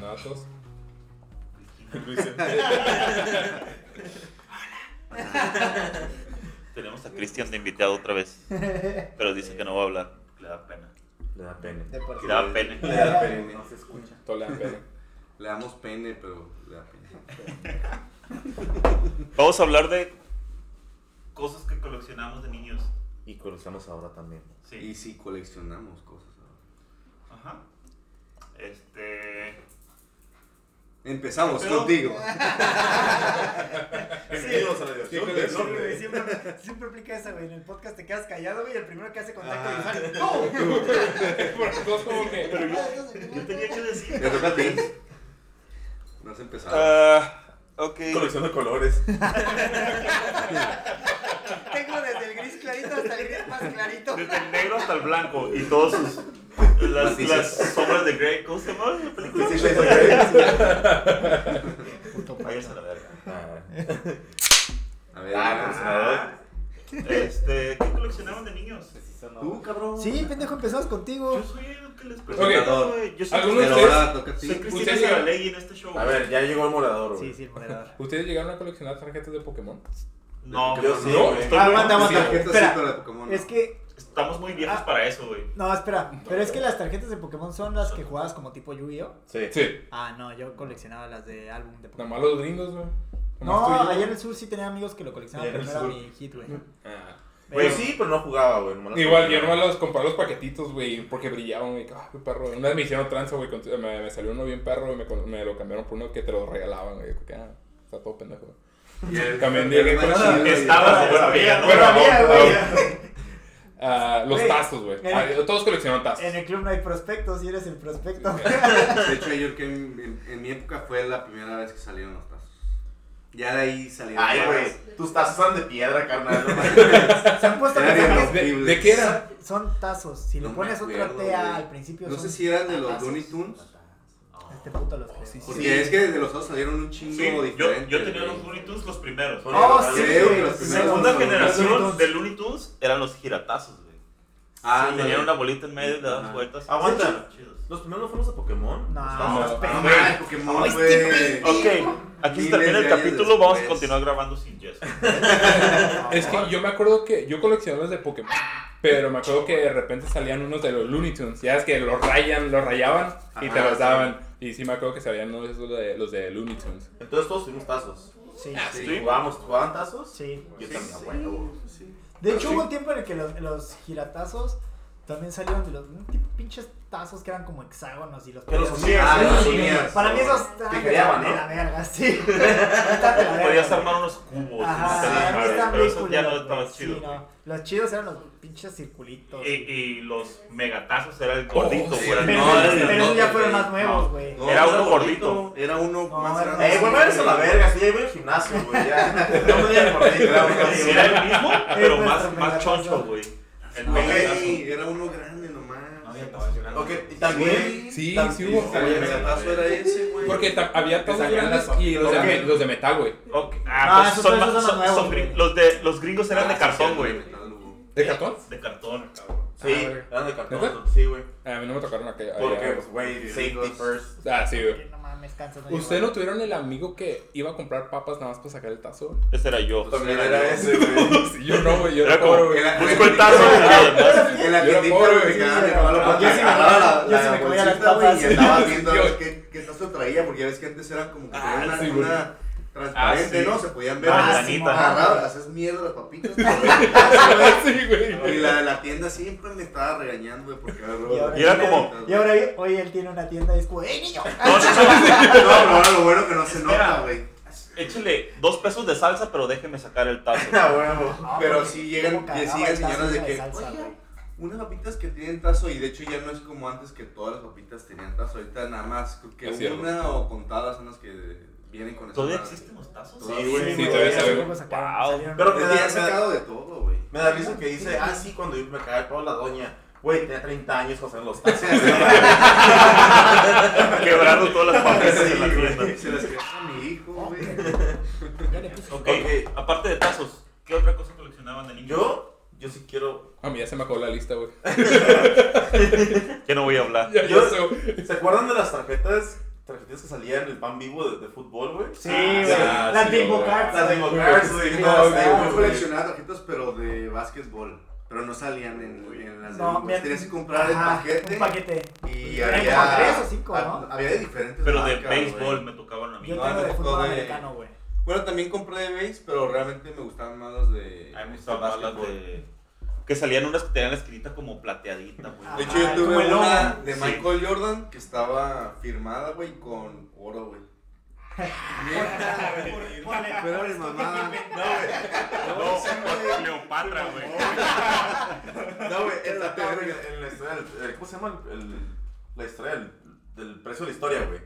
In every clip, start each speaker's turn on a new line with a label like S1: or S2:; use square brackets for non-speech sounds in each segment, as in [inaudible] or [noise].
S1: vatos.
S2: Luis
S3: Tenemos a Cristian de invitado otra vez, pero dice que no va a hablar. Le da pena.
S4: Le da pene.
S5: De por
S3: Le
S5: sí.
S3: da pena.
S2: Le da pene.
S4: No se escucha.
S1: Todo le da pena.
S2: Le damos pene, pero le da pene.
S3: Vamos a hablar de cosas que coleccionamos de niños.
S4: Y cruzamos ahora
S1: [laughs]
S4: también.
S2: Y
S3: Sí.
S2: si coleccionamos cosas ahora.
S3: Ajá. Este.
S2: Empezamos
S3: Pero-
S2: contigo.
S4: Bienvenidos a la diversión
S1: Sí, sí,
S4: del
S5: Sí,
S4: hombre.
S5: güey, siempre, siempre aplica esa, güey. En el podcast te quedas callado, güey. y El primero que hace contacto
S2: Ah.
S5: visual. ¡No!
S1: Porque todos como que.
S3: Pero yo,
S5: [laughs]
S3: yo tenía que decir.
S2: Te toca a ti. No has empezado.
S3: Ah, ok.
S4: Colección de colores.
S5: Tengo desde el gris clarito hasta el gris más clarito.
S3: Desde el negro hasta el blanco y todos sus. Las,
S2: Matices.
S3: las sombras de Grey, ¿cómo se llama la película?
S2: Sí, sí, sí.
S3: Váyanse a la verga.
S4: Ah,
S2: A ver,
S4: Ah,
S3: Este, ¿qué coleccionaban de niños?
S2: tú, cabrón.
S5: Sí, pendejo, empezamos contigo.
S3: Yo soy el que les presentaba,
S4: Ok.
S3: güey. Yo soy,
S2: Pero
S1: ¿Alguno-
S2: ahora toca a ti.
S3: soy Cristina
S1: ¿Ustedes
S3: Cibaley en este show.
S4: A ver, ya llegó el morador.
S5: Sí, sí, el moderador.
S1: ¿Ustedes llegaron a coleccionar tarjetas de Pokémon?
S3: No,
S4: Yo
S3: no,
S4: sí,
S3: no,
S4: güey.
S3: estoy
S5: Ah,
S3: muy-
S5: aguanta, aguanta.
S3: sí,
S2: Tarjeta
S5: Espera.
S2: sí, pero de Pokémon. no.
S5: [laughs] Es que,
S3: Estamos muy viejos
S5: Ah.
S3: para eso, güey.
S5: no, espera. Pero es que las tarjetas de Pokémon son las que jugabas como tipo Yu-Gi-Oh.
S4: Sí.
S1: Sí.
S5: Ah, no, yo coleccionaba las de álbum de Pokémon.
S1: Nomás los gringos, güey. Nomás
S5: No,
S1: tú y yo.
S5: allá en el sur sí tenía amigos que lo coleccionaban,
S4: Allá
S5: pero
S4: en
S5: no
S4: el
S5: era
S4: sur.
S5: mi hit, güey.
S1: Ah.
S4: Güey,
S5: Pero-
S4: Pues sí, pero no jugaba, güey. nomás las
S1: Igual, yo
S4: compraba.
S1: nomás los compraba los paquetitos, güey, porque brillaban, güey. Ah, qué perro. Una vez me hicieron tranza, güey. con- Me, me salió uno bien perro y me, con- me lo cambiaron por uno que te lo regalaban, güey. Como que, ah, está todo pendejo. También
S2: Pero
S1: dije,
S2: no es
S1: pues,
S2: chido, güey.
S3: Estabas todavía, ¿no?
S1: Bueno,
S5: Todavía,
S1: no,
S5: güey.
S1: Ah, los
S5: Güey,
S1: tazos, güey.
S5: en-
S1: Ah, todos coleccionaron tazos.
S5: En el club no hay prospectos y eres el prospecto. [laughs]
S2: De hecho, yo creo que en, en- en mi época fue la primera vez que salieron los tazos. Ya de ahí salieron
S4: Ay,
S2: barras.
S4: güey. Tus tazos son de piedra, carnal. no mames.
S5: [laughs] Se han puesto a
S2: Era
S5: pensar
S2: bien
S5: que
S1: ¿De,
S2: horrible.
S1: de qué era?
S5: Son tazos. Si le
S2: No me
S5: pones otra
S2: acuerdo,
S5: tea
S2: güey.
S5: al principio.
S2: No sé
S5: son
S2: si eran de los
S5: tatazos.
S2: Looney Tunes.
S5: Este puto
S3: Oh,
S5: los creo.
S2: Porque es que de los dos salieron un
S3: Sí,
S2: chingo
S3: yo,
S2: diferente.
S3: yo tenía
S2: güey.
S3: los Looney Tunes los primeros.
S4: Son
S5: Oh,
S4: los
S5: sí,
S4: Creo que
S5: güey.
S4: los
S5: Sí,
S4: primeros
S3: segunda
S4: son-
S3: generación
S5: Looney Tunes.
S3: de Looney Tunes eran los giratazos, güey.
S2: Ah,
S3: Sí,
S2: ándale.
S3: tenían una bolita en medio y le daban
S2: Ajá.
S3: vueltas.
S4: Aguanta.
S3: Chidos.
S4: Los primeros no fuimos a Pokémon.
S5: No,
S4: Estamos-
S5: no,
S2: Ah,
S5: pero-
S2: madre, Pokémon,
S5: Ay,
S2: güey.
S3: Ok, aquí se
S2: Miles
S3: termina el
S2: de años
S3: capítulo. Vamos a
S2: después.
S3: continuar grabando sin Jess.
S1: [laughs] Es que yo me acuerdo que yo coleccionaba los de Pokémon, pero me acuerdo que de repente salían unos de los Looney Tunes. Ya es que los rayan, los rayaban y te
S2: Ajá,
S1: los
S2: sí.
S1: daban. Y sí me acuerdo que salían unos de esos de los de Looney Tunes.
S4: Entonces todos tuvimos tazos.
S5: Sí.
S2: Sí.
S3: Sí.
S4: ¿Jugábamos? ¿Jugaban tazos?
S5: Sí.
S4: Yo
S2: Sí,
S4: también,
S2: sí.
S4: bueno.
S2: Sí.
S5: De hecho,
S2: Sí.
S5: hubo un tiempo en el que los, los giratazos también salieron de los un tipo- pinches tazos que eran como hexágonos y los
S4: Que los
S5: podías-
S4: unías,
S2: Ah,
S4: que los
S2: sí.
S4: unías.
S5: Para mí esos estaban de
S4: creaban, ¿no?
S5: la verga, sí. [laughs] Ahorita te la verga.
S3: Podías armar unos cubos.
S5: Ajá,
S3: y
S5: sí,
S3: estar
S5: están
S3: madre,
S5: bien
S3: pero eso ya no
S5: culeros,
S3: estaba
S5: güey. Sí,
S3: chido. güey.
S5: no. Los chidos eran los pinches circulitos.
S3: Y, y los megatazos era el gordito,
S1: Oh, sí.
S3: güey, era el
S5: Pero-
S3: más grande.
S5: pero esos ya
S2: no,
S5: fueron
S2: no,
S5: más nuevos, güey.
S2: No,
S3: Era
S2: no
S3: uno gordito.
S2: Era uno
S5: No,
S2: más
S5: era
S2: grande.
S4: Eh, güey, váyanse a la verga, sí, ya iba al gimnasio,
S5: [laughs]
S4: güey, ya. No me digan por ahí,
S3: Sí, Era el mismo, pero
S5: nuestro
S3: más, más
S5: megatazo.
S3: choncho, güey. El
S2: No,
S3: megatazo.
S2: güey, era uno grande nomás.
S4: Ok, y también.
S1: Sí,
S4: tam-
S1: sí hubo.
S2: O sea, el megatazo era ese, güey.
S1: Porque ta- había tazos
S4: sacaban
S1: grandes
S4: las-
S1: y los de,
S4: Ok.
S1: me- los de metal, güey.
S3: Ok,
S5: Ah,
S3: Ah, pues
S5: esos-
S3: son
S5: esos
S3: más-
S5: son los
S3: son-
S5: nuevos,
S3: son
S5: güey.
S3: gri- los de los gringos eran de
S2: Ah,
S3: cartón,
S2: sí,
S3: güey.
S2: metal, güey.
S1: ¿De cartón?
S3: De cartón, cabrón.
S4: Sí,
S1: Ah, güey.
S4: eran de cartón.
S1: ¿Neta? Ah,
S4: Sí, güey.
S1: A mí no me tocaron aquella.
S4: Porque,
S1: allá.
S4: pues, güey,
S2: Sí,
S4: safety
S2: los-
S4: first. [laughs]
S1: Ah, sí, güey.
S5: No mames, cansas. no
S1: ¿Ustedes
S5: llego.
S1: no tuvieron el amigo que iba a comprar papas nada más para sacar el tazo?
S3: Ese era yo.
S4: También
S2: era
S4: era
S2: yo.
S4: ese, güey.
S1: Sí, yo no, güey. Yo
S3: Era
S1: no,
S3: como-
S1: güey.
S2: Era-
S3: Busco el tazo y además.
S2: En la
S1: Yo era
S2: tiendita,
S1: pobre,
S2: güey,
S1: güey,
S2: que
S1: sí,
S2: nada,
S5: sí,
S2: le acababa la
S5: yo sí me
S2: agarraba
S5: comía-
S2: la-
S5: yo sí me
S2: la
S5: comía las
S2: bolsita, güey,
S5: papas.
S2: Y andaba
S1: Sí,
S2: viendo
S1: yo-
S2: a ver qué, qué tazo traía, porque ya ves que antes eran como que
S1: Ah,
S2: traían una,
S1: sí, güey.
S2: una transparente,
S3: Ah, sí.
S2: ¿no? Se podían ver.
S3: La
S5: Ah,
S2: las-
S5: sí,
S3: ventanita.
S5: mamá.
S2: Agarrabas, haces mierda las papitas.
S1: [laughs]
S2: [laughs]
S1: Sí, güey.
S2: Y la, la tienda siempre me estaba regañando, güey, porque agarró.
S5: Y ahora-
S3: Y era como-
S5: Y ahora,
S2: [laughs]
S5: hoy él tiene una tienda y es como, ¡eh, niño!
S3: No, no, no,
S2: No, pero ahora lo bueno que no se
S3: Espera.
S2: nota, güey.
S3: Échale dos pesos de salsa, pero déjeme sacar el tazo.
S4: Ah, huevo.
S5: No,
S2: Pero
S5: porque
S2: sí llegan-
S5: como
S2: y
S5: cagaba
S2: siguen
S5: el tazo
S2: señoras de
S5: lleno
S2: que,
S5: salsa,
S2: "Oiga".
S5: güey.
S2: Unas papitas que tienen tazo, y de hecho ya no es como antes que todas las papitas tenían tazo. Ahorita nada más, creo que
S1: Es cierto.
S2: una o contadas son las que vienen con eso.
S3: ¿Todavía existen los tazos?
S2: Sí,
S4: güey.
S1: Sí,
S5: güey,
S1: todavía
S5: hace
S1: sabe.
S5: poco sacaron-
S3: Wow.
S5: salieron-
S4: Pero-
S2: Es que ya han sacado de todo,
S5: [laughs]
S2: güey. [laughs]
S4: Me da risa que dice, ah, sí, cuando yo me cagué de Paula Doña. Güey, tenía 30 años cuando salieron los tazos.
S2: [laughs]
S3: Quebrando todas las papitas en la tienda.
S2: Se las quedó a mi hijo, güey.
S5: Ya le puse-
S3: [laughs] Ok,
S4: Ok.
S3: aparte de tazos, ¿qué otra cosa coleccionaban de niños?
S4: Yo, yo sí quiero.
S1: A mí ya se me acabó la lista, güey.
S3: Que no voy a hablar.
S1: Ya,
S4: Yo-
S1: [laughs] ya sé, güey.
S4: ¿Se acuerdan de las tarjetas tarjetitas que salían del pan vivo de, de fútbol, güey.
S5: Sí,
S4: Ah,
S5: güey.
S3: ya,
S5: las
S3: sí,
S5: Bimbo
S3: güey.
S5: Cards.
S4: Las Bimbo
S5: güey.
S4: Cards, güey.
S5: Sí,
S4: No,
S5: las
S4: sí,
S5: Bimbo
S4: güey.
S2: Yo coleccionaba tarjetas, pero de básquetbol. Pero no salían en, en las
S5: No,
S2: de
S5: mira,
S2: Tenías que comprar el
S5: ajá,
S2: paquete.
S5: Un paquete.
S2: Y
S5: Eran
S2: había.
S5: como tres o cinco,
S2: ha-
S5: ¿no?
S2: Había de diferentes.
S3: Pero de
S2: marcas,
S3: béisbol
S2: güey.
S3: me tocaban a mí.
S5: Yo
S2: Ah, no,
S5: tengo de
S2: no,
S5: fútbol
S2: no,
S5: americano, güey.
S2: Bueno, también compré de base, pero realmente me gustaban más las de.
S3: A mí me gustaban más las
S2: básquetbol.
S3: de. Que salían unas que tenían la esquinita como plateadita, güey.
S5: Ah,
S2: De hecho,
S5: Ajá,
S2: yo tuve
S5: como el
S2: una
S5: logo.
S2: de
S3: Sí.
S2: Michael Jordan que estaba firmada, güey, con oro, güey. Pero de [laughs] mamada.
S3: Ah, No, con Cleopatra, güey.
S4: No, güey, en la, en la- Ah, en la historia del- eh, ¿Cómo se llama? el- el- la historia del, del precio de la historia, güey.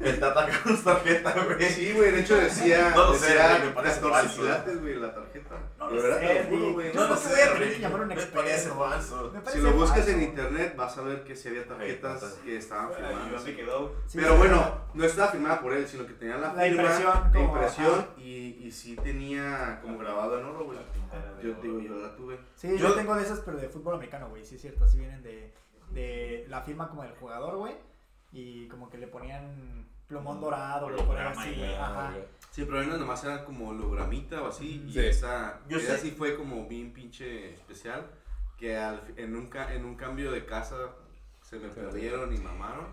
S4: El Tata con su tarjeta, güey.
S2: Sí, güey, de hecho decía.
S4: No lo sé,
S2: decía
S4: güey, me parece
S2: 14
S4: falso.
S2: quilates, güey, la tarjeta.
S5: No
S2: De
S5: lo
S2: verdad,
S5: sé,
S2: te lo juro,
S5: Rick.
S2: güey.
S5: No lo sé, Rick.
S4: Rick.
S5: Llamar a un
S4: Me
S5: experto.
S4: parece falso.
S5: Me
S2: Si
S5: parece
S2: lo buscas
S5: falso,
S2: en
S5: güey.
S2: internet vas a ver que sí había tarjetas
S4: Ahí,
S2: que estaban firmadas.
S4: ¿Dónde quedó?
S5: Sí,
S2: Pero
S5: sí,
S2: bueno, no estaba firmada por él, sino que tenía la,
S5: La
S2: firma,
S5: impresión,
S2: la
S5: como-
S2: impresión
S5: ajá.
S2: y, y sí tenía como grabado en oro, güey. Yo te digo, yo la tuve.
S5: Sí, yo,
S4: Yo-
S5: tengo de esas, pero de fútbol americano, güey. Sí, es cierto. Así vienen de, de la firma como del jugador, güey. Y como que le ponían plomón dorado, lo ponían
S3: Holograma
S5: así,
S3: y
S5: güey.
S3: la-
S5: Ajá.
S2: Sí, pero una nomás era como hologramita o así. Y
S1: Sí.
S2: esa,
S4: Yo
S2: esa
S4: sé.
S2: sí fue como bien pinche especial. Que al fi- en, un ca- en un cambio de casa se me perdieron y mamaron.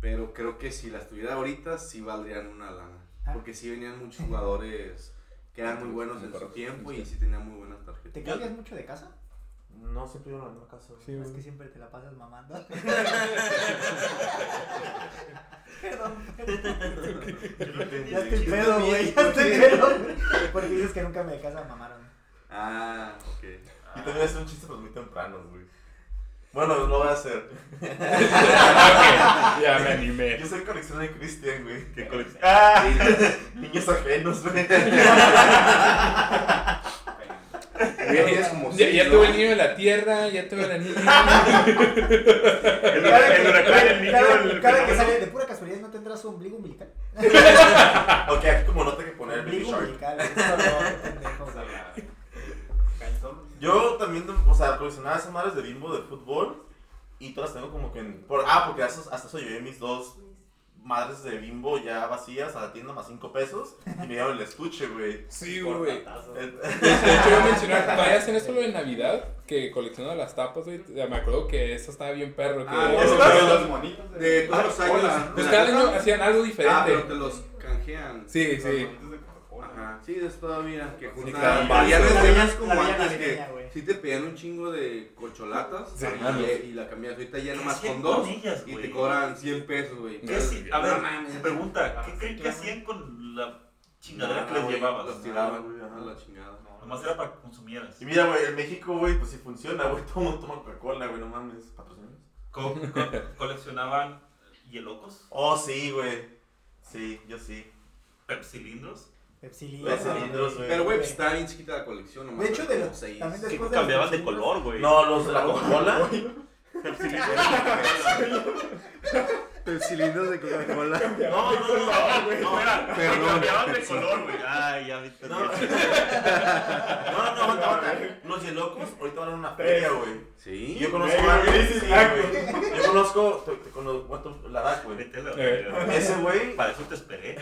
S2: Pero creo que si las tuviera ahorita, sí valdrían una lana.
S5: Ah.
S2: Porque sí venían muchos jugadores que eran muy buenos en su tiempo y sí tenían muy buenas tarjetas.
S5: ¿Te cambias mucho de casa?
S4: No, siempre yo en la misma casa. güey.
S1: Sí,
S5: Es
S1: güey.
S5: que siempre te la pasas mamando. Perdón. [laughs] Ya estoy pedo, güey. Ya estoy pedo. Porque dices que nunca me de casa mamaron.
S2: Ah, ok.
S4: Y también hacer un chiste pues muy temprano, güey. Bueno, no voy a hacer.
S1: Ya me animé.
S4: Yo soy colección de Cristian, güey.
S1: [laughs]
S4: Que colección.
S2: Sí,
S4: Niños ajenos, güey. [laughs]
S2: ya tienes como
S1: Ya,
S2: seis,
S1: ya
S2: ¿no?
S1: tuve el niño de la tierra, ya tuve la niña.
S3: El
S5: Cada
S3: el huracán, el
S5: que,
S3: niño,
S5: cada-
S3: el
S5: cada que
S3: fenómeno.
S5: sale de pura casualidad no tendrás su ombligo umbilical.
S4: Ok, aquí como nota que poner Baby
S5: Ombligo
S4: Shark.
S5: umbilical. Esto no, pendejo. güey.
S4: Yo también, o sea, coleccionaba esas madres de bimbo de fútbol. Y todas las tengo como que en. Por, ah, porque hasta, hasta eso llevé mis dos madres de bimbo ya vacías a la tienda más 5 pesos. Y me dieron el estuche, güey.
S1: Sí,
S4: Por
S1: güey. [laughs]
S4: tatazo.
S1: De hecho, iba a mencionar, todavía hacen eso lo de Navidad, que coleccionan las tapas, güey. Ya Me acuerdo que eso estaba bien perro. Que
S2: Ah,
S4: ¿Eso
S2: eso
S4: está?
S2: pero
S4: los
S2: los De todos los años.
S4: Hola.
S1: Pues
S2: la-
S1: cada año hacían algo
S2: Ah, pero te
S1: diferente.
S2: los canjean.
S1: Sí, sí.
S2: Ajá. Sí, es todavía que juntan
S1: claro.
S2: varias
S5: La
S2: reseñas
S5: vida-
S2: como
S5: la vida
S2: antes
S5: navideña,
S2: que
S5: güey.
S2: sí te pedían un chingo de colcholatas
S1: Sí,
S2: y,
S1: mames.
S2: le- y la cambias ahorita ya nomás
S3: hacían
S2: con dos
S3: con ellas,
S2: y
S3: güey?
S2: te cobran 100 pesos, güey.
S3: ¿Qué si- A
S2: No
S3: ver,
S2: mames.
S3: se pregunta, ¿qué creen que
S5: claro.
S3: hacían con la chingadera
S2: Nada,
S3: que les
S2: güey,
S3: llevabas?
S2: Los tiraban,
S4: Nada, güey, ajá.
S2: a la chingada.
S3: Nomás era para que consumieras.
S4: Y mira, güey, en México, güey, pues sí funciona, güey. Todo el mundo toma Coca-Cola, güey, no mames. ¿Patrocinios?
S3: Co- co- coleccionaban hielocos,
S4: Oh, sí, güey. Sí, yo sí.
S3: pepsilindros,
S5: Pepsilindros,
S4: Los cilindros, güey.
S2: Pero, güey, pues estaba bien chiquita la colección, nomás.
S5: De hecho, de
S2: como
S5: los-
S2: seis.
S5: también
S3: que
S5: Después de
S3: cambiaban
S5: los
S3: de
S5: cilindros.
S3: color, güey.
S4: No, los de la Coca-Cola.
S2: Pero cilindros de Coca-Cola.
S4: No, no, no, no, güey. No,
S3: Espera, que
S2: Perdón,
S3: cambiaban de color, güey. Ay, ya viste.
S4: [laughs] No. no, no, aguanta, aguanta. Los yelocos ahorita van a una feria, güey. Y
S2: Sí.
S4: yo conozco a alguien, sí, güey. Yo conozco, te, te conozco, ¿cuánto? La DAC, güey.
S3: Vete a la
S1: Eh.
S3: verga.
S4: Ese güey,
S3: Para eso te esperé.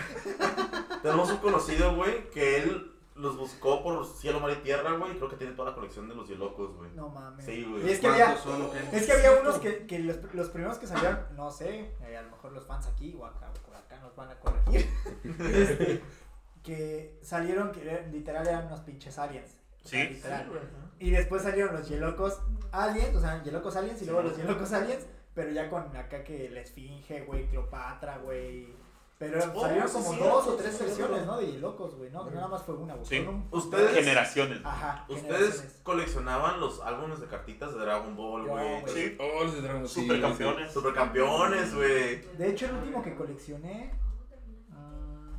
S4: tenemos un conocido, güey, que él los buscó por cielo, mar y tierra, güey. y Creo que tiene toda la colección de los yelocos, güey.
S5: No mames.
S4: Sí, güey.
S5: Y es que había,
S2: ¿Cuántos son o qué?
S5: es que había unos que, que los, los primeros que salieron, no sé, eh, a lo mejor los fans aquí o acá, por acá nos van a corregir. Este, que salieron que eran- literal eran unos pinches aliens. O sea,
S3: Sí.
S5: literal. Y después salieron los Yelocos Aliens, o sea, Yelocos Aliens y luego los Yelocos Aliens, pero ya con acá que la Esfinge, güey, Cleopatra, güey. Pero
S4: Oh,
S5: salieron
S4: sí,
S5: como
S4: sí,
S5: dos
S4: sí,
S5: o tres
S4: sí, sí,
S5: versiones,
S4: sí.
S5: ¿no? De Yelocos, güey, ¿no? Nada más fue una, güey.
S3: Sí.
S5: fueron-
S4: Ustedes-
S3: Generaciones.
S5: Ajá.
S4: Ustedes
S5: generaciones.
S4: coleccionaban los álbumes de cartitas de Dragon Ball,
S5: Dragon
S4: güey.
S5: Ball.
S3: Sí.
S1: Oh, los de Dragon Ball, sí,
S3: Supercampeones.
S4: Supercampeones, güey.
S5: De hecho, el último que coleccioné, mm,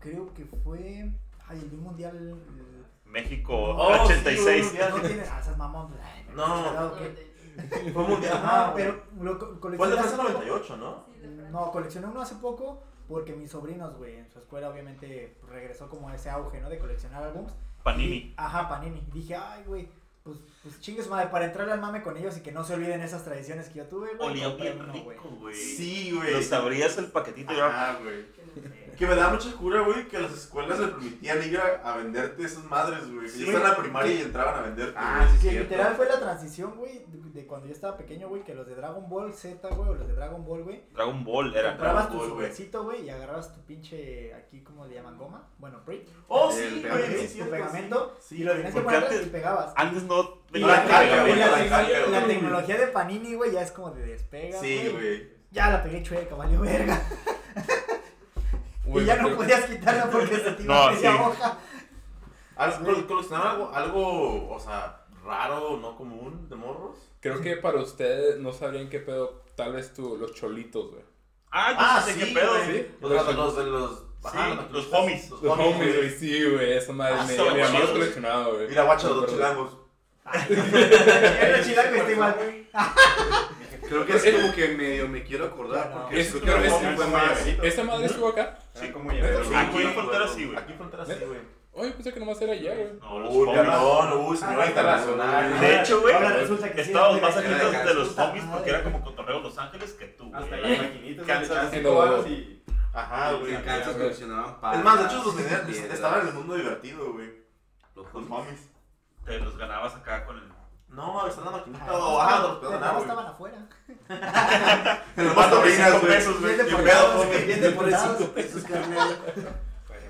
S5: creo que fue... Ay, el de un mundial... el-
S3: México
S4: Oh, sí,
S3: 86.
S4: güey,
S5: No tiene... Ah, esas mamón. ay, me
S4: No.
S5: he quedado que-
S4: Fue mundial.
S5: Ajá, pero lo co-
S4: Fue el
S5: coleccioné
S4: de
S5: hace
S4: Francia
S5: poco.
S4: 98, ¿no?
S5: No, coleccioné uno hace poco porque mis sobrinos, güey, en su escuela obviamente regresó como a ese auge, ¿no? De coleccionar álbumes.
S3: Panini.
S5: Y- ajá, Panini. Y dije, ay, güey, Pues, pues chingues, madre, para entrarle al mame con ellos y que no se olviden esas tradiciones que yo tuve, güey.
S3: Olía
S5: compré
S3: bien
S5: uno, güey.
S3: rico, güey.
S4: Sí, güey.
S3: Los abrías el paquetito y era-
S4: Ajá, güey. Que me da mucha cura, güey, que las escuelas le permitían ir a, a venderte esas madres, güey.
S5: Sí.
S4: Yo estaba en la primaria y entraban a venderte.
S2: Ah,
S4: güey.
S2: sí,
S5: Que
S2: cierto.
S5: literal fue la transición, güey, de de cuando yo estaba pequeño, güey, que los de Dragon Ball Z, güey, o los de Dragon Ball, güey,
S3: Dragon Ball era.
S5: comprabas
S4: Dragon
S5: tu
S4: Ball, güey.
S5: sobrecito, güey, y agarrabas tu pinche, aquí, ¿cómo le llaman? Goma, bueno, prick,
S4: Oh,
S2: El
S4: sí,
S2: pegamento.
S4: güey. sí,
S5: tu
S4: cierto,
S5: pegamento,
S4: sí.
S5: y lo tenías que
S3: Porque
S5: poner
S3: antes-
S5: y pegabas.
S3: Antes no
S5: Y
S3: venía
S4: la
S5: la,
S3: el
S4: carga,
S5: tecnología-
S4: güey,
S5: la
S4: la
S5: tecnología-
S4: carga, güey.
S5: la tecnología de Panini, güey, ya es como de despega,
S4: Sí, güey.
S5: Ya la pegué chueca, valió verga.
S1: Güey,
S5: y ya no
S1: creo-
S5: podías quitarla porque se te iba
S3: No,
S5: a media
S3: sí.
S5: hoja.
S4: Al-
S5: Sí.
S4: col- ¿Coleccionaba algo, algo, o sea, raro, no común de morros?
S1: Creo que para ustedes no sabrían qué pedo, tal vez tú, los cholitos, güey.
S3: Ah, yo sí, sé qué pedo,
S4: güey.
S3: sí.
S4: Los, los, los de los...
S3: Sí,
S4: maquinitas.
S3: los homies.
S4: Los
S1: Los
S4: homies,
S1: homies,
S4: güey.
S1: güey, sí, güey, esa madre
S3: Ah,
S1: me
S3: estaban
S1: mi mamá
S3: chidos,
S1: lo
S3: güey.
S1: coleccionaba, güey.
S4: Mira, guacha, los
S1: Me
S4: dos
S1: acuerdo.
S4: chilangos.
S5: Ah, [laughs]
S4: [laughs]
S5: Ya la chilango está igual.
S2: Creo que es como que medio me quiero acordar.
S5: No, no.
S2: Porque
S1: Es,
S2: creo
S1: creo
S2: que
S1: que
S2: sí
S1: es-
S2: fue más.
S1: ¿Esa madre estuvo acá?
S2: Sí,
S6: como llevero.
S4: Sí,
S3: Aquí
S4: güey,
S3: en frontera
S2: güey.
S3: sí, güey.
S4: Aquí en frontera sí, güey.
S1: Oye, pensé que nomás era allá, güey.
S3: No, los
S4: Uy,
S3: homies.
S4: perdón, uy, señora internacional.
S3: De hecho, güey,
S5: Ahora resulta que sí,
S3: estábamos
S5: mira,
S3: más
S5: que la
S3: ajenos de los
S5: puta
S3: homies
S5: madre.
S3: porque era como cotorreo Los Ángeles que tú,
S6: Hasta
S3: güey.
S6: las maquinitas que le echaban
S1: En
S6: cinco
S1: lo-
S6: varos y...
S4: Ajá, Ah, güey.
S2: En Kansas
S1: güey.
S2: coleccionaban palas.
S4: Es más, de hecho, los tenían,
S2: piedras.
S4: estaban en el mundo divertido, güey.
S2: Los
S4: Los
S2: homies.
S4: homies.
S3: Te los ganabas acá con el.
S4: No, están en la maquinita.
S5: Ajá,
S4: o Ah, ajá, los pedos,
S5: Pero
S4: nada,
S5: no
S4: güey.
S5: estaban afuera.
S4: En los más taurinas, güey.
S3: pesos, güey.
S5: Bien
S4: qué
S5: deportados,
S4: pedo, güey.
S5: bien
S4: Yo
S5: deportados. [laughs]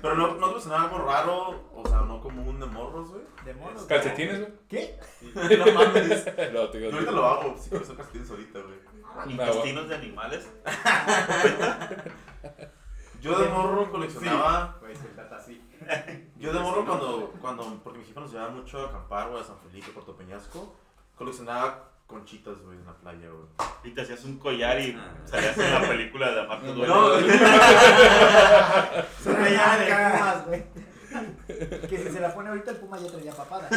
S4: Pero no, no coleccionaba algo raro, o sea, no común de morros, güey.
S5: De monos.
S1: ¿Calcetines, güey?
S5: ¿Qué?
S4: No
S1: [laughs]
S4: mames.
S1: No, te digo.
S4: Yo ahorita lo hago, sí colecciono castines ahorita, güey.
S3: Intestinos de animales.
S4: Yo de morro coleccionaba.
S6: Güey, se trata así.
S4: Yo de morro cuando, cuando, porque mis hijos nos llevaban mucho a acampar, güey, a San Felipe, Puerto Peñasco, coleccionaba conchitas, güey, en la playa, güey.
S3: Y te hacías un collar y salías en la película de Amarte Duele.
S4: Ah. No,
S5: Se traía de
S4: [laughs]
S5: pumas, güey. Que si se la pone ahorita el puma ya traía papada.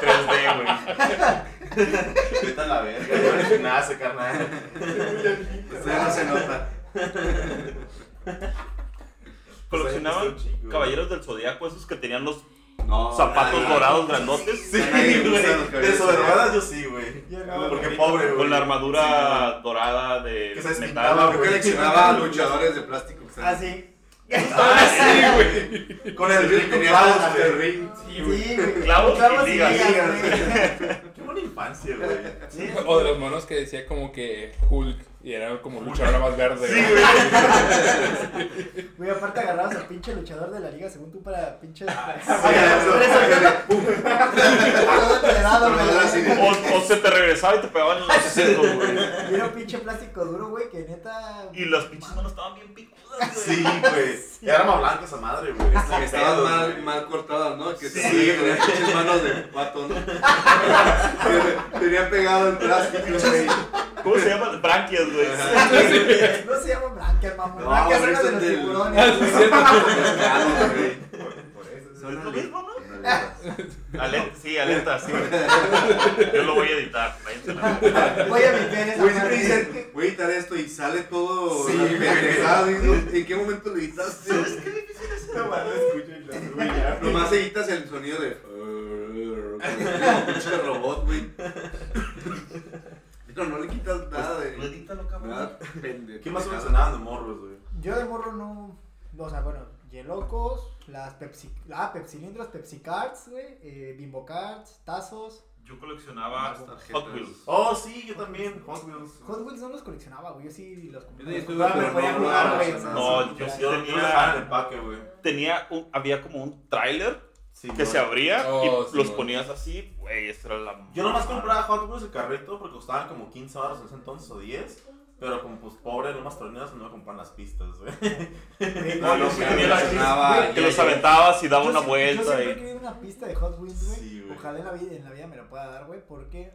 S3: 3D, güey.
S4: Vete a la verga, no coleccionaste, carnal.
S2: Ustedes no se nota.
S3: Coleccionaban
S4: Sí, sí, sí.
S3: caballeros del zodiaco, esos que tenían los
S2: No.
S3: zapatos
S2: nadie-
S3: dorados grandotes.
S4: Ah, Sí,
S2: Nadie
S3: [laughs]
S2: usa los
S4: güey.
S2: caballeros.
S4: Eso de rodadas yo sí, güey.
S5: Ya no,
S4: Porque
S5: güey.
S4: pobre, güey.
S3: Con la armadura dorada de
S4: Que se despintaba,
S3: metal.
S2: Yo coleccionaba luchadores de plástico. que
S5: Ah,
S2: estaban-
S5: sí.
S4: Ah, sí, güey. Con el ring este
S2: Tenía
S4: clavos,
S2: hasta el
S4: güey.
S2: ring.
S5: Sí, güey.
S3: Clavos y
S5: y
S3: ligas.
S5: ligas, güey.
S4: Qué buena infancia, güey.
S5: Sí.
S1: O de los monos que decía como que Hulk y era como luchadora más verde.
S3: Sí,
S1: güey.
S3: güey.
S5: Güey, aparte agarrabas al pinche luchador de la liga según tú para pinche. [laughs]
S4: eso.
S5: Tres ojeras. Todo enredado, güey.
S2: Pero así de-
S3: O, o se te regresaba y te pegaban en los sesos, güey.
S5: Y Era un pinche plástico duro, güey, que neta.
S3: Y las pinches manos estaban bien picudas, güey.
S4: Sí, güey. Era arma blanca esa madre, güey.
S2: Que estaban mal, mal cortadas, ¿no? Que
S4: Sí,
S2: tenían
S4: güey.
S2: pinches manos de pato,
S4: [laughs]
S2: ¿no? [laughs] Que Tenía pegado el plástico, güey.
S4: [laughs]
S3: ¿Cómo se llaman? Branquias, güey.
S5: No se llama Blanca, mamón.
S2: No,
S5: Blanca es
S2: pero
S5: una de
S2: es
S5: los
S2: del-
S5: tiburones. güey.
S2: Pescado, güey.
S6: Por eso.
S2: Son Ah,
S3: ¿Es lo mismo,
S2: aletas.
S3: Ale- sí, alerta,
S4: [laughs]
S3: sí. Yo lo voy a editar. váyanse a la verga.
S5: Voy a meter esa
S2: Güey, siempre
S5: parte.
S2: dicen, voy a editar esto y sale todo
S4: Sí,
S2: la
S4: güey.
S2: pendejada, digo, ¿En qué momento lo editaste?
S6: Esta madre lo escucho y la subo y ya, güey.
S2: Nomás editas el sonido de. Como Pinche robot, güey. Pero no le quitas nada
S3: Tú
S2: de.
S3: edítalo, cabrón.
S4: Ah,
S2: Nada pendejo. [laughs]
S4: ¿Qué más coleccionaban de morros, güey?
S5: Yo de morro no. O sea, bueno, Yelocos, las Pepsi. Ah, Pepsilindros, Pepsi Cards, güey. eh, Bimbo Cards, Tazos.
S3: Yo coleccionaba
S2: Las tarjetas.
S3: Hot Wheels.
S4: Oh, sí, yo también. Hot Wheels.
S5: Hot Wheels no los coleccionaba, güey. Yo sí los
S2: Yo también
S5: compraba.
S2: tuve,
S5: Los compraba,
S2: pero
S5: me podía
S2: no
S5: jugar,
S2: jugaba,
S5: güey.
S2: o sea,
S3: no,
S5: sí,
S3: yo
S5: ya.
S3: sí
S4: Yo yo era fan del empaque, güey.
S3: Tenía un, había como un tráiler
S4: Sí,
S3: que
S4: güey.
S3: se abría
S1: Oh,
S3: y
S1: sí,
S3: los
S1: güey.
S3: ponías así, güey, esta era la...
S4: Yo nomás compraba Hot Wheels el carrito porque costaban como 15 baros en ese entonces o 10. Pero como pues pobre, no más torneos no me compraban las pistas, güey.
S5: Güey,
S2: No, no,
S5: yo sí-
S2: me
S3: tenía la-
S2: alucinaba.
S3: Que los aventabas y daba
S5: Yo
S3: una
S5: sí-
S3: vuelta
S5: Yo siempre he
S3: y...
S5: querido una pista de Hot Wheels, güey.
S4: Sí, güey.
S5: Ojalá en la, vida, en la vida me lo pueda dar, güey, porque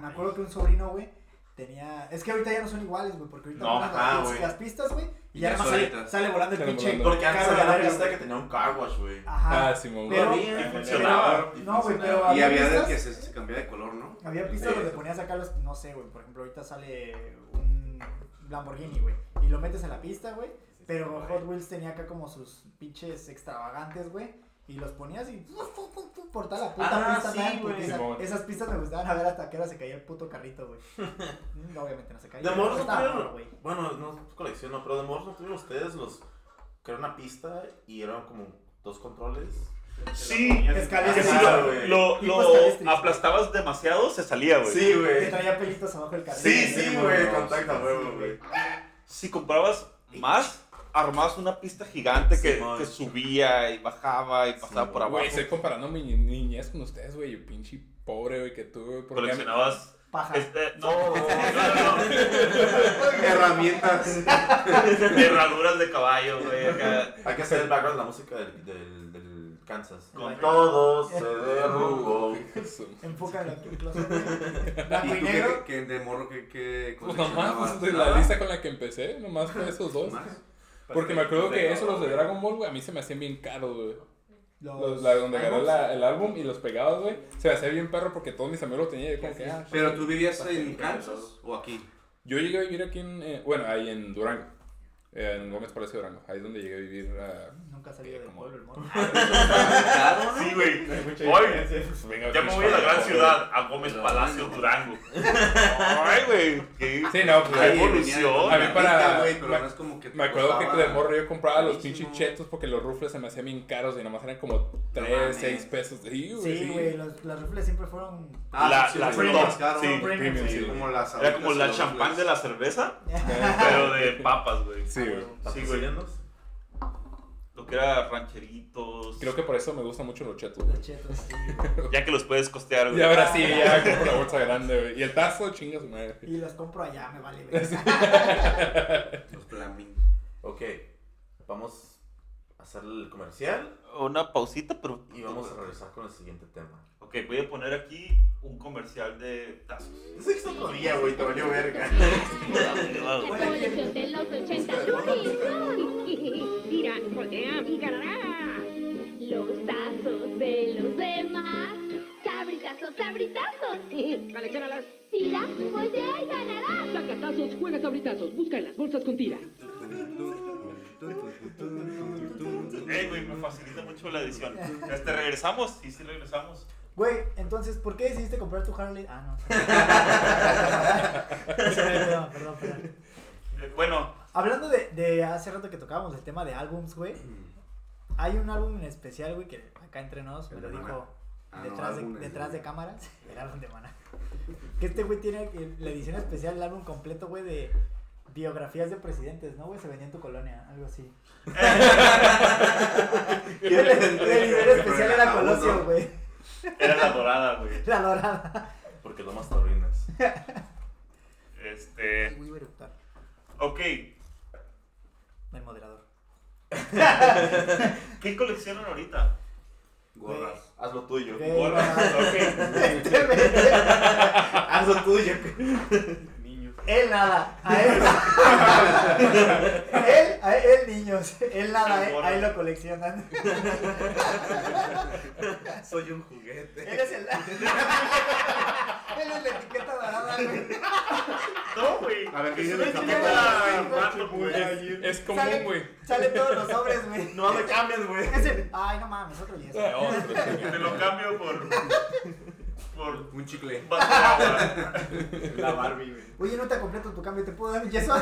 S5: me acuerdo que un sobrino, güey, tenía... Es que ahorita ya no son iguales, güey, porque ahorita
S4: No,
S5: van
S4: ajá,
S5: las, pis-
S4: güey.
S5: las pistas, güey, y
S2: Y ya
S5: ya además sale,
S2: solitas.
S5: sale volando el
S1: Salen
S5: pinche...
S1: volando.
S4: Porque antes
S5: carro de
S4: había una
S5: verga,
S4: pista que
S5: güey.
S4: tenía un car wash, güey.
S5: Ajá.
S1: Ah, Simón.
S5: Pero-
S4: Todavía,
S3: y
S4: güey.
S3: funcionaba.
S5: No, güey, pero
S2: Y
S5: había
S2: había de
S5: pistas...
S2: que se, se
S4: [laughs]
S2: cambiaba de color, ¿no?
S5: Había pistas donde ponías acá los... No sé, güey, por ejemplo, ahorita sale un Lamborghini, güey, y lo metes a la pista, güey, pero Hot Wheels tenía acá como sus pinches extravagantes, güey. Y los ponías y fu, fu, fu, fu, por toda la puta
S6: Ah,
S5: pista
S6: sí,
S5: andaban,
S6: güey.
S5: porque esa-
S1: Simón.
S5: esas pistas me gustaban a ver hasta que hora se caía el puto carrito, güey. Mm, Obviamente no se caía.
S4: De morros no
S5: Estaba
S4: tuvieron.
S5: morro, güey.
S4: Bueno, no colecciono, pero de morros no tuvieron ustedes los. que era una pista y eran como dos controles.
S3: Sí,
S5: Escalera.
S3: que si
S4: Ah,
S3: lo,
S4: güey.
S3: lo,
S5: Tipo
S3: lo
S5: Scalestri.
S3: aplastabas demasiado, se salía, güey.
S4: Sí,
S5: Que
S4: güey.
S5: traía pelitos abajo del carrito.
S4: Sí, sí,
S5: güey.
S4: güey.
S2: no,
S4: Contacta,
S2: sí,
S4: huevo, güey.
S3: Si comprabas más, armabas una pista gigante que,
S4: Simón.
S3: que subía y bajaba y pasaba por abajo.
S1: Güey, estoy comparando mi ni- niñez con ustedes, güey. Yo pinche pobre, güey, que tuve. porque- [laughs]
S3: Coleccionabas.
S5: Paja.
S3: Este, no, no, no, no.
S2: Herramientas.
S3: Herraduras de caballo, güey. acá.
S4: Hay que hacer el background de la música del, del, del Kansas.
S5: Con-
S4: Con todo [laughs] se derrumbó.
S1: pues,
S5: Enfócalo aquí en el closet.
S1: [laughs]
S5: güey. Blanco
S2: ¿Y
S5: y
S2: tú qué,
S5: negro.
S2: qué de morro que, que
S1: Pues nomás,
S2: coleccionabas?
S1: pues, de la
S2: ¿Nada?
S1: lista con la que empecé, nomás fue esos dos.
S2: ¿Más?
S1: Porque me acuerdo que eso, los de Dragon Ball, güey, a mí se me hacían bien caros, güey. Los, la, donde agarré la- el álbum y los pegabas, güey, se me hacía bien perro porque todos mis amigos lo tenían. Yo, como que, ah,
S2: ¿Pero tú vivías en Kansas o aquí?
S1: yo llegué a vivir aquí en, eh, bueno, ahí en Durango, eh, en Gómez Palacio Durango, ahí es donde llegué a vivir. ah,
S5: Nunca salió del
S1: Como-
S5: pueblo el morro.
S2: [laughs]
S3: Sí, güey.
S6: Hay mucha
S3: Hoy,
S6: diferencia.
S1: pues, venga,
S3: Ya me
S1: pinche
S3: voy a la gran
S1: pobre.
S3: ciudad, a Gómez Palacio, Durango. Ay, güey. qué-
S1: Sí, no, pues,
S3: Ay,
S1: ahí-
S3: evolución.
S1: A mí para-
S2: Güey, pero
S1: me-
S2: no es como que te
S1: me acuerdo que
S2: costaba-
S1: de morro yo compraba los
S2: carísimo.
S1: pinches chetos porque los rufles se me hacían bien caros y nomás eran como 3,
S2: mames.
S1: 6 pesos. Sí, güey.
S5: Sí, güey. los- Las rifles siempre fueron.
S2: Ah,
S3: La-
S2: sí,
S3: la
S2: fueron
S3: top,
S2: más caros.
S3: sí,
S2: Fueron
S1: premium,
S2: premium,
S1: sí,
S2: sí,
S1: [laughs] güey.
S2: como las
S3: Era como
S2: adultas
S3: la
S2: y
S3: champán
S2: los-
S3: de la cerveza,
S1: Pero-
S3: pero de papas, güey.
S1: Sí, güey.
S3: Sí,
S4: Sí,
S3: güey.
S4: güey.
S3: Lo que era rancheritos.
S1: Creo que por eso me gustan mucho los chetos,
S5: [laughs]
S1: güey.
S5: Los chetos, sí.
S3: Ya que los puedes costear, güey.
S1: Y ahora sí, ya compro la bolsa grande, güey. Y el tazo, chinga su madre.
S5: Y los compro allá, me vale ver.
S2: Los flamingos.
S4: Ok. Vamos a hacer el comercial
S3: Una pausita, pero.
S4: y vamos a regresar con el siguiente tema.
S3: Ok, voy a poner aquí un comercial de tazos.
S4: Ese es otro día, güey. Te valió verga.
S7: Católicos de los 80 Tira, voltea y agarrá Los tazos de los demás Sabritazos, sabritazos Coleccionalos Tira, voltea y ganarás
S8: Sacatazos, juega sabritazos, busca en las bolsas con tira.
S3: Ey, Eh, güey, me facilita mucho la edición. Este, regresamos. Sí, sí, regresamos.
S5: Güey, entonces, ¿por qué decidiste comprar tu Harley? Ah, no. perdón, perdón, perdón.
S3: Eh, Bueno,
S5: Hablando de, de hace rato que tocábamos el tema de álbums, güey.
S2: Mm.
S5: Hay un álbum en especial, güey, que acá entre nos me
S2: El
S5: lo
S2: de
S5: dijo
S2: Maná. Ah, no,
S5: detrás, de,
S2: álbumes,
S5: detrás de
S2: güey.
S5: cámaras. [laughs] El álbum de Maná. Que este güey tiene el- la edición especial, el álbum completo, güey, de biografías de presidentes, ¿no, güey? Se vendía en tu colonia, algo
S2: [laughs]
S5: así. el, el edición especial era
S2: Pero era
S5: Colosio,
S2: uno.
S5: güey.
S3: era la dorada, güey.
S5: La dorada.
S4: [laughs] Porque lo más te arruinas.
S3: Este.
S5: Ay, güey, iba a eructar.
S3: Ok,
S5: El moderador.
S3: ¿qué coleccionan ahorita?
S5: [laughs]
S2: Gorras.
S4: Haz lo tuyo.
S5: Ok.
S4: [laughs]
S3: Gorras, ok.
S5: Este
S4: Haz lo tuyo. [laughs]
S3: Niños.
S5: Él nada, a él. él, a él niños, él nada, eh, a él lo coleccionan. [laughs]
S4: Soy un
S5: Él
S4: juguete.
S5: es el. [laughs] él es la etiqueta dorada, güey.
S3: No, güey.
S2: A ver, ¿qué
S3: Es
S2: dice
S3: una
S2: el
S3: etiqueta
S5: capítulo?
S3: random, güey.
S1: Es
S5: Sale-
S1: común, güey.
S5: Sale todos los sobres, güey.
S4: [laughs] No me cambies, güey.
S5: Es el. Ay, no mames, otro lienzo.
S1: Ah, otro,
S3: Te
S1: chinga.
S3: lo cambio por. por.
S2: Un chicle.
S3: vaso de agua.
S6: La Barbie, güey.
S5: Oye, no te completo tu cambio, ¿te puedo dar un
S4: [laughs]
S5: yeso?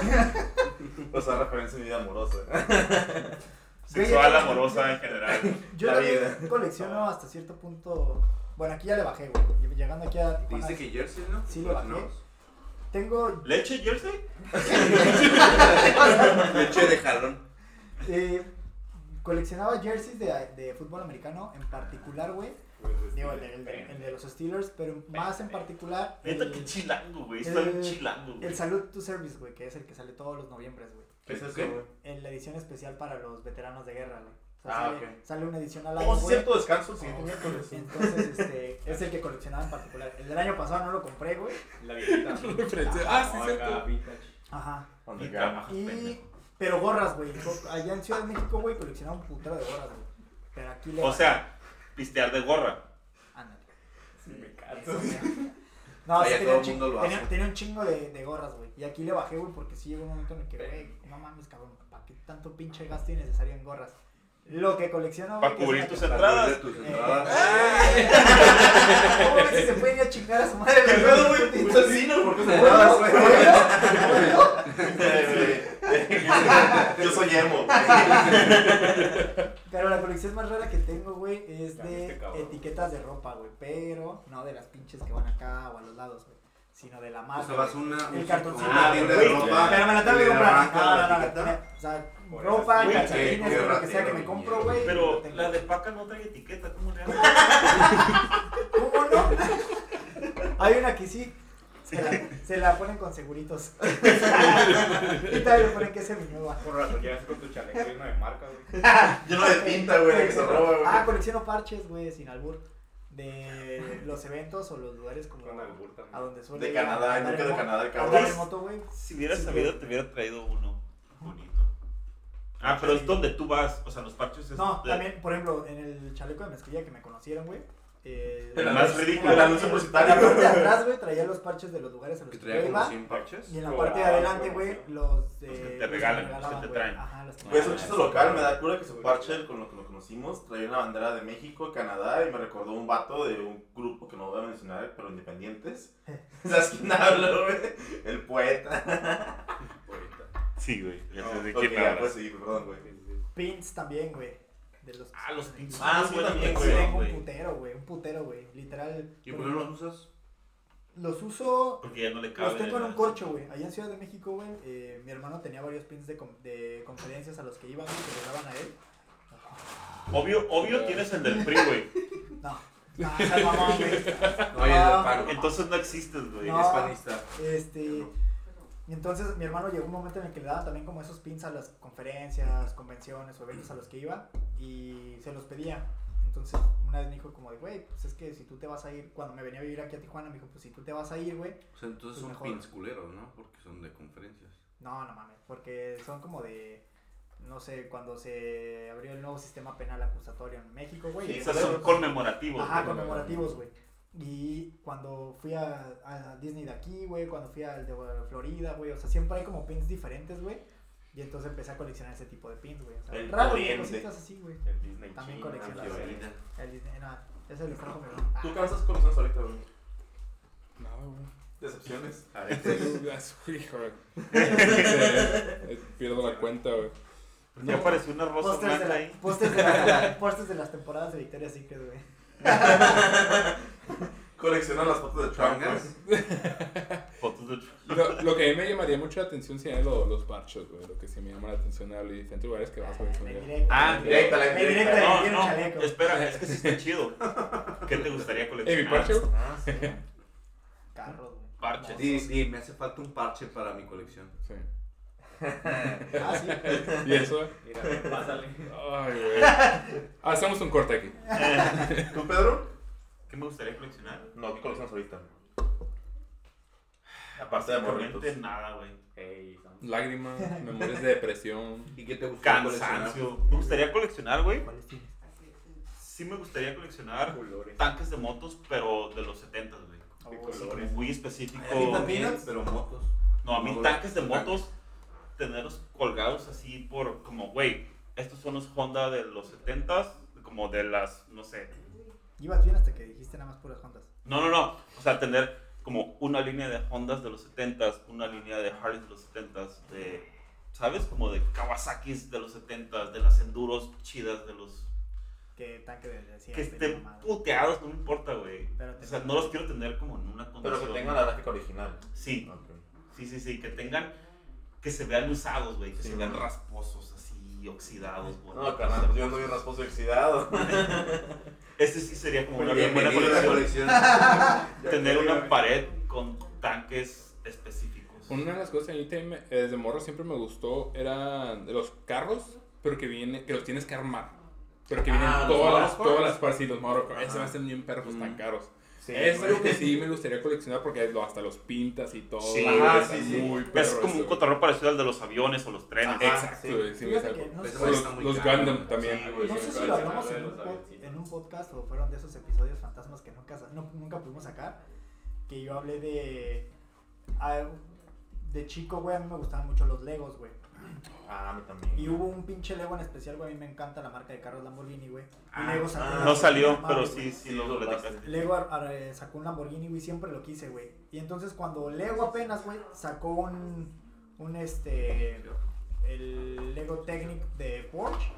S4: O sea, referencia a mi vida [laughs] amorosa.
S3: Sexual, amorosa en general.
S5: Yo
S4: La
S5: también
S4: vida.
S5: colecciono hasta cierto punto. Bueno, aquí ya le bajé, güey. Llegando aquí a Tijuana.
S2: Dice que Jersey, ¿no?
S5: Sí, lo bajé.
S2: ¿No?
S5: Tengo
S4: [laughs]
S3: ¿Leche jersey?
S2: Leche de jalón.
S5: Eh, coleccionaba jerseys de, de fútbol americano, en particular, güey.
S4: Pues
S5: Digo, el de, el de- el de los Steelers, pero más en particular.
S3: Neta, que
S5: El,
S3: chilango, güey. Está bien
S5: Eh, el-
S3: chilango, güey.
S5: el Salud to Service, güey, que es el que sale todos los noviembres, güey.
S4: ¿Qué es eso,
S2: ¿Qué?
S4: güey?
S5: En la edición especial para los veteranos de guerra, güey. O sea,
S4: Ah,
S5: sale,
S4: ok.
S5: sale una edición al año,
S4: Oh,
S5: güey.
S4: cierto descanso el siguiente miércoles. [laughs]
S5: Entonces, este, [laughs] es el que coleccionaba en particular. El del año pasado no lo compré, güey.
S6: La viejita. ¿no?
S1: Referencia. [laughs] Ah, sí,
S3: Oh,
S6: Acá,
S1: cierto.
S6: vintage.
S5: Ajá.
S4: On the
S3: Y
S4: ground.
S3: trabajas,
S5: Y,
S3: pendejo.
S5: pero gorras, güey. Co- Allá en Ciudad de México, güey, coleccionaba un putero de gorras, güey. Pero aquí le.
S3: O sea, pistear de gorra.
S5: Ándale.
S6: Sí, me
S5: Eso,
S6: encanta.
S5: güey. No,
S2: Vaya, todo
S5: sí, tenía, un
S2: el mundo
S5: chingo,
S2: lo
S5: tenía-
S2: hace.
S5: tenía un chingo de, de gorras, güey. Y aquí le bajé, güey, porque sí llegó un momento en el que, güey, no mames, cabrón, ¿para qué tanto pinche gasto innecesario en gorras? Lo que colecciono.
S3: Para
S5: güey,
S3: cubrir
S5: que es
S3: tus
S5: una-
S3: entradas.
S2: tus
S5: Eh,
S2: [laughs] entradas.
S5: ¡Ah! [laughs] ¿Cómo ves si se pueden ir a chingar a su madre?
S4: ¿Qué pedo, güey? pues
S5: Putitos.
S4: Puto sino, ¿por qué se
S5: Bueno,
S4: güey?
S5: bueno.
S4: Yo soy emo.
S5: Pero la colección más rara que tengo, güey, es
S1: Ya viste,
S5: de
S1: cabrón.
S5: etiquetas de ropa, güey. Pero no de las pinches que van acá o a los lados, güey. Sino de la
S2: O
S5: marca.
S2: sea, Pues vas a
S5: güey.
S2: una,
S5: El cartoncito.
S2: una tienda de
S5: Güey,
S2: Ah, ropa.
S5: Pero me la tengo
S2: y
S5: que
S2: le
S5: comprar.
S2: arranca
S5: No,
S2: la
S5: no, no,
S2: etiqueta.
S5: no, O sea,
S1: Por
S5: ropa,
S1: esas-
S2: qué-
S3: Güey,
S5: calcetines,
S2: qué
S5: lo que sea que me
S2: ratero,
S5: compro, güey.
S3: Pero
S5: lo tengo.
S3: la de paca no trae etiqueta, ¿cómo le hago?
S5: [laughs] ¿Cómo no? Hay una que sí. Se la, se la ponen con seguritos. [laughs] y también le ponen que es seminueva.
S6: Por rato, ya ves con tu chaleco lleno de marca, güey.
S4: Lleno de tinta, güey, que se roba, güey.
S5: Ah, colecciono parches, güey, sin albur. De los eventos o los lugares como
S6: Con albur también.
S5: a donde suele
S4: De Canadá, y
S5: andar
S4: nunca
S5: en
S4: de
S5: mo-
S4: Canadá,
S5: andar en
S4: cabrón.
S5: moto, güey.
S3: Si hubieras
S5: Sí,
S3: sabido,
S5: güey.
S3: te hubiera traído uno bonito. Ah, pero es donde tú vas. O sea, los parches es.
S5: No,
S3: de-
S5: también, por ejemplo, en el chaleco de mezclilla que me conocieron, güey. Eh,
S3: El más ridículo,
S5: en
S4: el
S5: la-
S4: anuncio
S5: En la
S4: publicitario.
S5: parte de atrás, güey, traía los parches de los lugares a los
S2: Que
S5: que,
S2: traía
S5: yo
S2: como
S5: iba.
S2: 100 parches.
S5: Y en la
S6: Lo
S5: parte de
S6: grababas,
S5: adelante, güey,
S6: güey.
S5: los de.
S3: Los que te
S5: los me
S3: regalan, los que
S5: regalaban,
S3: te
S5: güey.
S3: traen.
S5: Ajá, los que
S4: Güey, es
S5: me
S4: un chiste local, me da cura que su parche con lo que lo conocimos traía una bandera de México, Canadá y me recordó un vato de un grupo que no voy a mencionar, pero independientes. ¿Sabes quién hablo, güey? El poeta. [laughs]
S3: Sí, güey. Ya sé de
S4: Ok,
S3: quién
S4: ya,
S3: hablas.
S4: pues sí, perdón, güey.
S5: Pins también, güey. De los.
S3: Ah, los pinches.
S4: Ah, sí, también,
S5: Sí, Tengo
S3: güey.
S5: un putero, güey. Un putero, güey. Literal.
S2: ¿Y por qué no los usas?
S5: Los uso.
S3: Porque ya no le cabe.
S5: Los tengo en
S3: la-
S5: un corcho, güey. Allá en Ciudad de México, güey. eh, mi hermano tenía varios pins de, con- de conferencias a los que iban, güey, que le daban a él.
S3: Obvio, obvio tienes el del PRI, güey.
S5: No. No, seas Ah, mamón, güey.
S2: No, y el
S5: Ah.
S2: pan.
S3: Entonces no existes, güey.
S5: No.
S2: Es panista.
S5: Este. y Entonces mi hermano llegó un momento en el que le daban también como esos pins a las conferencias, convenciones o eventos a los que iba y se los pedía. Entonces una vez me dijo como de, güey, pues es que si tú te vas a ir, cuando me venía a vivir aquí a Tijuana, me dijo, pues si tú te vas a ir, güey.
S2: O sea, entonces son pins culeros, ¿no? Porque son de conferencias.
S5: No, no mames, porque son como de, no sé, cuando se abrió el nuevo sistema penal acusatorio en México, güey.
S4: Sí,
S3: Esas
S5: Entonces,
S3: son conmemorativos.
S5: Ajá,
S3: güey.
S5: conmemorativos, güey. Y cuando fui a, a Disney de aquí, güey, cuando fui al de Florida, güey, o sea, siempre hay como pins diferentes, güey. Y entonces empecé a coleccionar ese tipo de pins, güey. O sea,
S4: El
S5: raro,
S4: Oriente.
S5: cositas así, güey.
S6: El Disney
S5: También
S6: China,
S5: colecciona,
S6: güey.
S5: güey.
S2: Florida.
S5: El Disney, no, ese le trajo mi
S4: ¿Tú
S5: hermano.
S4: qué estás conociendo ahorita, güey?
S1: Nada, güey.
S4: Decepciones.
S1: [laughs] Hijo, güey. Eh, Pierdo la cuenta, güey.
S3: Ya apareció una rosa
S5: Pósters de, la-
S3: blanca ahí.
S5: pósters de la- pósters de las temporadas de Victoria's Secret, güey.
S4: Coleccionan las fotos de Trump, güey.
S2: ¿Tangas?
S3: Fotos de.
S1: Lo, lo que a mí me llamaría mucho la atención serían lo- los parches, güey. Lo que sí me llama la atención a los diferentes lugares que vas a ver.
S5: Ah,
S1: güey.
S5: en directo.
S3: Ah,
S5: güey.
S4: Directa, la
S5: En directa,
S4: indirecta.
S5: le
S3: No,
S5: dieron
S3: no,
S5: chaleco.
S3: espera, es que sí está chido. ¿Qué te gustaría
S1: Eh,
S3: coleccionar?
S1: mi parche, güey.
S4: Ah, sí.
S5: Carros, güey.
S3: Parches.
S2: Sí, sí, me hace falta un parche para mi colección.
S1: Sí.
S5: Ah, sí.
S1: [laughs] ¿Y eso? güey?
S6: Mira, ven, pásale.
S1: Ay, güey. Hacemos un corte aquí.
S4: ¿Tú, Pedro?
S3: ¿Qué me gustaría coleccionar?
S4: No, ¿qué coleccionas ahorita?
S2: Eh,
S3: Aparte de
S4: morritos.
S3: nada, güey.
S6: Ey, son-
S1: Lágrimas, memorias de depresión.
S2: ¿Y qué te gusta
S3: Cansancio. Me gustaría coleccionar, güey.
S5: ¿Cuáles tienes?
S3: Sí me gustaría coleccionar
S6: colores.
S3: tanques de motos, pero de los 70, güey.
S5: Oh,
S6: color?
S5: sí.
S3: Como Muy específico.
S2: También, pero motos.
S3: No, a mí
S2: No,
S3: tanques de
S2: tanques.
S3: motos, tenerlos colgados así por, como, güey, estos son los Honda de los 70s, como de las, no sé.
S5: Ibas bien hasta que dijiste nada más puras juntas.
S3: No, no, no. O sea, tener como una línea de Hondas de los 70s, una línea de Harley de los 70s, de, ¿sabes? Como de Kawasaki's de los 70s, de las Enduros chidas de los...
S5: Que tanque de
S3: Que
S5: siempre,
S3: estén
S5: mamada.
S3: puteados, no me importa, güey.
S5: Pero
S3: O
S5: te-
S3: sea, no los quiero tener como en una condición.
S4: Pero que tengan la gráfica original.
S3: Sí,
S4: Ok.
S3: sí, sí, sí, que tengan, que se vean usados, güey, que
S4: Sí,
S3: se vean
S4: ¿no?
S3: rasposos, así, oxidados, güey.
S4: No, carnal, pues yo ando bien rasposo y oxidado.
S3: Este sí sería como una bien buena
S2: Bienvenido a la
S3: colección,
S4: [laughs]
S2: colección.
S3: [laughs] tener una pared con tanques específicos.
S1: Una de las cosas que a mí también me- eh, desde morro siempre me gustó eran los carros, pero que viene, que los tienes que armar. Pero que vienen
S4: Ah, los
S1: todas, las,
S4: motorsports.
S1: todas las partes y los motorsports.
S4: Ajá.
S1: Ese me hacen bien perros
S2: Mm.
S1: tan caros.
S4: Sí,
S1: es
S4: güey.
S1: algo que sí me gustaría coleccionar porque lo- hasta los pintas y todo.
S3: Sí,
S1: güey,
S4: ah,
S1: está
S4: sí, sí.
S1: muy
S3: es
S1: perro
S3: como
S1: eso,
S3: un cotorreo parecido al de los aviones o los trenes.
S4: Ajá.
S1: Exacto,
S4: sí.
S1: güey, sí, me
S5: Fíjate
S1: sale-
S5: que no
S1: Los,
S5: sé-
S2: Ese está muy
S1: los
S2: caro.
S1: Gundam también,
S3: Sí,
S1: güey.
S5: No
S1: sí
S5: sé si
S1: me sale-
S5: lo hablamos
S6: sí,
S5: en un,
S6: sí,
S5: pod-
S6: sí.
S5: en un podcast o fueron de esos episodios fantasmas que nunca, sa- no- nunca pudimos sacar. Que yo hablé de. ah, de chico, güey, a mí me gustaban mucho los Legos, güey.
S4: Ah, a mí también.
S5: Y hubo un pinche Lego en especial, güey. A mí me encanta la marca de carros Lamborghini, güey. Y
S4: Ah,
S5: Lego
S4: ah,
S5: una-
S3: No salió,
S5: mames,
S3: pero
S5: güey.
S3: sí, sí lo platicaste.
S5: Lego ar- ar- eh, sacó un Lamborghini, güey, siempre lo quise, güey. Y entonces cuando Lego apenas, güey, sacó un, un este, el Lego Technic de Porsche,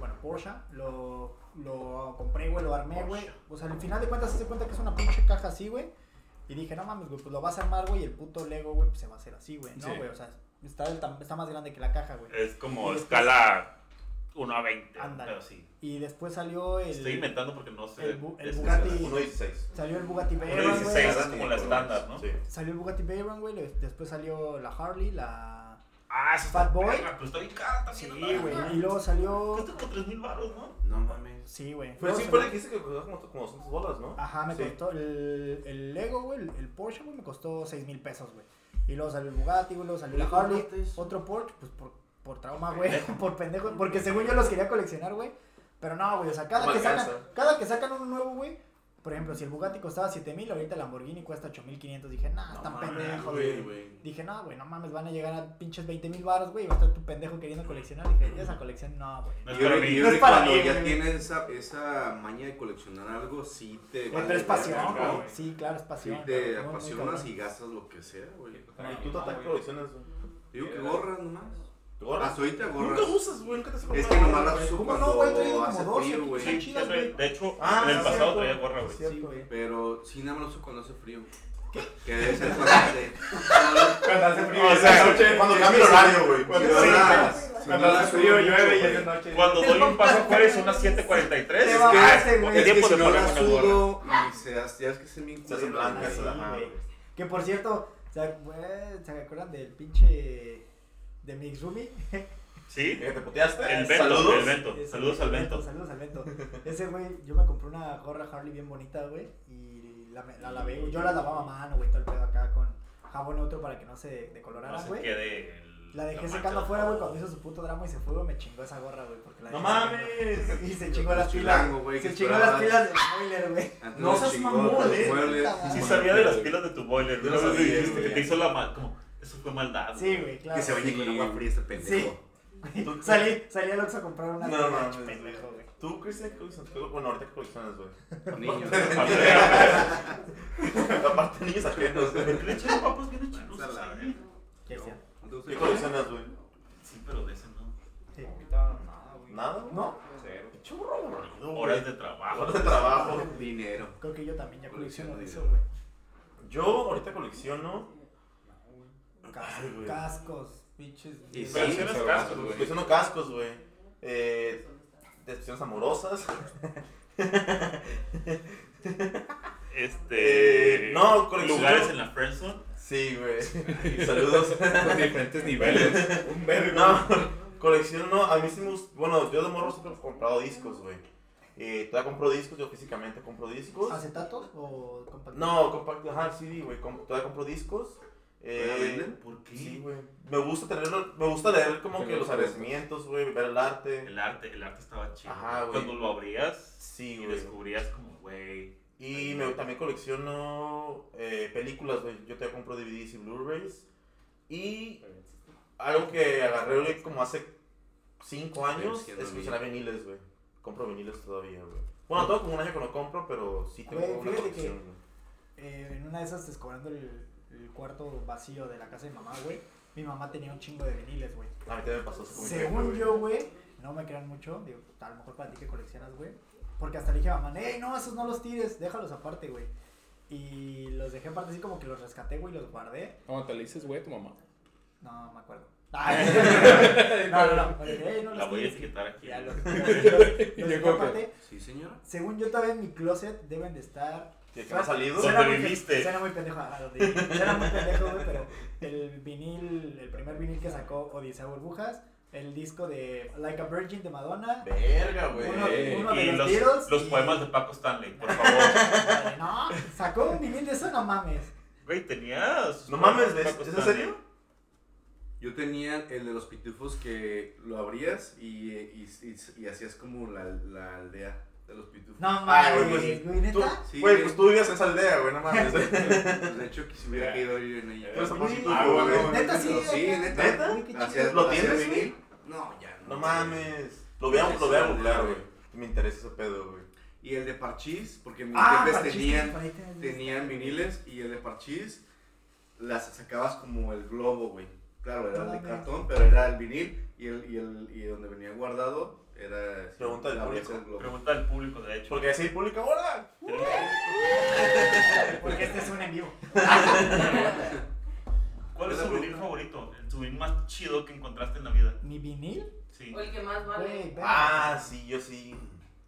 S5: bueno, Porsche, lo, lo compré, güey, lo armé, güey. O sea, al final de cuentas se hace cuenta que es una pinche caja así, güey. Y dije, no mames, güey, pues lo vas a armar, güey, y el puto Lego, güey, pues se va a hacer así, güey. No,
S3: Sí.
S5: güey, o sea, está, del tam- está más grande que la caja, güey.
S3: Es como
S5: Y después-
S3: escala 1 a 20.
S5: Ándale.
S3: Pero sí.
S5: Y después salió el...
S3: Estoy inventando porque no sé.
S5: el bu- el
S3: de esa
S5: Bugatti-
S3: escala.
S4: 1.16.
S5: Salió el Bugatti Veyron, güey.
S3: 1.16 es como la
S4: Sí.
S3: estándar, ¿no?
S4: Sí.
S5: Salió el Bugatti Veyron, güey. le- Después salió la Harley, la.
S3: Ah, esa
S5: Fat
S3: está
S5: Boy.
S3: perra, Pero está bien cara
S5: Sí,
S3: también.
S5: güey. Y luego salió.
S3: Cuesta como 3 mil baros, ¿no?
S2: No mames.
S5: Sí, güey.
S4: Fue
S5: Luego
S4: así,
S5: salió-
S4: fue el que dice que costó como, como 200 bolas, ¿no?
S5: Ajá, me
S4: Sí.
S5: costó. El, el Lego, güey, el, el Porsche, güey, me costó 6 mil pesos, güey. Y luego salió el Bugatti, güey, luego salió la
S2: ¿Cómo
S5: Harley.
S2: compraste eso?
S5: Otro Porsche, pues por, por trauma, güey. [laughs] Por pendejo. Porque según yo los quería coleccionar, güey. Pero no, güey. O sea, cada
S4: No
S5: que, sacan,
S4: alcanza.
S5: cada que sacan uno nuevo, güey. Por ejemplo, si el Bugatti costaba 7 mil, ahorita el Lamborghini cuesta 8500. Dije, nah,
S4: No
S5: están
S4: mames,
S5: pendejos,
S2: Güey,
S5: güey.
S2: güey.
S5: Dije, no, güey, no mames, van a llegar a pinches 20 mil baros, güey, y va a estar tu pendejo queriendo coleccionar. Dije, esa colección, no, güey.
S2: Yo
S3: No es
S2: creo
S3: para
S2: que-
S3: mí.
S2: yo creo
S5: No es
S2: que
S5: para
S2: cuando
S5: mí,
S2: ya
S5: güey.
S2: tienes esa, esa maña de coleccionar algo, sí te.
S5: Güey, pero es pasión,
S2: verga,
S5: güey. Sí, claro, es
S2: Sí,
S5: pasión.
S2: te
S5: güey, muy, muy
S2: apasionas
S5: cabrón.
S2: y gastas lo que sea, güey.
S4: Y tú tantas colecciones, güey.
S2: Digo que gorras nomás. Hasta
S4: ¿Tú gorras?
S2: ahorita gorras.
S4: Nunca usas, güey. Nunca te has
S2: Es
S4: comprado
S2: que nomás
S4: gorra,
S2: las uso
S5: ¿Cómo no, güey? He traído
S2: cuando
S5: como pues,
S2: hace
S5: 12
S2: frío,
S5: pinches.
S2: güey.
S3: Sí, ya trae- De hecho,
S4: Ah,
S3: en el
S4: sí,
S3: pasado
S4: cierto.
S3: traía gorra, güey.
S5: Sí, güey.
S2: Pero sí nada más lo uso cuando hace frío. Que debe ser cuando hace. cuando-
S6: Cuando hace frío.
S3: O sea,
S4: Cuando cambia el horario, güey.
S2: Cuando,
S6: Sí,
S2: ahora- si no
S6: Cuando
S2: las
S6: hace frío
S2: uso
S6: llueve y
S2: mucho,
S6: es de
S2: güey.
S6: noche.
S3: Cuando doy un paso afuera son las 7.43.
S5: Te
S3: es que-
S5: bajaste, güey.
S3: es
S2: Es que
S3: tiempo
S2: si
S3: de
S2: no
S3: ponerme
S2: las
S3: una gorra.
S2: sudo y se hace, ya es que se me
S4: Se hacen
S5: Ah,
S4: blancas,
S5: sí,
S4: ajá,
S5: güey.
S4: güey.
S5: Que por cierto, ¿se, ac- güey, ¿se acuerdan del pinche. de Mix Rumi?
S3: Sí,
S4: ¿Que te puteaste?
S3: el vento,
S4: Saludos.
S3: el vento. Saludos al vento.
S5: Saludos al Bento. Ese güey, yo me compré una gorra Harley bien bonita, güey. Y la, me- la lavé, güey. Yo la lavaba a mano, güey, todo el pedo acá con jabón neutro para que no se
S3: No
S5: decolorara,
S3: se
S5: güey.
S3: quede. el-
S5: La dejé
S3: mancha
S5: secando
S3: de
S5: afuera, güey,
S3: jabón.
S5: cuando hizo su puto drama y se fue, güey, me chingó esa gorra, güey, porque la
S4: ¡No
S5: dejé
S4: mames!
S5: secando. [laughs] Y se chingó las pilas.
S2: Chilango, güey,
S5: se
S2: que
S5: chingó las
S2: esperabas.
S5: pilas del spoiler, güey.
S2: Antes
S4: No
S2: los
S4: seas
S2: chingó,
S4: mamón,
S2: los
S4: eh.
S2: muebles.
S3: Sí, sabía de las pilas de tu boiler.
S4: Yo
S3: No sé
S4: sabía,
S3: si dijiste que
S4: güey.
S3: te hizo la mal. Como, eso fue maldad.
S5: Sí, güey, claro.
S2: Que se bañe con agua fría este
S5: [laughs]
S2: pendejo.
S5: güey. salí, salí al Oxxo a comprar una
S4: No
S5: gorra,
S4: mames.
S5: pendejo, güey.
S4: ¿Tú, Cristian, qué coleccionas? ¿Qué- Bueno, ahorita qué coleccionas, güey. [laughs]
S2: Niños.
S4: Aparte, niños ajenos, güey.
S3: Le eché papos bien chinosos
S2: Sala,
S3: ahí.
S5: ¿Qué sea?
S4: ¿Qué coleccionas, güey?
S3: Sí, pero de ese no.
S5: Sí.
S6: Ahorita nada, güey.
S4: Nada, güey.
S5: ¿No?
S6: Cero.
S4: Churro, aburrido, güey.
S3: Horas de trabajo.
S4: Horas de trabajo.
S2: Dinero.
S5: Creo que yo también ya colecciono de eso,
S2: Colecciono
S5: güey.
S4: Yo ahorita colecciono. pues,
S5: Cas-
S4: Ay, güey.
S5: Cascos, pinches.
S2: Y sí,
S3: Pero si eres
S2: pero-
S3: casco, güey.
S4: Colecciono cascos, güey. Eh. Decepciones amorosas. [laughs]
S3: Este.
S4: Eh, no, colecciono-
S3: Lugares en la friendzone.
S4: Sí, güey. Saludos.
S1: Los diferentes niveles.
S6: Un vergo.
S4: No, colección no. A mí sí me gusta. Bueno, yo de morro siempre he comprado discos, güey. Eh, todavía compro discos, yo físicamente compro discos.
S5: Ah, ¿Acetatos o compactos?
S4: No, compacto, ajá, CD, güey. com- Todavía compro discos.
S2: ¿Todavía
S4: Eh,
S2: venden?
S3: ¿Por qué?
S4: sí, güey. Me gusta tenerlo, me gusta leer como
S1: Sí,
S4: que los
S1: sí.
S4: agradecimientos, güey, ver el arte.
S3: El arte, el arte estaba chido.
S4: Ajá, güey.
S3: Cuando lo abrías
S4: Sí,
S3: y
S4: güey.
S3: descubrías como, güey.
S4: Y me, también colecciono eh, películas, güey. Yo todavía compro DVDs y Blu-rays. Y algo que agarré güey, como hace 5 años
S2: Pero es
S4: es
S2: que no
S4: coleccionar viniles, güey. Compro viniles todavía, güey. Bueno, todo como un año que no compro, pero sí tengo
S5: Güey,
S4: una
S5: fíjate
S4: colección, güey.
S5: Eh, en una de esas descobrando el, el cuarto vacío de la casa de mamá, güey. Mi mamá tenía un chingo de viniles, güey.
S4: A mí también me pasó eso con mi
S5: Según
S4: jefe,
S5: yo, güey, no me crean mucho. Digo, a lo mejor para ti que coleccionas, güey. Porque hasta le dije a mamá, ¡Ey, no, esos no los tires! Déjalos aparte, güey. Y los dejé aparte así como que los rescaté, güey, los guardé.
S1: ¿Cómo te le dices, güey, a tu mamá?
S5: No, me acuerdo. [laughs] Ay, no, no, no. Le dije, "Ey, no
S3: La
S5: los
S3: voy a
S5: tires".
S3: etiquetar aquí.
S5: Ya los, los-
S3: [laughs]
S5: los
S1: Yo
S5: dejé
S1: como que-
S5: aparte.
S2: Sí, señora.
S5: Según yo todavía en mi closet deben de estar
S4: ¿Que que no ha salido?
S3: Sí.
S5: Suena
S3: ¿Dónde
S5: muy pe-
S3: viviste?
S5: Suena muy pendejo, ajá, donde viví. Suena muy pendejo, güey, pero el vinil, el primer vinil que sacó Odisea Burbujas, el disco de Like a Virgin de Madonna,
S4: Verga, güey.
S5: uno, uno de
S3: Y
S5: los,
S3: los,
S5: Beatles
S3: los
S5: y-
S3: poemas de Paco Stanley, por
S4: [laughs]
S3: favor.
S5: Ay, [laughs] No, sacó un vinil de eso, no mames.
S3: Güey, tenías.
S4: No mames, ¿ves? ¿es en serio?
S2: Yo tenía el de los pitufos que lo abrías y, y, y- y hacías como la, la aldea. de los pitufos.
S5: No
S4: Ay, güey,
S5: mames,
S4: pues,
S5: güey,
S4: Tú-
S5: neta. Ah,
S2: Sí,
S4: Güey,
S2: güey.
S4: pues tú vivías en esa aldea, güey, no
S2: [laughs] [laughs]
S4: mames.
S2: Pues, de hecho, que si hubiera caído yo en ella.
S4: Tú eres
S5: Güey,
S4: apóstol,
S5: ah,
S4: güey.
S5: güey, Neta sí.
S2: Sí,
S5: acá,
S2: neta.
S5: güey, qué chido.
S2: Hacia-
S4: ¿Lo
S2: hacia
S4: tienes,
S2: vinil. No, ya no.
S4: No mames. Lo voy a, lo voy a googlear, güey. Me interesa ese pedo, güey.
S2: Y el de Parchís, porque mis
S5: Ah,
S2: jefes
S5: parchís,
S2: tenían,
S5: por ahí te-
S2: tenían viniles y el de Parchís las sacabas como el globo, güey. Claro, era
S5: No
S2: de
S5: mames.
S2: cartón, pero era el vinil y, el, y, el, y donde venía guardado era...
S4: Pregunta del
S2: la bolsa
S4: público.
S2: globo.
S3: Pregunta al público, de hecho.
S4: Porque así público, hola.
S5: Porque este es un en vivo.
S3: ¿Cuál es su vinil favorito? El su vinil más chido que encontraste en la vida.
S5: ¿Mi vinil?
S4: [laughs]
S3: Sí.
S9: O el que más vale.
S5: Güey, ve.
S4: Ah, sí, yo sí.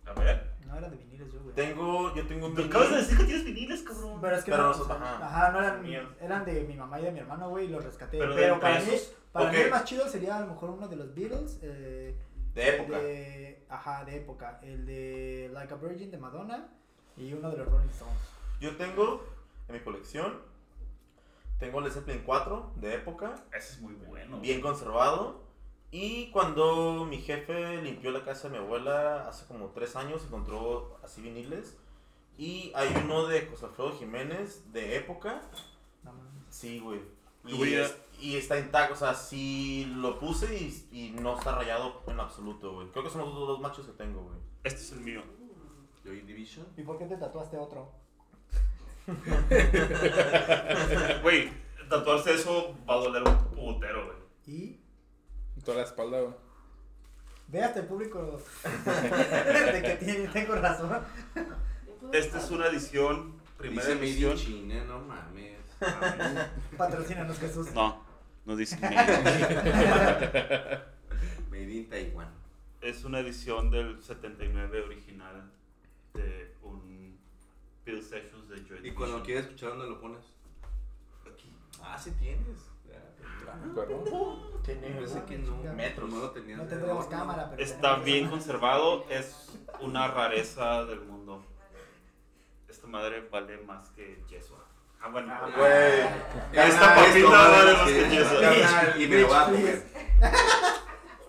S3: A ver.
S5: No era de viniles yo, güey.
S4: Tengo, yo tengo un
S3: Te
S4: vinil.
S3: acabas de decir que tienes viniles, cabrón.
S5: Pero es que
S4: Pero
S5: no, pues,
S4: nosotros, ajá.
S5: ajá. no eran
S6: Míos.
S5: míos. Eran de mi mamá y de mi hermano, güey, y los rescaté. Pero,
S3: Pero de entre
S5: para, mí,
S3: esos,
S5: para mí
S4: ok.
S5: el más chido sería a lo mejor uno de los Beatles. Eh,
S4: De época.
S5: de- ajá, de época. El de Like a Virgin de Madonna y uno de los Rolling Stones.
S4: Yo tengo en mi colección. Tengo el Zeppelin 4 de época.
S3: Ese es muy bueno.
S4: bien conservado. Y cuando mi jefe limpió la casa de mi abuela hace como tres años, encontró así viniles. Y hay uno de José Alfredo Jiménez de época.
S5: No mames.
S4: Sí, güey.
S3: Güey,
S4: Y, es- y está intacto, o sea, sí lo puse y, y no está rayado en absoluto, güey. Creo que son los dos los machos que tengo, güey.
S3: Este es el mío. [laughs]
S2: Joy Division.
S5: ¿Y por qué te tatuaste otro?
S3: Güey, tatuarse eso va a doler un putero, güey.
S5: Y
S1: Toda la espalda, güey.
S5: ve hasta el público [laughs] de que tiene, tengo razón.
S3: Esta es una edición, primera
S2: Dice medio
S3: edición.
S2: china, no mames. [laughs]
S5: Patrocínanos, Jesús.
S3: No, no dice
S2: Made in Taiwan.
S3: Es una edición del 79 original de un Bill Sessions de Joy
S2: Y cuando
S3: Division.
S2: quieres escuchar, ¿dónde lo pones?
S3: Aquí.
S2: Ah, sí tienes.
S1: Perro.
S2: Pensé que no.
S4: Metros.
S2: No lo tenías.
S5: No
S2: de
S5: tendremos
S2: adorno.
S5: cámara, [laughs] pero.
S3: Está bien conservado, es una rareza del mundo. Esta madre vale más que Yeshua. Ah, bueno.
S4: Güey.
S3: Esta papita vale más que Yeshua.
S2: Carnal, Y me lo va a
S5: Please.
S2: comer.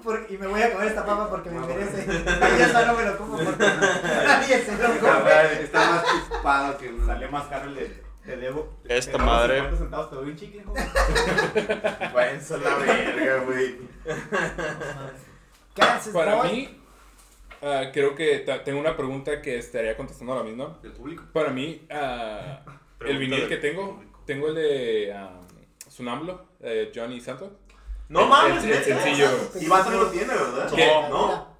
S5: Por- y me voy a comer esta papa porque me
S2: No,
S5: merece. [laughs] Y esa no me lo como porque nadie se lo come.
S2: Carnal, Está más chispado que
S6: Salió más caro el de. Te debo.
S3: Esta
S6: te debo
S3: madre.
S6: 50 centavos, te doy un chicle, joven.
S4: Váyanse a la verga, güey.
S5: ¿Qué haces,
S1: Para
S5: boy?
S1: mí, ah, creo que ta- tengo una pregunta que estaría contestando ahora mismo.
S2: del público.
S1: Para mí, ah, el
S3: Pregunta
S1: vinil
S3: del
S1: que tengo,
S3: público.
S1: tengo el de ah, Sunamblo, eh, Johnny Santos.
S4: No mames,
S1: el- el
S4: neta.
S1: sencillo.
S4: Iván también lo tiene, ¿verdad?
S1: ¿Qué?
S4: No.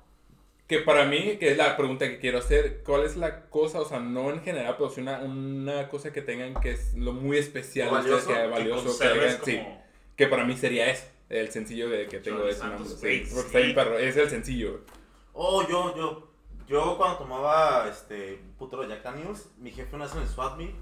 S1: Que para mí, que es la pregunta que quiero hacer, ¿cuál es la cosa, o sea, no en general, pero sí una, una cosa que tengan que es lo muy especial,
S4: O
S1: de ustedes,
S4: valioso,
S1: que
S4: que
S1: valioso, que,
S3: Conserves
S1: tengan- sí,
S3: como-
S1: que para mí sería eso, el sencillo de que tengo
S3: Johnny
S1: de Sunamblo.
S3: Santos,
S1: Sí,
S3: sí,
S1: porque
S3: sí.
S1: está bien perro, es el sencillo.
S4: Oh, yo, yo, yo cuando tomaba este putero de Jack Daniels, mi jefe una vez en el Swap Meet,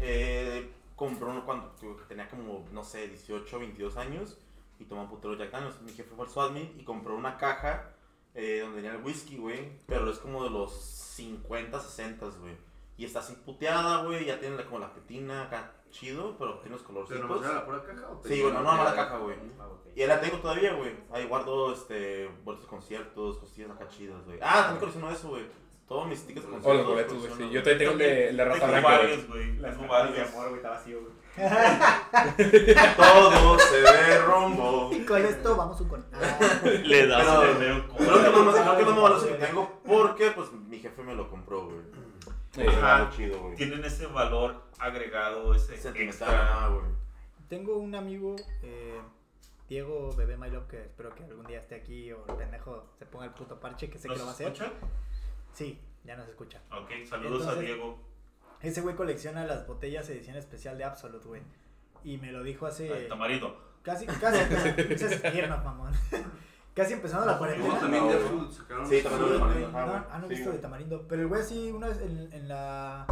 S4: eh, compró uno cuando tu- tenía como, no sé, 18, 22 años y tomaba putero de Jack Daniels. Mi jefe fue al Swap Meet y compró una caja eh, donde tenía el whisky, güey, pero es como de los 50, 60, güey. Y está así puteada, güey, ya tiene la- como la petina acá, chido, pero tiene los
S2: ¿Pero
S4: colorcitos.
S2: no era la pura caja o
S4: Sí, bueno, no, no la caja, güey.
S2: Ah, ok.
S4: Y ahí la tengo todavía, güey. Ahí guardo este, boletos de conciertos, cosillas acá chidas, güey. Ah, también colecciono eso, güey. Todos mis tickets de
S2: O los
S1: O los
S4: conciertos.
S1: boletos, güey,
S4: colecciono,
S1: sí. Yo también tengo el de la rata
S3: Tengo
S1: blanca. güey.
S3: varios, güey.
S6: Las
S3: Tengo
S6: campanas de
S3: varios.
S6: amor, güey, está vacío, güey.
S4: Todo se derrumbó.
S5: Y con esto vamos un con. Ah,
S3: [laughs] Le das
S4: Pero-
S3: el dedo como-
S4: Creo que lo más, creo que es lo más valioso que tengo porque, pues, mi jefe me lo compró, güey.
S1: Eh,
S3: Ajá.
S4: Algo chido, güey.
S3: Tienen ese valor agregado, ese
S4: Sentimental,
S3: extra.
S4: ah, güey.
S5: Tengo un amigo, eh, Diego Bebé My Love, que espero que algún día esté aquí o el pendejo se ponga el puto parche que sé que
S3: ¿Nos
S5: lo va a hacer.
S3: escucha?
S5: Sí, ya nos escucha.
S3: Ok, saludos a
S5: Entonces-
S3: Diego.
S5: Ese güey colecciona las botellas edición especial de Absolute, güey. Y me lo dijo
S3: Al
S5: hace.
S3: Tamarindo.
S5: Casi, casi. Eso es tierno, mamón. Casi empezando la
S2: No,
S5: cuarentena.
S2: también
S4: No,
S2: de
S4: güey.
S2: Food sacaron.
S4: Sí, también
S2: de
S4: de Tamarindo.
S5: No,
S4: Ah, güey.
S5: ah, no he
S4: Sí,
S5: visto
S4: güey.
S5: de tamarindo. Pero el güey sí, una vez en, en la.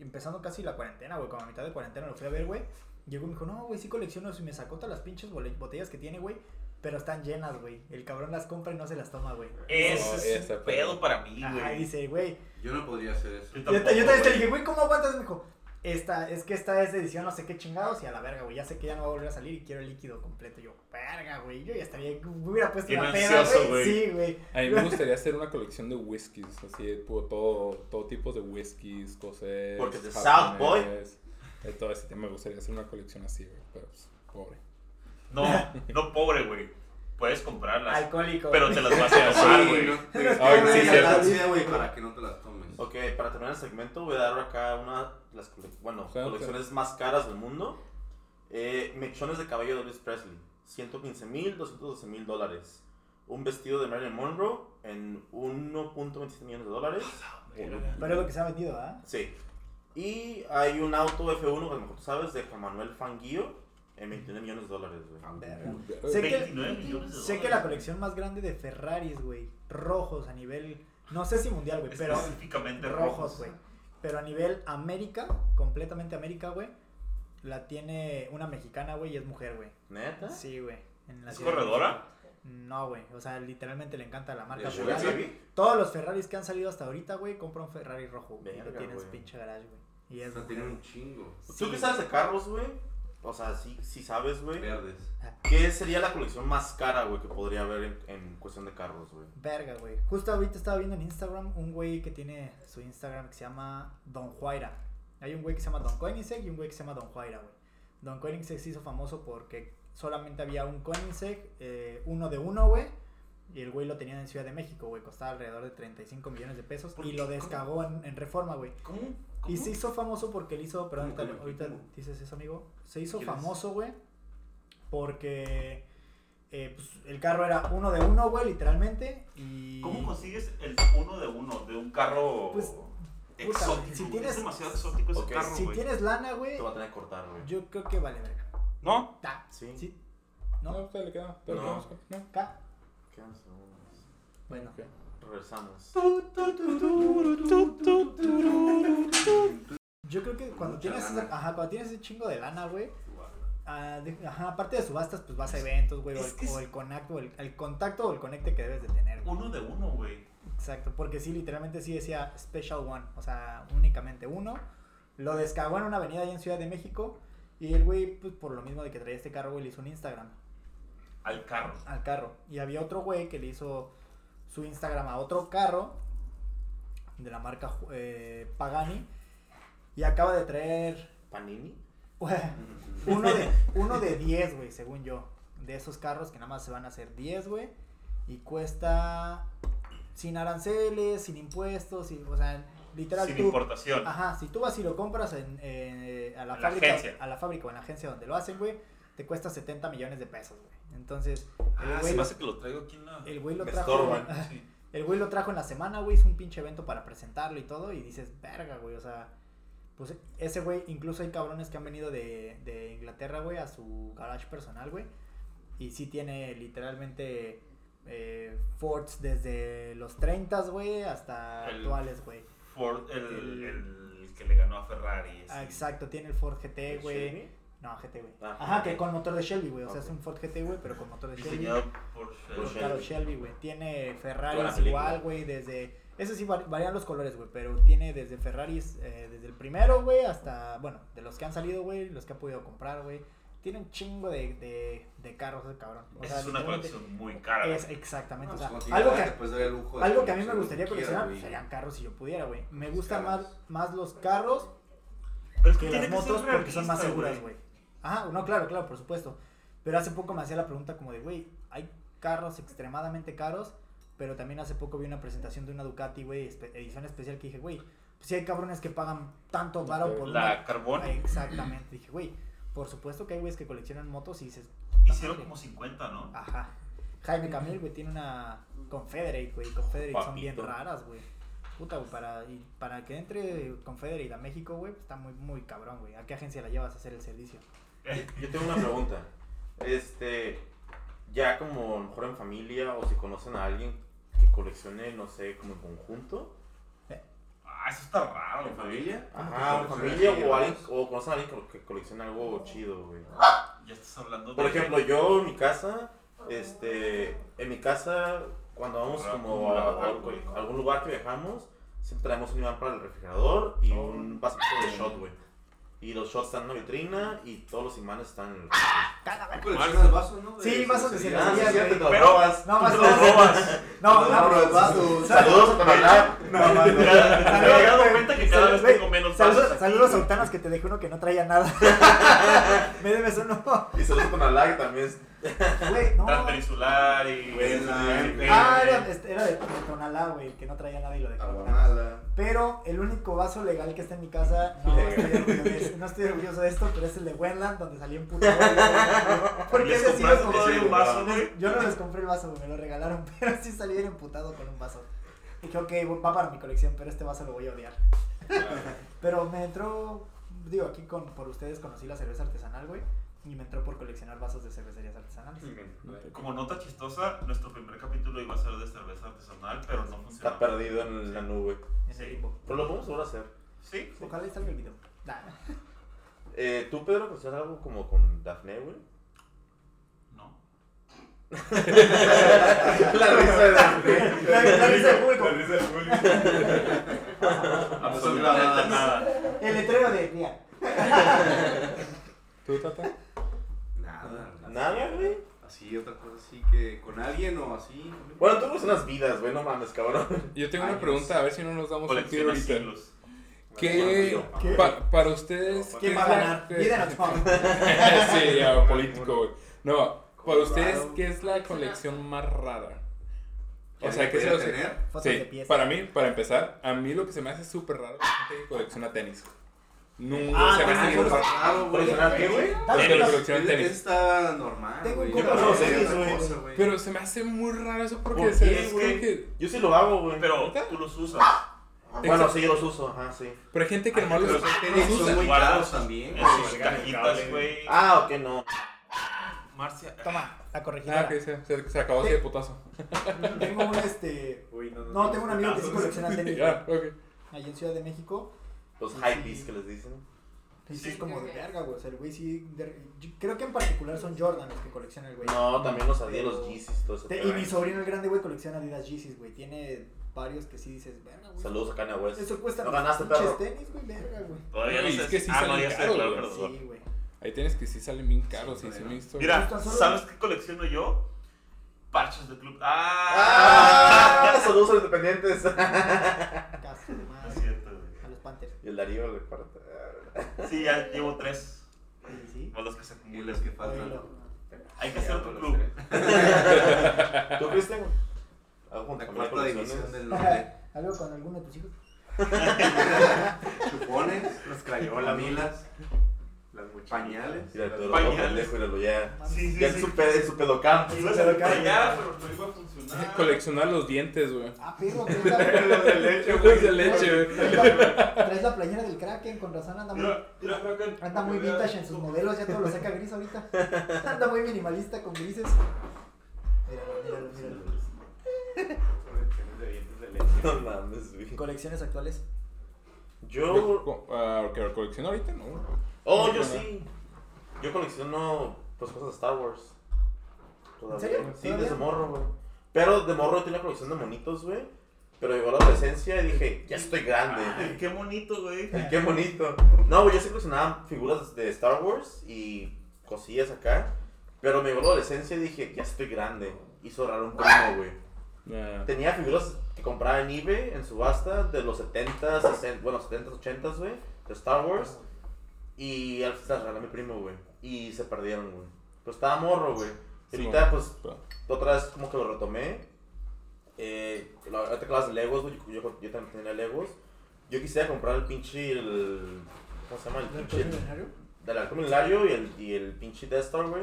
S5: Empezando casi la cuarentena, güey. Como a mitad de cuarentena lo fui a ver, güey. Llegó y me dijo, no, güey, sí colecciono. Y me sacó todas las pinches bole- botellas que tiene, güey. Pero están llenas, güey. El cabrón las compra y no se las toma, güey.
S1: No,
S3: Ese es
S1: ese
S3: un pedo
S1: pedo.
S3: para mí,
S5: Ajá, y
S3: güey.
S5: dice, güey.
S2: Yo no podría hacer eso.
S3: Yo
S5: Yo, te-
S3: tampoco,
S5: yo también te
S3: güey.
S5: dije, güey, ¿cómo aguantas? Me dijo, Esta, es que esta es de edición no sé qué chingados y a la verga, güey. Ya sé que ya no va a volver a salir y quiero el líquido completo. Yo, verga, güey. Yo ya estaría, hubiera puesto
S3: Bien
S5: la peda,
S3: ansioso,
S5: güey.
S3: güey.
S5: Sí, güey.
S1: A mí me gustaría hacer una colección de whiskies, así, de pu- todo, todo tipo de whiskies, cosas.
S4: Porque de South Boy.
S1: De todo ese tema, me gustaría hacer una colección así, güey, pero pues, pobre.
S3: No, no pobre, güey. Puedes comprarlas,
S5: Alcohólico.
S3: pero
S5: güey.
S3: te
S5: [laughs]
S3: las vas a tomar, güey.
S2: no, te-
S1: Ay, sí,
S2: te-
S1: cierto.
S2: la vida, güey, para que no te las tomes.
S4: Ok, para terminar el segmento voy a dar acá una de las cole- bueno,
S1: Claro,
S4: colecciones más caras del mundo. Eh, mechones de cabello de Elvis Presley. 115 mil, 212 mil dólares. Un vestido de Marilyn Monroe en 1.27 millones de dólares.
S3: Ah,
S5: Pero es lo que se ha vendido, ¿ah?
S4: Sí. Y hay un auto F1, que a lo mejor tú sabes, de Juan Manuel Fanguillo en 29 millones de dólares, güey.
S5: Ah, Verga.
S1: Verga.
S5: Sé que,
S3: 29 millones de
S5: sé que
S3: dólares.
S5: la colección más grande de Ferraris, güey, rojos a nivel, no sé si mundial, güey, pero
S3: Específicamente
S5: rojos, güey. Pero a nivel América, completamente América, güey, la tiene una mexicana, güey, y es mujer, güey.
S4: ¿Neta?
S5: Sí, güey. en la
S3: ¿Es
S5: Ciudad de México.
S3: corredora?
S5: No, güey. O sea, literalmente le encanta la marca.
S4: ¿El
S5: Ferrari.
S4: Sugar Baby?
S5: Todos los Ferraris que han salido hasta ahorita, güey, compran un Ferrari rojo. güey, y lo
S4: Verga,
S5: tienen en su
S4: güey.
S5: pinche garage, güey.
S2: [laughs]
S5: Y es
S2: Esta
S5: mujer,
S2: tiene
S5: güey.
S2: un chingo.
S4: ¿Tú
S5: Sí.
S4: qué sabes de carros, güey? O sea, sí, sí sabes, güey.
S2: Verdes.
S4: ¿Qué sería la colección más cara, güey, que podría haber en, en cuestión de carros, güey?
S5: Verga, güey. Justo ahorita estaba viendo en Instagram un güey que tiene su Instagram que se llama Don Juaira. Hay un güey que se llama Don Koenigsegg y un güey que se llama Don Juaira, güey. Don Koenigsegg se hizo famoso porque solamente había un Koenigsegg, eh, uno de uno, güey. Y el güey lo tenía en Ciudad de México, güey. Costaba alrededor de 35 millones de pesos.
S3: ¿Por
S5: Y
S3: qué?
S5: lo
S3: ¿Cómo?
S5: descagó en, en reforma, güey.
S3: ¿Cómo?
S5: Y se hizo famoso porque él hizo, perdón,
S2: ¿Cómo, cómo,
S5: ahorita,
S2: cómo,
S5: ahorita
S2: cómo?
S5: dices eso, amigo. Se hizo
S4: ¿Quién es?
S5: famoso, güey, porque eh, pues, el carro era uno de uno, güey, literalmente. Y
S3: ¿Cómo consigues el uno de uno de un carro
S5: Pues,
S3: exótico?
S5: si tienes-
S3: Es demasiado exótico ese
S4: Ok,
S3: carro,
S5: si
S3: güey.
S5: tienes lana, güey,
S4: Te va a tener que cortar, güey.
S5: yo creo que vale verga.
S3: ¿No?
S5: Ta,
S4: Sí.
S5: ¿Sí?
S1: No, a
S5: ¿No?
S1: usted le queda. Pero
S4: No.
S1: no. no.
S5: ¿Ca?
S4: Quedan segundos.
S5: Bueno.
S1: Ok.
S4: Regresamos.
S5: Yo creo que cuando
S2: Mucha
S5: tienes, ese,
S2: lana.
S5: ajá, cuando tienes ese chingo de lana, güey, ah, de- ajá, aparte de subastas, pues vas a eventos, güey, o,
S3: es
S5: el-
S3: que es-
S5: o el, conac- o el, el contacto o el conecte que debes de tener, güey.
S3: Uno de uno, güey.
S5: Exacto, porque sí, literalmente sí decía Special One, o sea, únicamente uno. Lo descagó en una avenida ahí en Ciudad de México. Y el güey, pues por lo mismo de que traía este carro, güey, le hizo un Instagram
S3: Al carro.
S5: al carro. Y había otro güey que le hizo su Instagram a otro carro de la marca eh, Pagani. Y acaba de traer
S4: ¿Panini?
S5: uno
S3: [laughs]
S5: de, uno de 10, güey, según yo. De esos carros que nada más se van a hacer 10, güey. Y cuesta sin aranceles, sin impuestos, y, o sea, literal
S3: Sin
S5: tú- Ah,
S3: importación.
S5: Ajá, si tú vas y lo compras en, eh, a la
S3: A la
S5: fábrica,
S3: agencia.
S5: a la fábrica o en la agencia donde lo hacen, güey, te cuesta 70 millones de pesos, güey. Entonces, el
S3: Ah,
S5: güey
S3: se me
S5: lo-
S3: hace que lo traigo aquí en la...
S5: el güey lo
S4: Me
S5: trajo.
S4: estorban.
S5: güey,
S3: Sí.
S5: el güey lo trajo en la semana, güey, hizo un pinche evento para presentarlo y todo, y dices, verga, güey, o sea, pues ese güey, incluso hay cabrones que han venido de, de Inglaterra, güey, a su garage personal, güey, y sí tiene literalmente eh, Fords desde los 30, güey, hasta
S3: El-
S5: actuales, güey.
S3: Ford, el,
S5: El-
S3: el que le ganó a Ferrari. ese.
S5: Ah, exacto, tiene el Ford GT,
S4: ¿El
S5: Eh, güey.
S4: Chevy?
S5: No, GT, güey.
S4: Ah,
S5: Ajá,
S4: ok.
S5: que con motor de Shelby, güey, o sea,
S4: Ok.
S5: es un Ford GT, güey, pero con motor de Shelby.
S3: Diseñado por
S4: Por
S3: Chevrolet.
S5: Claro,
S4: Shelby.
S5: Shelby, güey. Tiene
S4: Toda
S5: Ferraris
S4: la película.
S5: igual, güey, desde... Eso sí var- varían los colores, güey, pero tiene desde Ferraris, eh, desde el primero, güey, hasta, bueno, de los que han salido, güey, los que ha podido comprar, güey. Tiene un chingo de, de, de carros ese cabrón. O
S3: Esa
S5: sea,
S3: es una
S5: literalmente
S3: colección muy cara. güey.
S5: Es exactamente,
S2: No,
S5: o sea,
S2: pues,
S5: algo
S2: contigo,
S5: que,
S2: te puedes dar el lujo de
S5: algo que a mí me
S2: coleccionar lo
S5: gustaría
S2: que quieras,
S5: coleccionar
S2: güey.
S5: serían carros si yo pudiera, güey. Me gustan
S2: carros.
S5: más, más los carros
S3: Pero es
S5: que las
S3: tiene ser
S5: motos porque son más
S3: realista,
S5: seguras, güey. Ajá, no, claro, claro, por supuesto. Pero hace poco me hacía la pregunta como de, güey, hay carros extremadamente caros, pero también hace poco vi una presentación de una Ducati, güey, espe- edición especial que dije, güey, pues sí hay cabrones que pagan tanto varo por
S3: La
S5: una...
S3: Carbón
S5: Ah, Exactamente, dije, güey, por supuesto que hay güeyes que coleccionan motos y dices...
S3: hicieron
S5: "Madre".
S3: como 50, ¿no?
S5: Ajá. Jaime Camil, güey, tiene una Confederate, güey. Confederate son bien
S4: Papito.
S5: raras, güey. Puta, güey, para, y para que entre Confederate a México, güey, pues, está muy, muy cabrón, güey. ¿A qué agencia la llevas a hacer el servicio?
S4: Yo tengo una pregunta. Este, ya como a lo mejor en familia o si conocen a alguien que coleccione, no sé, como en conjunto.
S3: Ah, eso está raro,
S2: ¿En
S3: güey.
S2: familia?
S5: Ah, pues,
S4: Ajá, en
S2: ¿Cómo que
S4: familia
S2: colecciona
S4: o, alguien,
S2: libros?
S4: o conocen a alguien que colecciona algo chido, güey.
S3: Ya estás hablando
S4: Por
S3: de-
S4: ejemplo, yo en mi casa, este, en mi casa, cuando vamos
S3: Ah,
S4: como
S3: un
S4: a, a-
S3: lavador, güey.
S4: a algún lugar que viajamos, siempre traemos un imán para el refrigerador y un vasito de shot, güey. Y los shorts están en una vitrina y todos los imanes están.
S2: Coleccionas vasos, ¿no?
S5: Sí, vasos de
S4: Ah, sí,
S5: sí,
S4: es cierto,
S5: sí.
S4: te los
S3: Pero-
S4: robas.
S5: No, más
S3: Te los robas.
S5: No,
S2: No,
S5: no,
S2: los vasos.
S4: Saludos a Tonalá.
S6: No, más
S3: Me he dado cuenta que cada vez
S5: Güey,
S3: tengo menos
S5: Saludos,
S3: vasos.
S5: saludos a Octanos que te dejé uno que no traía nada. [laughs] Me debes uno.
S4: Y saludos a Tonalá, que también.
S5: Güey, no.
S3: Transpeninsular y.
S2: Güey, la-
S3: y-
S5: Ah, era, este, era de Tonalá, güey, el que no traía nada y
S3: Ah,
S5: lo dejé.
S2: Aguamala.
S5: Pero el único vaso legal que está en mi casa, no,
S4: Legal.
S5: estoy, orgulloso de, no estoy orgulloso de esto, pero es el de Wenland, donde salí en puto.
S3: [laughs]
S5: odio. Porque
S3: ¿Les
S5: ese sí
S3: compraste
S5: lo compré,
S3: un
S5: güey.
S3: vaso, güey?
S5: Yo no les compré el vaso, güey, me lo regalaron, [laughs] pero sí salí bien emputado con un vaso. Dije, ok, va para mi colección, pero este vaso lo voy a odiar. [laughs] Pero me entró, digo, aquí con, por ustedes conocí la cerveza artesanal, güey, y me entró por coleccionar vasos de cervecerías artesanales.
S3: Como nota chistosa, nuestro primer capítulo iba a ser de cerveza artesanal, pero no funcionó.
S4: Está perdido en la nube.
S5: En el
S3: Sí.
S5: limbo.
S4: Pero lo podemos volver a hacer.
S3: Sí.
S5: Ojalá y salga el video.
S3: [laughs]
S5: Nah. [laughs]
S4: Eh, ¿Tú, Pedro, consideras algo como con Daphne, güey?
S3: No.
S4: La risa de Daphne.
S5: La, la risa del público.
S3: [laughs] Absolutamente nada.
S5: El letrero de, mira,
S1: ¿Tú, Tata?
S2: Nada.
S4: Nada, güey.
S2: Así, otra cosa así que con alguien o así.
S4: Bueno, tú eres unas vidas, güey, no mames, cabrón.
S1: Yo tengo
S2: Años.
S1: una pregunta, a ver si no nos damos un tiro
S3: Colecciona
S1: ahorita.
S3: siglos.
S1: ¿Qué,
S5: ¿Qué?
S1: pa- para ustedes...
S5: ¿quién
S1: qué
S5: va a
S1: es la- [laughs]
S5: ganar?
S1: qué-
S5: Vida no Tom.
S1: [laughs] sí,
S4: [laughs]
S1: ya, político, güey. No, para
S2: Colorado.
S1: ustedes, ¿qué es la colección más rara? O sea, ¿qué
S2: que
S1: se los...
S2: tener?
S5: Fotos de
S1: Sí,
S5: pies.
S1: para mí, para empezar, a mí lo que se me hace súper raro es la gente que colecciona tenis. Nunca
S5: Ah,
S2: pues
S1: se me hace
S5: tenis,
S1: bien raro.
S2: Raro, güey.
S4: ¿Coleccionar qué, güey?
S5: Tal-
S1: Gente que
S5: tal-
S1: colecciona
S2: Ese- ese
S1: tenis.
S2: Está normal.
S5: Tengo un
S2: güey.
S5: corazón.
S2: Yo creo que
S4: Sí,
S2: otra
S4: güey.
S2: cosa, güey.
S1: Pero se me hace muy raro eso porque
S4: ¿Por
S1: se
S4: qué,
S1: los
S4: güey?
S1: juro que-
S4: Yo sí lo hago, güey.
S3: Pero tú los usas.
S4: Bueno, sí, yo los uso, ajá, sí.
S1: Pero hay gente que nomás
S2: Pero
S1: los
S2: son tenis,
S1: los
S2: son
S1: usa.
S2: muy
S3: Guardas.
S2: caros también.
S3: En
S2: güey.
S3: sus cajitas, güey.
S4: Ah, ok, no.
S3: Marcia.
S5: Toma, la
S1: Ah,
S5: corregidora.
S1: que se, se, se acabó así de putazo.
S5: [laughs] Tengo un este.
S6: Uy, no,
S5: No, tengo un amigo que sí colecciona tenis.
S1: Ya, ok.
S5: Allí en Ciudad de México.
S4: Los hypebeats que les dicen.
S5: Y sí, es como de verga, güey. O sea, el güey sí. de- yo creo que en particular son Jordan los que colecciona el güey.
S4: No, también los sabía los Yeezys y todo ese
S5: Te- y
S4: pedo.
S5: mi sobrino el grande, güey, colecciona Adidas Yeezys, güey. Tiene varios que sí dices, verga, güey.
S4: Saludos a Kanye West.
S5: Eso cuesta
S4: No ganaste,
S5: pinches
S4: perro.
S5: tenis, güey, verga, güey.
S3: Todavía no
S1: Ay,
S3: sé
S1: es que
S3: si-
S1: sí
S3: Ah, no,
S1: salen
S3: ya sé,
S1: caros,
S3: claro,
S1: güey.
S3: perdón.
S5: Sí, güey.
S1: Ahí tienes que sí salen bien caros. Sí, sí, me he visto.
S3: Mira,
S5: Gustan solo-
S3: ¿sabes qué colecciono yo? Parches de club. ¡Ah!
S4: ¡Ah! Saludos a los independientes.
S5: Caso de
S3: No es
S5: madre.
S3: cierto, güey.
S5: A los Panthers.
S4: Y el Darío le parte.
S3: Sí, ya llevo tres.
S5: Sí, sí.
S3: Más los que se
S2: Y
S3: acumulan.
S2: las que
S5: Oílo.
S2: faltan.
S3: Hay que hacer otro club.
S4: ¿Tú, Cristian? Ah. Hago con
S2: La
S4: cambiar
S2: cuarta división
S4: colecciones.
S2: del [laughs] norte.
S5: [laughs] ¿Algo con alguno de tus hijos?
S2: Chupones, las crayolas, milas,
S6: Las muchachas.
S2: pañales.
S4: Mira, tú lo
S3: Pañales.
S4: pendejo, míralo ya.
S3: Sí,
S4: Ya en su pedo, en su pedocampo.
S3: Ibas a fallar, pero no iba a
S1: [laughs]
S3: funcionar.
S1: Coleccionar los dientes, güey.
S5: Ah, pero traes la,
S6: Los de leche, güey.
S1: Los de leche, güey.
S5: traes la- traes la playera del Kraken, con razón anda muy,
S3: Mira, mira, Kraken.
S5: anda muy
S3: Mira,
S5: vintage en sus
S3: tú.
S5: modelos, ya todo lo saca gris ahorita. Anda muy minimalista con grises. Míralo, míralo, míralo.
S6: Colecciones de dientes de leche.
S4: [laughs] No mames, güey.
S5: Colecciones actuales.
S4: Yo.
S1: Co- ah, ¿Que colecciono ahorita? No.
S4: Oh, yo sí. Yo colecciono pues cosas de Star Wars. Todavía.
S5: serio? Ah,
S4: Sí,
S5: ¿Todavía?
S4: desde morro, güey. Pero de morro yo tenía colección de monitos, güey. Pero llegó la adolescencia y dije, ya estoy grande.
S3: Ay, qué bonito, güey.
S4: Qué bonito. No, güey, yo sí coleccionaba figuras de Star Wars y cosillas acá. Pero me llegó la adolescencia y dije, ya estoy grande. Hizo raro un primo, güey.
S1: Nah.
S4: Tenía figuras que compraba en eBay, en subasta, de los 70, 60, bueno, 70, 80, güey, de Star Wars. Y al final se las regaló a mi primo, güey. Y se perdieron, güey. Pues estaba morro, güey. Y
S1: Sí,
S4: ahorita, pues,
S1: Pero-
S4: otra vez como que lo retomé. Eh, la- ahorita que hablas de Legos, güey, yo, yo, yo también tenía Legos. Yo quisiera comprar el pinche, el... ¿Cómo se llama? El
S5: ¿Del
S4: pinche...
S5: Colegio Milenario?
S4: Del arco milenario y el, y el pinche Death Star, güey.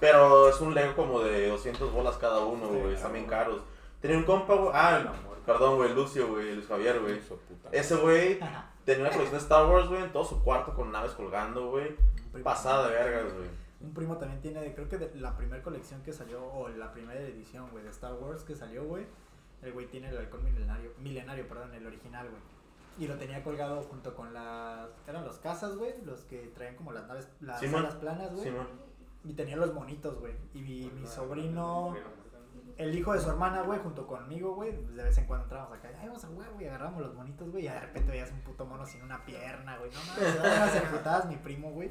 S4: Pero es un Lego como de 200 bolas cada uno, güey. Están bien caros. Tenía un compa, güey. Ah, no, perdón, güey. Lucio, güey. Luis Javier, güey.
S1: Hijo de puta. [laughs]
S4: Ese güey
S5: Ajá.
S4: tenía una colección de Star Wars, güey. En todo su cuarto con naves colgando, güey.
S5: Un primo-
S4: Pasada de vergas, güey.
S5: Un primo también tiene, creo que de la primera colección que salió, o la primera edición, güey, de Star Wars que salió, güey. El güey tiene el halcón milenario, milenario, perdón, el original, güey. Y lo tenía colgado junto con las, eran los cazas, güey, los que traían como las naves, las
S4: Simón.
S5: alas planas, güey.
S4: Simón.
S5: y tenía los monitos, güey. Y mi, mi sobrino, el hijo de su hermana, güey, junto conmigo, güey, pues de vez en cuando entramos acá. Ay, vamos a jugar, güey, agarramos los bonitos, güey, y de repente veías un puto mono sin una pierna, güey. No mames, se daban unas emputadas mi primo, güey.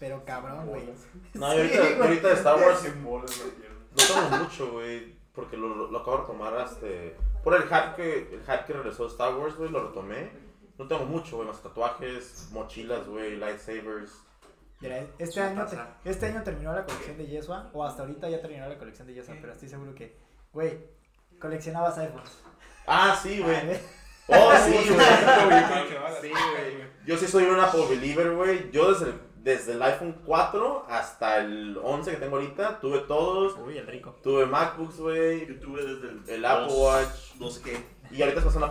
S5: Pero cabrón, güey. [laughs]
S4: No,
S5: Sí,
S4: y ahorita,
S5: güey.
S4: ahorita de Star Wars
S6: Sin bolas, no quiero.
S4: no estamos mucho, güey. Porque lo, lo acabo de tomar este. Por el hack que, el hack que regresó a Star Wars, güey, lo retomé. No tengo mucho, güey, más tatuajes, mochilas, güey, lightsabers.
S5: Mira, este año, te- este año terminó la colección de Yesua, o hasta ahorita ya terminó la colección de Yesua, pero estoy seguro que, güey, coleccionabas iPhones.
S4: Ah, sí,
S5: Ah,
S4: güey.
S5: ¿eh?
S4: Oh, sí, güey.
S1: Sí,
S4: Yo sí soy un Apple believer, güey. Yo desde el, desde el iPhone 4 hasta el 11 que tengo ahorita, tuve todos.
S5: Uy, el rico.
S4: Tuve MacBooks, güey.
S3: Yo tuve desde el,
S4: El Apple
S3: dos-
S4: Watch.
S3: dos qué.
S4: Y ahorita se pasa una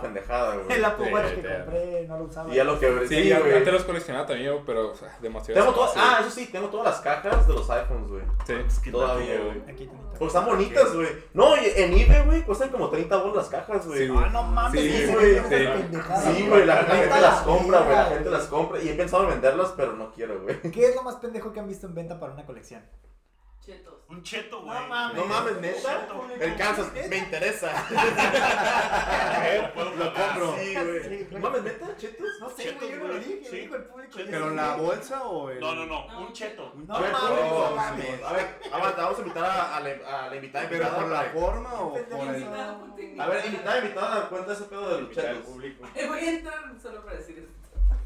S5: [laughs]
S4: pendejada,
S5: [laughs]
S4: güey.
S5: El Apple
S1: Sí,
S5: Watch que
S1: te-
S5: compré no lo usaba.
S4: Y Pues ya lo quebré.
S1: Sí, yo
S4: güey.
S1: antes los coleccionaba también, yo, pero o sea, demasiado.
S4: Tengo todas,
S1: Sí.
S4: ah, eso sí, tengo todas las cajas de los iPhones, güey.
S1: Sí.
S3: que
S4: Todavía,
S3: no.
S4: güey.
S5: Aquí tenito.
S4: Porque están bonitas, güey. No, y en eBay, güey, cuestan como 30 bolas las cajas, güey.
S1: Sí,
S5: Ah, no mames,
S4: Sí,
S5: ese
S4: güey,
S5: es una
S1: sí.
S5: pendejada,
S4: Sí, güey, la, la
S5: Venta
S4: gente
S5: a
S4: las compra, güey. La
S5: verga,
S4: gente las compra. Y he pensado en venderlas, pero no quiero, güey.
S5: ¿Qué es lo más pendejo que han visto en venta para una colección?
S9: Chetos.
S3: Un cheto, güey.
S4: No mames, neta. El Kansas, me interesa.
S3: Lo compro.
S4: Sí,
S5: Sí,
S4: güey.
S5: claey.
S4: No mames, neta, chetos.
S5: No sé, güey, yo no lo dije,
S3: Sí.
S5: dijo el público.
S3: Chetos.
S2: ¿Pero la bolsa o el.?
S3: No, no, no. Un cheto.
S5: No
S4: a ver,
S5: mames,
S4: oh,
S5: no mames.
S4: A ver, aguanta, vamos a invitar a, a la, a la invitada
S2: ¿Pero
S4: invitada.
S2: por la
S4: güey.
S2: forma o
S5: Depende
S2: por
S5: de
S2: el.?
S5: la-
S4: A ver, invitada,
S9: [laughs]
S4: invitada, cuenta ese pedo de los
S6: Invitar al
S2: [laughs]
S4: chetos.
S6: público.
S9: Eh, Voy a entrar solo para decir esto.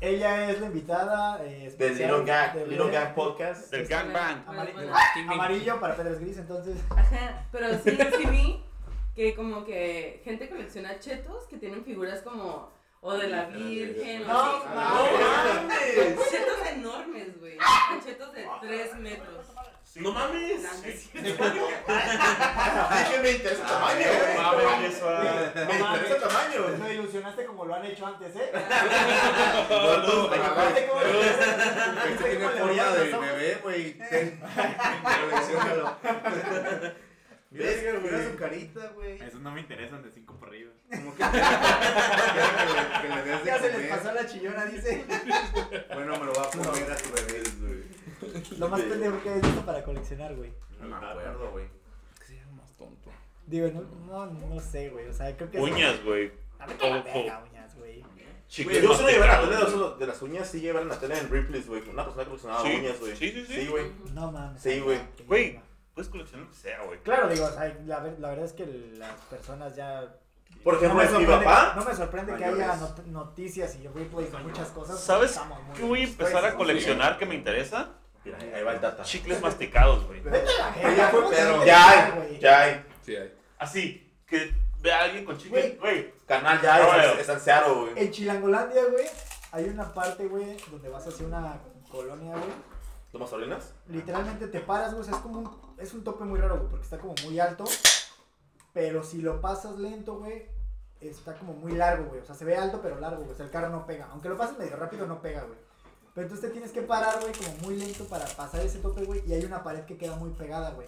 S5: Ella es la invitada eh,
S4: Del
S5: especial
S4: Little Gang,
S5: del-
S4: Little Gang Podcast.
S3: Del gangbang.
S5: Amarillo,
S9: Amarillo.
S5: amarillo para Pedro Gris, [laughs] entonces.
S9: Ajá, pero sí escribí que como que gente colecciona chetos que tienen figuras como o de la Virgen o
S5: No,
S9: así.
S4: ¡No mames!
S9: Chetos enormes, güey. Chetos de 3 metros.
S4: ¡No mames!
S9: No, no es [laughs]
S4: Dije, me interesa
S2: Ah,
S4: el tamaño,
S3: Va a
S4: güey.
S3: ver eso. ah.
S4: Me
S2: Este,
S4: interesa el tamaño.
S5: Me ilusionaste como lo han hecho antes, ¿eh?
S4: No, no,
S5: Me
S4: no.
S5: acabaste como-
S2: Este tiene
S5: como le
S2: forma
S5: brillan los
S2: de
S5: ojos.
S2: bebé, [laughs] güey. Ten- Colecciónalo. [laughs] Mira
S4: Verga,
S2: su- mira
S4: güey.
S2: su carita, güey.
S6: Esos no me interesan de 5 para arriba.
S2: Como que [laughs] quiero que le, que le des de
S5: Ya se les
S2: comer.
S5: pasó la chillona, dice.
S2: Bueno, me lo va a poner a tu bebé.
S5: Lo más pendejo que he visto para coleccionar, güey.
S2: No me acuerdo, güey.
S1: Sí, es más tonto.
S5: Digo, no, no, no sé, güey. O sea, creo que.
S3: Uñas, güey.
S5: A mí me verga, uñas, güey.
S4: Güey, Yo solo llevé la tele yo solo- de las uñas, sí llevé la tele en Ripley's, güey. Una persona que coleccionaba
S3: Sí.
S4: Ah, uñas, güey.
S3: Sí, sí, sí.
S4: güey.
S5: No mames.
S4: Sí, güey.
S5: qué
S3: Güey.
S5: mierda.
S3: Puedes coleccionar lo que sea, güey.
S5: Claro, digo, o sea, la, ver- la verdad es que las personas ya
S4: Por
S5: No
S4: ejemplo,
S5: me
S4: mi
S5: sorprende,
S4: papá.
S5: no me sorprende que
S4: Mayores.
S5: haya not- noticias y replays de muchas cosas.
S3: ¿Sabes
S5: Estamos muy-
S3: qué voy a empezar a coleccionar que me interesa?
S4: Mira, ahí ahí va el tata.
S3: Chicles masticados, güey.
S5: Vete a la
S4: Pero
S5: verga,
S4: ya
S5: ¿cómo
S4: fue,
S5: se
S4: pero
S5: dice
S4: ya
S5: eso,
S4: hay,
S5: güey?
S4: ya hay.
S1: Sí, hay.
S3: Así, que vea a alguien con chicle, güey.
S4: Carnal, ya
S3: Ah,
S4: hay,
S3: bueno.
S4: es- es ansiado, güey.
S5: En Chilangolandia, güey, hay una parte, güey, donde vas hacia una colonia, güey.
S4: ¿Tomas solinas?
S5: Literalmente te paras, güey, o sea, es como un, es un tope muy raro, güey, porque está como muy alto. Pero si lo pasas lento, güey, está como muy largo, güey. O sea, se ve alto, pero largo, güey. O sea, el carro no pega. Aunque lo pases medio rápido, no pega, güey. Pero entonces te tienes que parar, güey, como muy lento para pasar ese tope, güey. Y hay una pared que queda muy pegada, güey.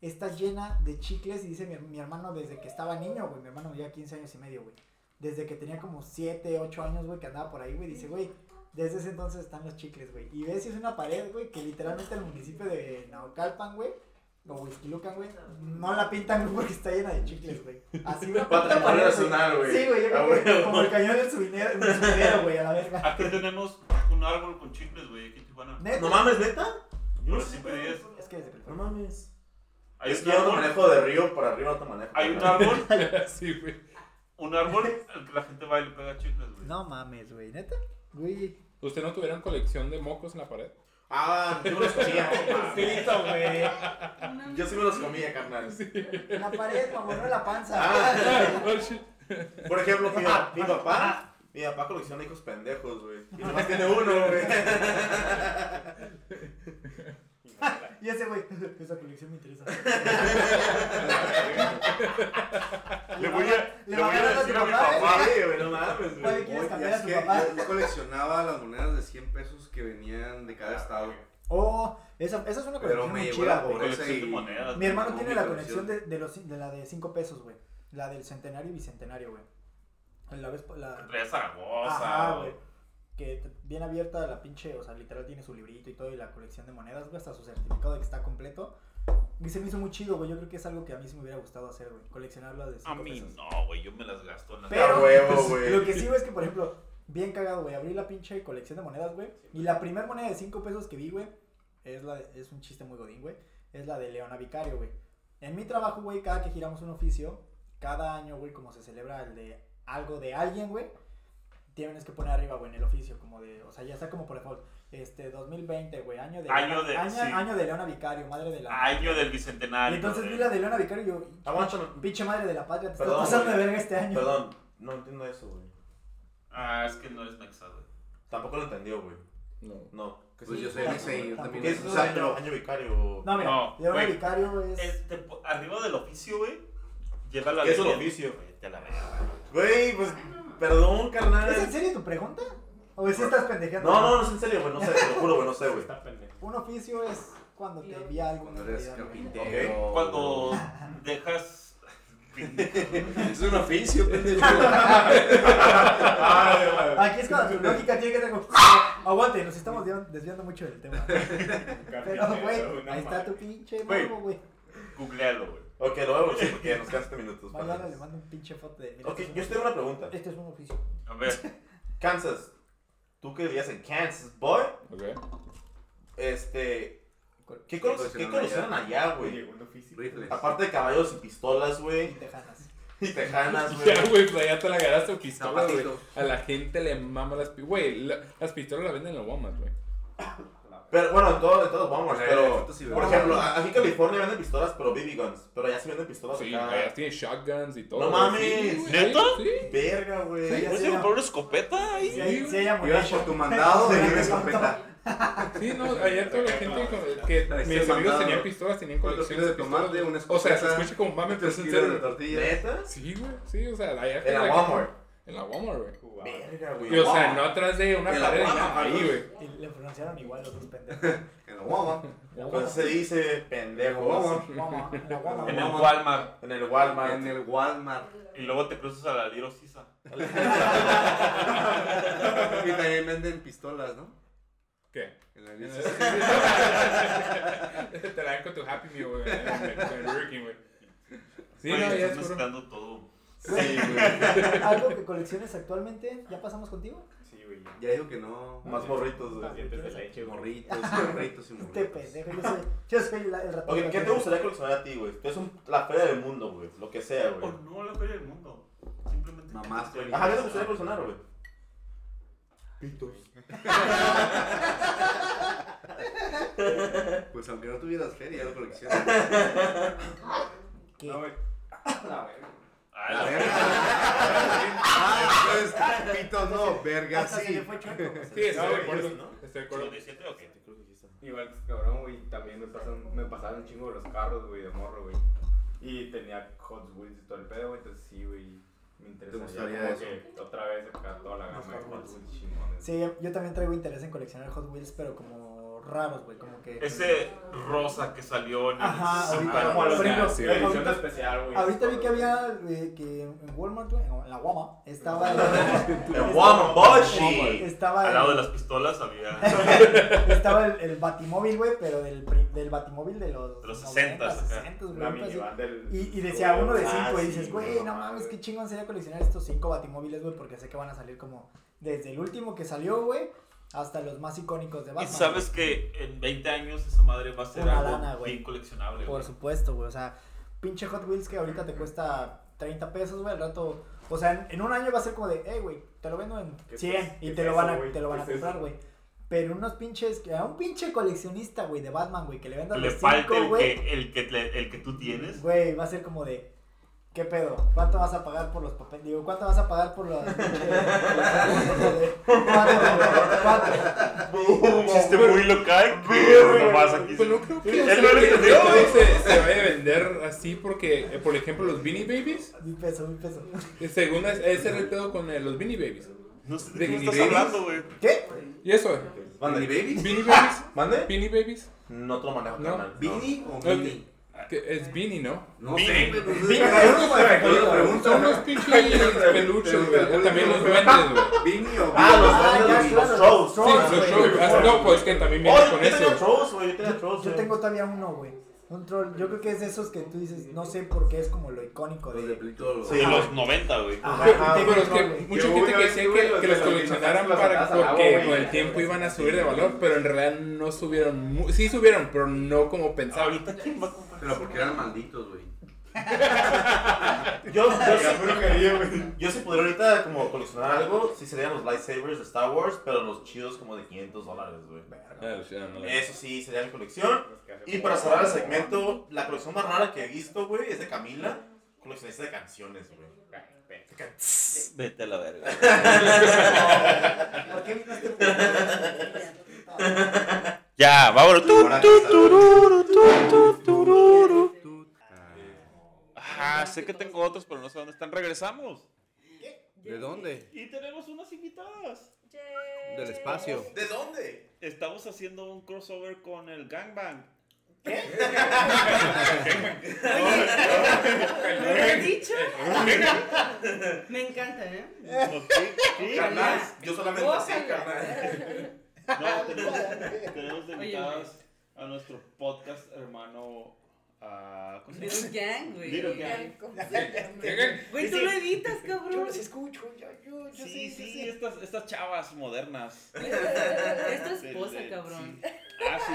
S5: Está llena de chicles y dice mi, mi hermano desde que estaba niño, güey. Mi hermano ya 15 años y medio, güey. Desde que tenía como 7, 8 años, güey, que andaba por ahí, güey. Dice, güey, desde ese entonces están los chicles, güey. Y ves, es una pared, güey, que literalmente el municipio de Naucalpan, güey, o Huizquilucan, güey, no la pintan güey, porque está llena de chicles, güey. Así una
S4: Patrimonio
S5: puta pared,
S4: nacional, güey.
S5: Sí, güey, yo
S4: Ah,
S5: creo que
S4: güey.
S5: como el cañón del subinero, del subidero, güey, a la verga.
S3: Aquí tenemos un árbol con chicles, güey. Aquí en Tijuana.
S5: Neta,
S4: Eh, ¿No mames, neta? Yo
S3: Por
S4: no sé.
S3: cinco días.
S5: Es que desde
S4: No
S5: California.
S4: mames.
S3: Hay
S4: es
S3: un
S4: que yo no
S3: árbol,
S4: manejo de río para arriba, no te manejo.
S3: hay un
S4: carnal.
S3: árbol,
S1: Sí, güey.
S3: un árbol al que la gente va y le pega chicles, güey.
S5: No mames, güey, neta. Güey.
S1: ¿Ustedes no tuvieron colección de mocos en la pared?
S4: Ah, yo me los comía, [laughs] compa.
S5: güey.
S4: Yo sí me los comía, carnal.
S5: La pared, mamón, no la panza.
S4: Ah,
S1: Oh, shit.
S4: Por ejemplo, [laughs] mi, mi papá, mi papá colecciona hijos pendejos, güey. Y nomás tiene uno, güey.
S5: Y ese güey, esa colección me interesa.
S3: Le voy a,
S5: Le
S3: le
S5: va
S3: voy a
S5: ganando
S3: decir a mi
S5: tu papá,
S3: papá.
S4: Sí, güey, no mames,
S5: ¿Cuál
S4: güey.
S5: le quieres
S2: Oye,
S5: cambiar
S2: es
S5: a tu
S2: que
S5: papá?
S2: yo- Yo coleccionaba las monedas de 100 pesos que venían de cada estado.
S5: Oh, esa, esa es una
S2: Pero
S5: colección
S2: me
S5: muy
S2: llegó
S5: chida,
S2: la
S5: güey.
S2: pobreza
S3: Colección de
S2: y.
S3: monedas.
S5: Mi hermano
S2: Como
S5: tiene
S2: mi
S5: la
S2: colección.
S5: colección de, de los, de la de 5 pesos, güey. La del centenario y bicentenario, güey. La vez, la...
S3: Traía
S5: Ajá,
S3: Zaragoza,
S5: güey.
S3: güey.
S5: Que t- bien abierta la pinche, o sea, literal tiene su librito y todo y la colección de monedas, güey, hasta su certificado de que está completo. Y se me hizo muy chido, güey. Yo creo que es algo que a mí sí me hubiera gustado hacer, güey. Coleccionarlas de
S3: A
S5: 5
S3: mí
S5: pesos.
S3: no, güey, yo me las gasto en la
S5: Pero,
S4: A huevo,
S5: pues,
S4: güey.
S5: lo que sí, güey, es que, por ejemplo, bien cagado, güey. Abrí la pinche colección de monedas, güey. Y la primera moneda de 5 pesos que vi, güey, es, la de- es un chiste muy godín, güey. Es la de Leona Vicario, güey. En mi trabajo, güey, cada que giramos un oficio, cada año, güey, como se celebra el de algo de alguien, güey, tienes que poner arriba, güey, en el oficio, como de, o sea, ya está como por default, este, 2020, güey, año de,
S3: Año de-
S5: año,
S3: sí.
S5: año de Leona Vicario, madre de la...
S3: año del
S5: y
S3: bicentenario.
S5: entonces
S3: güey.
S5: vi la de Leona Vicario y yo,
S4: Aguántame.
S5: pinche madre de la patria, te estás
S4: Perdón,
S5: pasando de
S4: güey.
S5: verga este año.
S4: Perdón, no entiendo eso, güey.
S3: Ah, es que no es mexa, güey.
S4: Tampoco lo entendió, güey.
S1: No.
S4: No.
S2: Pues yo soy diseñador también.
S4: ¿Qué es
S2: O
S4: eso?
S2: sea,
S4: Año,
S2: pero-
S4: año vicario.
S5: No, mira,
S3: No,
S5: Leona
S3: güey.
S5: Vicario es...
S3: Este, po- arriba del oficio, güey, lleva la
S4: ¿Qué es el
S3: leyenda.
S4: oficio?
S3: Vete a la verga.
S4: Güey, pues, perdón, carnal.
S5: ¿Es en serio tu pregunta? ¿O es estás pendejeando?
S4: No, no, no es en serio, güey. No sé, te lo juro, güey. No sé, güey.
S6: Está pendejo.
S5: Un oficio es cuando te envía algo.
S2: Cuando
S5: en
S2: eres
S5: realidad, güey.
S2: carpintero.
S5: [laughs]
S3: Cuando dejas.
S2: Es un oficio, [laughs] pendejo.
S3: Ah,
S5: Aquí es cuando tu lógica tiene que tener. Aguante, nos estamos desviando- desviando mucho del tema. [laughs] Pero, güey, ahí está tu pinche
S4: Güey.
S5: morbo, güey.
S3: Googlealo, güey.
S4: Ok, lo voy a buscar porque nos quedan 7 minutos.
S5: Mañana
S4: perdón.
S5: le mando un pinche foto de. mira,
S4: Ok,
S5: este es
S4: yo
S5: un-
S4: tengo una pregunta.
S5: Este es un oficio. [laughs]
S3: A ver,
S4: Kansas, tú que vivías en Kansas, boy,
S1: Ok.
S4: este.
S5: Col-
S4: ¿Qué, cono-
S2: coleccionaron
S4: qué conocieron allá, güey?
S6: Llegó un oficio.
S2: Rifles.
S4: Aparte de caballos y pistolas,
S5: Y
S4: güey,
S5: [laughs] tejanas.
S4: y tejanas,
S1: [laughs]
S4: güey.
S1: Ya, güey, pues ya te la agarraste pistola, güey.
S2: Zapatitos.
S1: A la gente le mama las pistolas. Güey, la- las pistolas las venden en los Walmart, güey.
S4: Pero bueno, en todo- en todos vamos,
S2: Pues, eh,
S4: pero.
S2: fotos y
S4: Por
S2: videos.
S4: ejemplo, a- aquí en California venden pistolas, pero BB guns. Pero allá sí venden pistolas
S1: Sí,
S4: acá.
S1: allá tiene shotguns y todo.
S4: ¡No
S1: güey.
S4: mames!
S1: Sí, güey,
S3: ¿Neta?
S1: Sí.
S4: Verga, güey.
S5: Sí,
S4: Ya
S3: ¿puedes
S4: sé.
S5: sí,
S3: comprar una escopeta ahí?
S5: Si hay, si hay
S2: Ibas
S5: ammunition.
S2: por tu mandado de libre
S5: Sí,
S2: escopeta.
S1: Sí, no, allá toda la gente con- que
S2: Traes
S1: mis
S2: el
S1: amigos
S2: mandado.
S1: tenían pistolas, tenían
S2: Cuatro
S1: colecciones de
S2: kilos de
S1: pistolas.
S2: tomate, una
S1: o sea, se
S2: escopeta,
S1: escucha como mame, pero es
S2: Tres
S1: en
S2: kilos de
S1: serio.
S2: tortilla.
S4: ¿Neta?
S1: Sí, güey, sí, o sea, allá.
S4: En la Walmart.
S1: En la Walmart, güey.
S4: Verga, güey.
S1: Y o sea, no atrás de una
S2: En la
S1: pared,
S2: Walmart,
S1: ahí, güey.
S5: Y le pronunciaron igual los dos pendejos.
S2: En la guama.
S4: Entonces se dice pendejo. vamos.
S5: Guama, la guama,
S3: En
S5: güey.
S3: el Walmart.
S4: En el Walmart.
S2: En el Walmart.
S3: Y luego te cruzas a la Little Sisa.
S2: Y también venden pistolas, ¿no?
S1: ¿Qué?
S2: En la
S1: [laughs] Te la dan con tu Happy Meal, güey. En Burger King, güey. Sí,
S3: Güey,
S1: no, ya
S3: estás
S1: es puro-
S3: mezclando todo.
S2: Sí, güey.
S5: [laughs] ¿Algo que colecciones actualmente? ¿Ya pasamos contigo?
S6: Sí, güey. ya.
S2: Ya digo que no.
S4: Más morritos,
S6: Los
S4: güey.
S6: dientes de leche, güey.
S2: Morritos, morritos y
S5: Este
S2: morritos.
S5: pendejo, yo soy, yo soy la- el ratón.
S4: Ok, ¿qué te gustaría coleccionar a ti, güey? Tú eres un- la feria del mundo, güey. Lo que sea,
S3: O
S4: güey.
S3: no, la feria del mundo. Simplemente.
S2: Mamás, güey.
S4: Ajá, ¿qué te gustaría coleccionar, güey?
S2: Pues aunque no tuvieras feria, lo coleccionas.
S5: ¿Qué?
S6: No, güey. La verga.
S3: Ah,
S2: La
S3: la-
S2: verga. Ah, entonces, pito no, verga,
S5: Hasta se
S2: sí.
S5: le fue
S2: [laughs]
S5: chueco. güey.
S1: Sí, estoy
S6: No,
S1: de
S6: güey,
S1: acuerdo.
S4: ¿no?
S1: Estoy de acuerdo.
S3: 57 o qué?
S6: Igual que ese cabrón, güey, también me pasaron, me pasaron un chingo de los carros, güey, de morro, güey. Y tenía Hot Wheels y todo el pedo, güey, entonces sí, güey, me interesaría
S2: gustaría
S6: como
S2: eso?
S6: que otra vez acá toda la gama de
S5: Hot
S6: Hot
S5: Wheels.
S6: Wheels chingones.
S5: Sí, yo también traigo interés en coleccionar Hot Wheels, pero como raros, güey, como que...
S3: Ese rosa que salió en el.
S5: Ajá, ahorita,
S3: Ah,
S5: como a los
S1: sí,
S5: gringos.
S1: sí,
S6: La edición
S5: ahorita-
S6: especial, güey.
S5: Ahorita vi que había, eh, que en Walmart, güey, en la Walmart, estaba... el-
S4: En
S5: [laughs]
S4: Walmart, Boshi.
S5: Estaba
S3: Ah, Al
S5: el-
S3: lado de las
S5: [laughs]
S3: pistolas había.
S5: estaba el, el batimóvil, güey, pero del, pri- del batimóvil de los...
S3: De los
S5: 60,
S3: 60s, acá.
S5: 60, güey.
S6: La
S5: un pedazo.
S6: minivan del...
S5: Y, y decía uno de
S4: Ah,
S5: cinco y
S4: sí,
S5: dices,
S4: güey,
S5: güey,
S4: no
S5: no
S4: mames.
S5: mames, qué chingón sería coleccionar estos cinco batimóviles, güey, porque sé que van a salir como desde el último que salió, güey, hasta los más icónicos de
S3: Y
S5: Batman.
S3: sabes que en 20 años esa madre va a ser
S5: Una
S3: algo
S5: lana, güey.
S3: bien coleccionable.
S5: Por
S3: güey.
S5: supuesto, güey, o sea, pinche Hot Wheels que ahorita te cuesta 30 pesos, güey, al rato, o sea, en, en un año va a ser como de, hey, güey, te lo vendo en
S6: ¿Qué
S5: 100
S6: es- qué
S5: y
S6: es
S5: te lo
S6: eso,
S5: van a,
S6: güey?
S5: te lo van
S6: ¿Qué
S5: a
S6: es eso?
S5: comprar, güey. Pero unos pinches, a un pinche coleccionista, güey, de Batman, güey, que le vendan
S3: Le
S5: los cinco,
S3: falta el
S5: güey.
S3: que, el, que, le- el que tú tienes.
S5: Güey, va a ser como de. ¿Qué pedo? ¿Cuánto vas a pagar por los papeles? Digo, ¿cuánto vas a pagar [laughs] por los. ¿Cuánto? ¿Cuánto?
S3: Un chiste muy local.
S1: Pero-
S3: Nomás aquí.
S1: Pues no creo que
S3: Él
S1: o sea,
S3: no lo
S1: que-
S3: entendió,
S1: que
S3: güey.
S1: se, se vaya a vender así porque, eh, por ejemplo, los Beanie Babies,
S5: Un peso, un peso.
S1: eh, según es- ese era el pedo con eh, los Beanie Babies.
S3: No sé
S1: ¿De
S3: de qué me
S1: Mini
S3: estás
S1: Babies?
S3: hablando, güey.
S5: ¿Qué?
S1: ¿Y eso? eh?
S2: ¿Mini
S4: ¿Mande?
S2: babies?
S1: ¿Beanie Babies?
S4: ¿Mande?
S1: ¿Beanie Babies?
S4: No te lo manejo,
S1: No.
S4: carnal.
S2: ¿Bini o
S1: Ok.
S2: mini?
S1: Que es Beanie, ¿no?
S2: No
S3: Bini.
S2: sé, güey, pues,
S5: Bini,
S2: yo
S5: es como de
S2: lo
S5: peludo,
S2: pregunto.
S1: Son los pinches peluches, güey. O También los duendes, güey.
S2: ¿Bini o
S4: Ah,
S2: Bini?
S4: los duendes,
S5: ya,
S4: los
S5: claro,
S4: trolls.
S5: los
S1: Sí,
S5: trolls,
S1: los shows. Ah, No, pues que también
S4: Oh,
S1: viene
S4: yo
S1: con
S4: tenía
S1: eso.
S4: trolls, güey. Yo tenía trolls,
S5: Yo
S4: güey.
S5: tengo todavía uno, güey. Un troll, yo creo que es de esos que tú dices, no sé por qué es como lo icónico
S2: Los de
S5: de.
S2: Plito.
S3: De los 90, güey.
S5: Ajá, tengo
S1: pero es
S5: un
S1: que
S5: troll.
S1: mucha
S6: Yo
S1: gente
S6: una
S1: que
S6: vez
S1: decía
S6: tuve
S1: que,
S6: los
S1: que
S6: de
S1: los
S6: los
S1: coleccionaran
S6: los
S1: para
S6: atrás al agua,
S1: porque
S6: güey.
S1: con el tiempo iban a subir de valor, pero en realidad no subieron, mu- sí subieron, pero no como pensaban.
S3: Ahorita, ¿quién va a comprar?
S2: Pero
S3: [laughs]
S2: porque eran malditos, güey.
S4: Yo, yo, sí,
S6: brujería,
S5: [laughs]
S6: güey.
S4: yo si pudiera ahorita como coleccionar algo, sí serían los lightsabers de Star Wars, pero los chidos como de 500 dólares, güey.
S1: Ah, lo hicieron, ¿no?
S4: Eso sí sería mi colección. Y para cerrar el segmento, la colección más rara que he visto, güey, es de Camila, coleccionista de canciones, güey.
S3: Vete a la verga.
S5: [laughs] ¿Por qué este vino este puto?
S3: ya, vámonos. Tu,
S2: Ahora
S3: tu,
S2: está.
S3: tururu, tu, tu, tururu. Ah, sé que tengo otros, pero no sé dónde están. Regresamos.
S2: ¿De dónde?
S3: Y tenemos unas invitadas.
S2: Del espacio.
S4: [laughs] ¿De dónde?
S3: Estamos haciendo un crossover con el gangbang. [laughs]
S9: ¿Lo he dicho? Me encanta, ¿eh?
S4: Carnal, yo solamente así, carnal.
S3: No, tenemos, tenemos de invitadas a nuestro podcast hermano. ah, ¿Cómo se
S9: Little
S3: llama?
S9: Gang, güey.
S3: Little Gang.
S9: Güey, tú lo editas, cabrón.
S5: escucho, yo, yo, yo
S3: Sí, sí, sí, estas, estas chavas modernas.
S9: Es tu
S3: Del-
S9: esposa,
S3: del-
S9: cabrón.
S3: Ah, sí.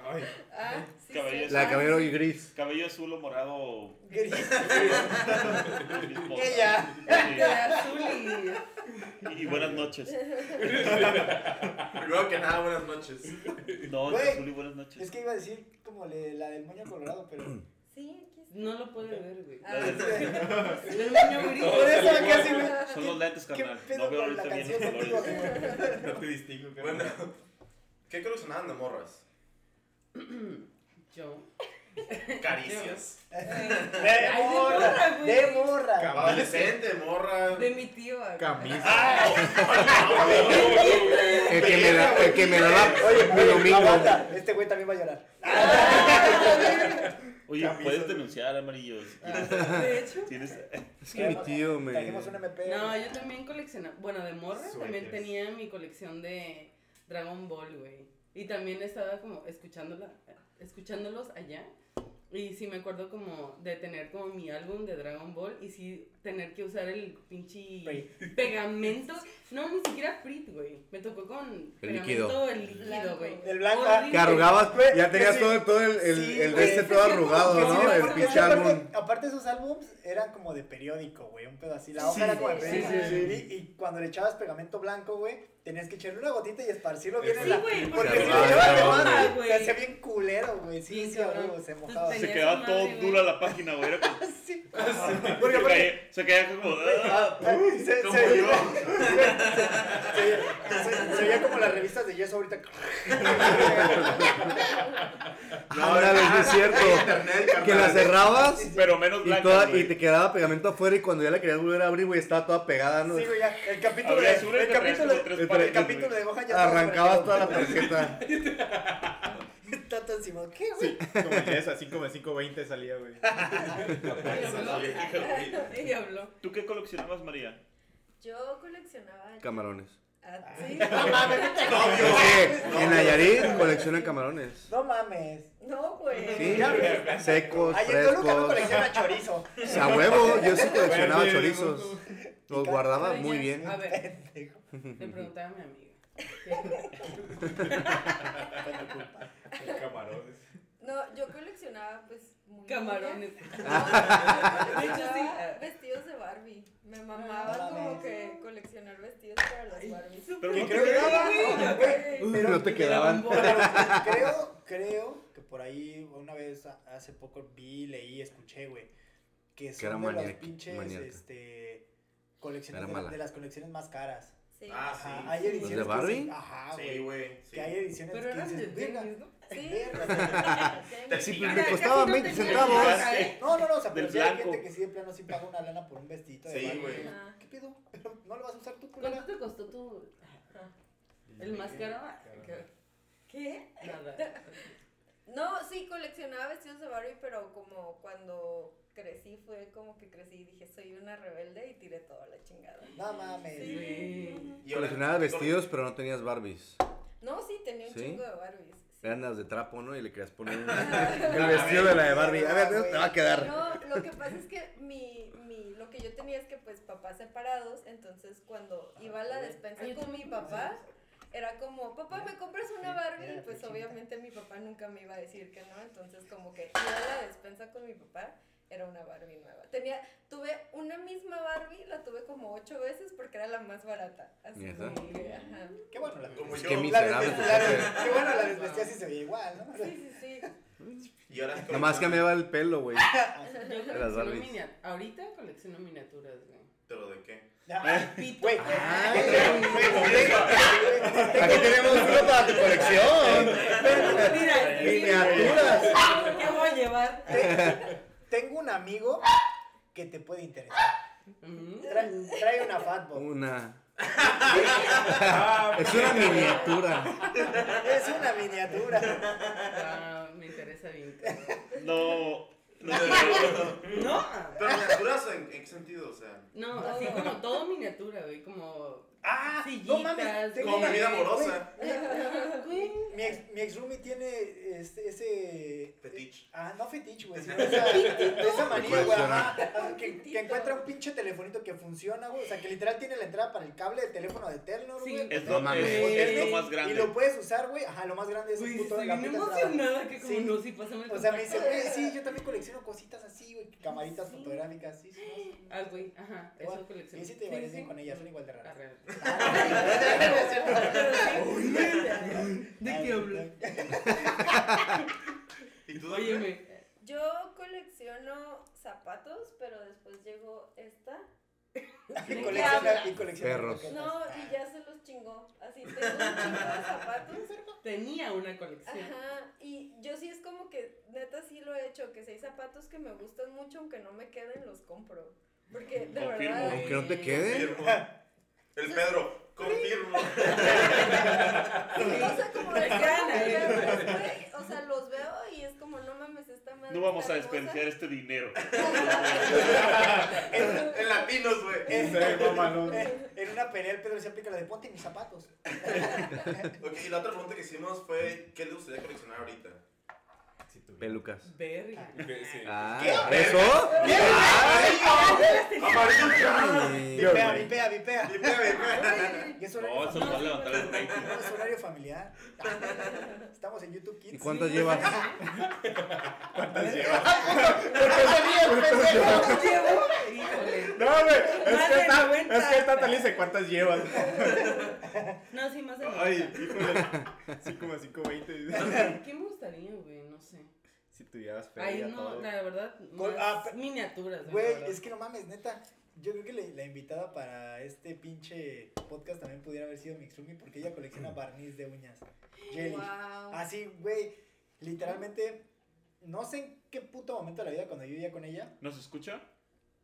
S3: Ah, sí.
S9: Ah, sí,
S3: Caballero.
S9: sí.
S3: La cabello-
S1: y gris.
S3: Cabello azul o morado.
S5: [laughs]
S3: mi esposa.
S5: Ella.
S9: De azul y...
S3: Sí. Y buenas noches.
S4: Primero que nada, buenas noches.
S3: No,
S5: Güey.
S3: azul y buenas
S5: Es
S3: noches.
S5: que iba a decir como le- la del moño colorado, pero.
S10: Sí, aquí está.
S9: No lo puede ver, güey.
S10: Ah, sí.
S9: El niño gris.
S5: Por eso casi me.
S3: Son los lentes,
S5: ¿Qué
S3: carnal. No
S5: pedo
S3: veo
S5: con la
S3: ahorita bien los
S5: canción contigo?
S3: colores.
S5: [laughs]
S4: No te distingo, Bueno, ¿qué coleccionaban
S5: [laughs]
S4: de morras?
S9: Yo. eh,
S4: Caricias.
S5: De
S9: Ay, de
S5: morra,
S9: morra, güey.
S5: de morra.
S4: Adolescente, morra.
S9: De mi tío. acá. [laughs]
S5: Ah,
S3: Ah,
S1: El que me da, el que me da
S5: Oye, oye, aguanta, este güey también va a llorar.
S3: Oye, puedes denunciar amarillo. si quieres.
S9: De hecho.
S3: Tienes-
S5: Es que mi tío me. Trajimos un MP.
S9: No, yo también coleccionaba. Bueno, de morra también
S6: Suéteres.
S9: tenía mi colección de Dragon Ball, güey. Y también estaba como escuchándola, escuchándolos allá. Y sí me acuerdo como de tener como mi álbum de Dragon Ball y sí tener que usar el pinche [laughs] pegamento. No, ni siquiera Frit, güey. Me tocó con
S1: El
S9: pegamento,
S1: líquido.
S9: el líquido, güey.
S5: El blanco.
S9: Horrible.
S5: Que
S2: Ah,
S5: arrugabas, güey,
S11: ya tenías
S5: que sí.
S11: todo, todo el, el,
S5: Sí,
S11: el de
S5: güey,
S11: este
S9: sí,
S11: todo
S9: sí,
S11: arrugado,
S9: como que
S11: ¿no?
S9: sí,
S11: El
S9: porque
S11: pinche
S9: aparte-
S11: álbum.
S5: Aparte, aparte esos álbums eran como de periódico, güey, un pedo así. La hoja
S9: Sí,
S5: era como de
S9: sí,
S5: periódico.
S9: sí,
S5: Y, y cuando le echabas pegamento blanco, güey, tenías que echarle una gotita y esparcirlo bien en
S9: Sí,
S5: la.
S9: güey,
S5: Porque
S9: porque
S5: si
S9: se
S5: lo llevas de
S9: mojaba,
S5: más,
S9: güey.
S5: te hacía bien culero, güey. Sí,
S9: Bien
S5: sí,
S9: cabrón.
S5: güey, se mojaba.
S9: Entonces
S3: Se
S9: Tenía
S3: quedaba
S9: su
S3: todo
S9: madre,
S3: dura la página, güey. Era como-
S5: Ah, Sí.
S3: se,
S5: Porque aparte-
S3: caía, se caía como.
S5: Ah, se- se-
S4: Como
S5: se-
S4: yo.
S5: se- se- Se veía como las revistas de yeso ahorita.
S11: Ah, Ándale, sí es cierto.
S4: Internet, carnal.
S11: Que la cerrabas
S3: Pero menos
S11: y,
S3: blanca.
S11: toda,
S3: güey.
S11: y te quedaba pegamento afuera y cuando ya la querías volver a abrir, güey, estaba toda pegada, ¿no?
S5: Sí, güey, ya. El capítulo de.
S3: Abrías una y
S5: El
S3: te traías
S5: capítulo,
S3: como tres
S5: el
S3: páginas,
S5: capítulo
S3: güey.
S5: de hoja ya. [laughs]
S11: Arrancabas toda la tarjeta.
S5: Tanto encima. ¿Qué, güey?
S11: Como esa, 5.520 salía, güey.
S9: Ella habló.
S3: ¿Tú qué coleccionabas, María?
S10: Yo coleccionaba.
S11: Camarones.
S10: Ah, sí.
S11: Es que en Nayarit coleccionan camarones.
S5: No mames.
S10: No, güey.
S11: Sí,
S5: Ya ves.
S11: secos,
S5: Ay, en Toluca no
S11: frescos.
S5: colecciona
S11: [laughs]
S5: chorizo.
S11: A huevo, yo sí coleccionaba chorizos. Los guardaba
S9: Dueñas,
S11: muy bien.
S9: A ver, le preguntaba a mi [laughs] amiga.
S6: Camarones.
S10: No, yo coleccionaba, pues. muy
S9: Camarones.
S10: niña. No,
S11: Ah.
S9: De hecho,
S10: yo coleccionaba
S9: sí.
S10: Vestidos de Barbie. Me mamaba
S5: Ah,
S10: como
S5: mames.
S10: que coleccionar vestidos para las Barbies.
S3: Pero no
S5: creo
S3: te-
S5: que-
S11: Pero no te quedaban.
S5: [laughs] Creo, creo que por ahí una vez a- hace poco vi, leí, escuché, güey, que son
S11: era
S5: de los
S11: maniac-
S5: pinches
S11: maníaca.
S5: este colecciones
S11: Era
S5: de, la-
S11: mala.
S5: de las colecciones más caras.
S10: Sí.
S4: Ah,
S5: Ajá,
S4: sí.
S5: hay
S4: sí.
S5: ediciones
S11: de
S5: que
S11: Barbie?
S5: sí- Ajá,
S4: Sí,
S5: güey.
S4: güey. sí.
S5: Que hay ediciones
S9: Pero
S5: que
S9: eran de
S5: dices, verga,
S9: tenis, ¿no?
S10: Sí.
S5: [laughs]
S9: [laughs]
S5: verga.
S11: Sí,
S10: Sí.
S11: pero
S9: Mira,
S11: me
S9: casi
S11: costaba
S9: no
S11: 20
S9: tenía
S11: centavos.
S9: nada, ¿eh?
S5: No, no, no, o sea,
S3: Del
S5: pero sí hay
S3: blanco.
S5: gente que sí de plano sí paga una lana por un vestito de
S4: Sí,
S5: Barbie.
S4: güey.
S10: Ajá.
S5: ¿Qué pedo? Pero no lo vas a usar tú, culera.
S9: ¿Cuánto te costó tu. El más caro? ¿Qué?
S10: ¿Qué?
S9: Nada.
S10: No, sí, coleccionaba vestidos de Barbie, pero como cuando crecí, fue como que crecí y dije, soy una rebelde y tiré toda la chingada.
S5: No mames.
S10: Sí.
S5: güey.
S4: Y ahora-
S11: Coleccionaba vestidos, pero no tenías Barbies.
S10: No, sí, tenía un
S11: ¿Sí?
S10: chingo de Barbies.
S2: Eran las de trapo, ¿no? Y le querías poner
S10: [laughs]
S2: un...
S11: El vestido de la de Barbie. A ver, te va a quedar.
S10: No, lo que pasa es que mi, mi, lo que yo tenía es que pues papás separados, entonces cuando
S5: Ah,
S10: iba a la despensa
S9: Ay, yo
S10: con mi
S9: también pensé
S10: papá, era como, papá, ¿me compras una Barbie? Y pues obviamente mi papá nunca me iba a decir que no, entonces como que iba a la despensa con mi papá, era una Barbie nueva. Tenía, tuve una misma Barbie, la tuve como ocho veces porque era la más barata. Así
S2: ¿Neta?
S10: como que, ajá.
S5: Qué bueno la
S4: Como
S5: desvestía.
S4: yo. Qué
S2: miserable pues,
S5: La
S2: tu
S5: desvestía-
S2: papel.
S5: Qué bueno la desvestía si se veía igual, ¿no?
S10: Sí, sí, sí.
S4: Y ahora
S11: Nomás cambiaba el pelo,
S10: [laughs]
S11: güey.
S9: Yo
S11: Las
S9: colecciono
S11: Barbies.
S9: miniaturas. Ahorita colecciono miniaturas, güey.
S4: ¿Pero de qué?
S5: Ya.
S9: Pito.
S5: Güey, [laughs]
S11: Ay,
S5: güey,
S11: Aquí tenemos uno para tu colección.
S9: Mira,
S11: Miniaturas.
S9: Ah, ¿Qué voy a llevar?
S5: te- Tengo un amigo que te puede interesar.
S9: Ujú.
S5: Tra- trae una fatball.
S11: Una. Es una miniatura.
S5: Es una miniatura.
S9: Ah, me interesa bien.
S3: No. No,
S9: No.
S4: ¿Pero miniaturas en, en qué sentido? O sea.
S9: No, así como todo miniatura, güey, como
S4: ¡Ah!
S9: sillitas.
S4: Como una vida
S9: güey.
S4: amorosa.
S9: Güey,
S5: Mi ex, mi ex roomie tiene este, ese.
S4: Fetiche.
S5: Ah, no fetiche, güey.
S3: [laughs]
S5: sino Esa, esa manía, güey. ajá. Ajá, Que, que encuentra un pinche telefonito que funciona, güey. O sea, que literal tiene la entrada para el cable de teléfono de Telnor,
S9: Sí.
S5: güey.
S3: Es
S11: No
S3: lo,
S11: mames.
S3: es- es lo más
S5: Y lo
S3: grande.
S5: puedes usar, güey. Ajá, lo más grande es
S9: Güey,
S5: un puto
S9: estoy
S5: la
S9: bien
S5: puta entrada.
S9: emocionada que como
S5: Sí.
S9: no, sí, pásame el
S5: O sea, me dice,
S9: contacto.
S5: güey, sí, yo también colecciono cositas así, güey. Camaritas
S9: Sí.
S5: fotográficas, sí, sí. no sé, no
S9: Ah,
S5: sé.
S9: güey, ajá,
S5: Igual.
S9: eso colecciono.
S5: Y sí te llevarías bien con ellas,
S9: Ah,
S5: son igual de raras.
S9: Arre.
S5: [laughs] Ah, Ay,
S9: ¿De qué hablas?
S4: ¿Y tú Dafne?
S9: Óyeme.
S10: Yo colecciono zapatos, pero después llegó esta.
S5: [laughs] Y
S10: ¿De qué hablas?
S5: colecciona, y colecciona
S11: Perros.
S5: croquetas. [laughs]
S10: No, y ya se los chingó. Así tengo un chingo de zapatos.
S9: Tenía una colección.
S10: Ajá. Y yo sí es como que, neta, sí lo he hecho. Que seis zapatos que me gustan mucho, aunque no me queden, los compro. Porque de
S3: Confirmo.
S10: verdad.
S11: Aunque no te quede.
S4: Confirmo. El Pedro, confirmo.
S5: Ah,
S10: O sea, como de que
S9: Gana,
S10: los
S9: eh.
S10: veo, güey, O sea, los veo y es como, no mames, esta madre.
S3: No vamos
S10: está
S3: a
S10: hermosa.
S3: desperdiciar este dinero.
S4: En latinos, güey.
S5: Eh, En una pelea el Pedro se aplica la de ponte mis zapatos.
S4: Ok, y la otra pregunta que hicimos fue: ¿qué le gustaría coleccionar ahorita?
S11: Pelucas.
S9: Verga.
S1: Que sí.
S11: Ah,
S4: ¿Qué?
S11: ¿eso?
S4: ¿Qué? ¡Amarillo! ya.
S11: Ay,
S5: Vipea,
S11: güey.
S5: vipea, vipea.
S4: Y pega, y pega.
S5: Y es horario
S3: No, eso nos va a
S5: familiar.
S3: levantar el rating.
S5: No, es horario familiar. Estamos en YouTube Kids.
S11: ¿Y cuántas llevas?
S1: ¿Cuántas llevas?
S9: Híjole.
S1: No, güey. Es
S9: Más
S1: que
S9: de
S1: esta,
S9: 90.
S1: es que esta te dice cuántas llevas.
S9: No, sí, más de
S1: Ay,
S9: noventa.
S1: híjole. 5,520.
S9: ¿Qué me gustaría, güey? No sé.
S1: Si tuvieras fe.
S9: Ahí no, la verdad,
S5: Col- ah,
S9: más
S5: pe-
S9: miniaturas. la
S5: Güey,
S9: verdad.
S5: es que no mames, neta. Yo creo que la, la invitada para este pinche podcast también pudiera haber sido Mixumi porque ella colecciona barniz de uñas. Jelly.
S10: Guau.
S5: Así, güey. Literalmente, no sé en qué puto momento de la vida cuando yo vivía con ella.
S3: ¿Nos escucha?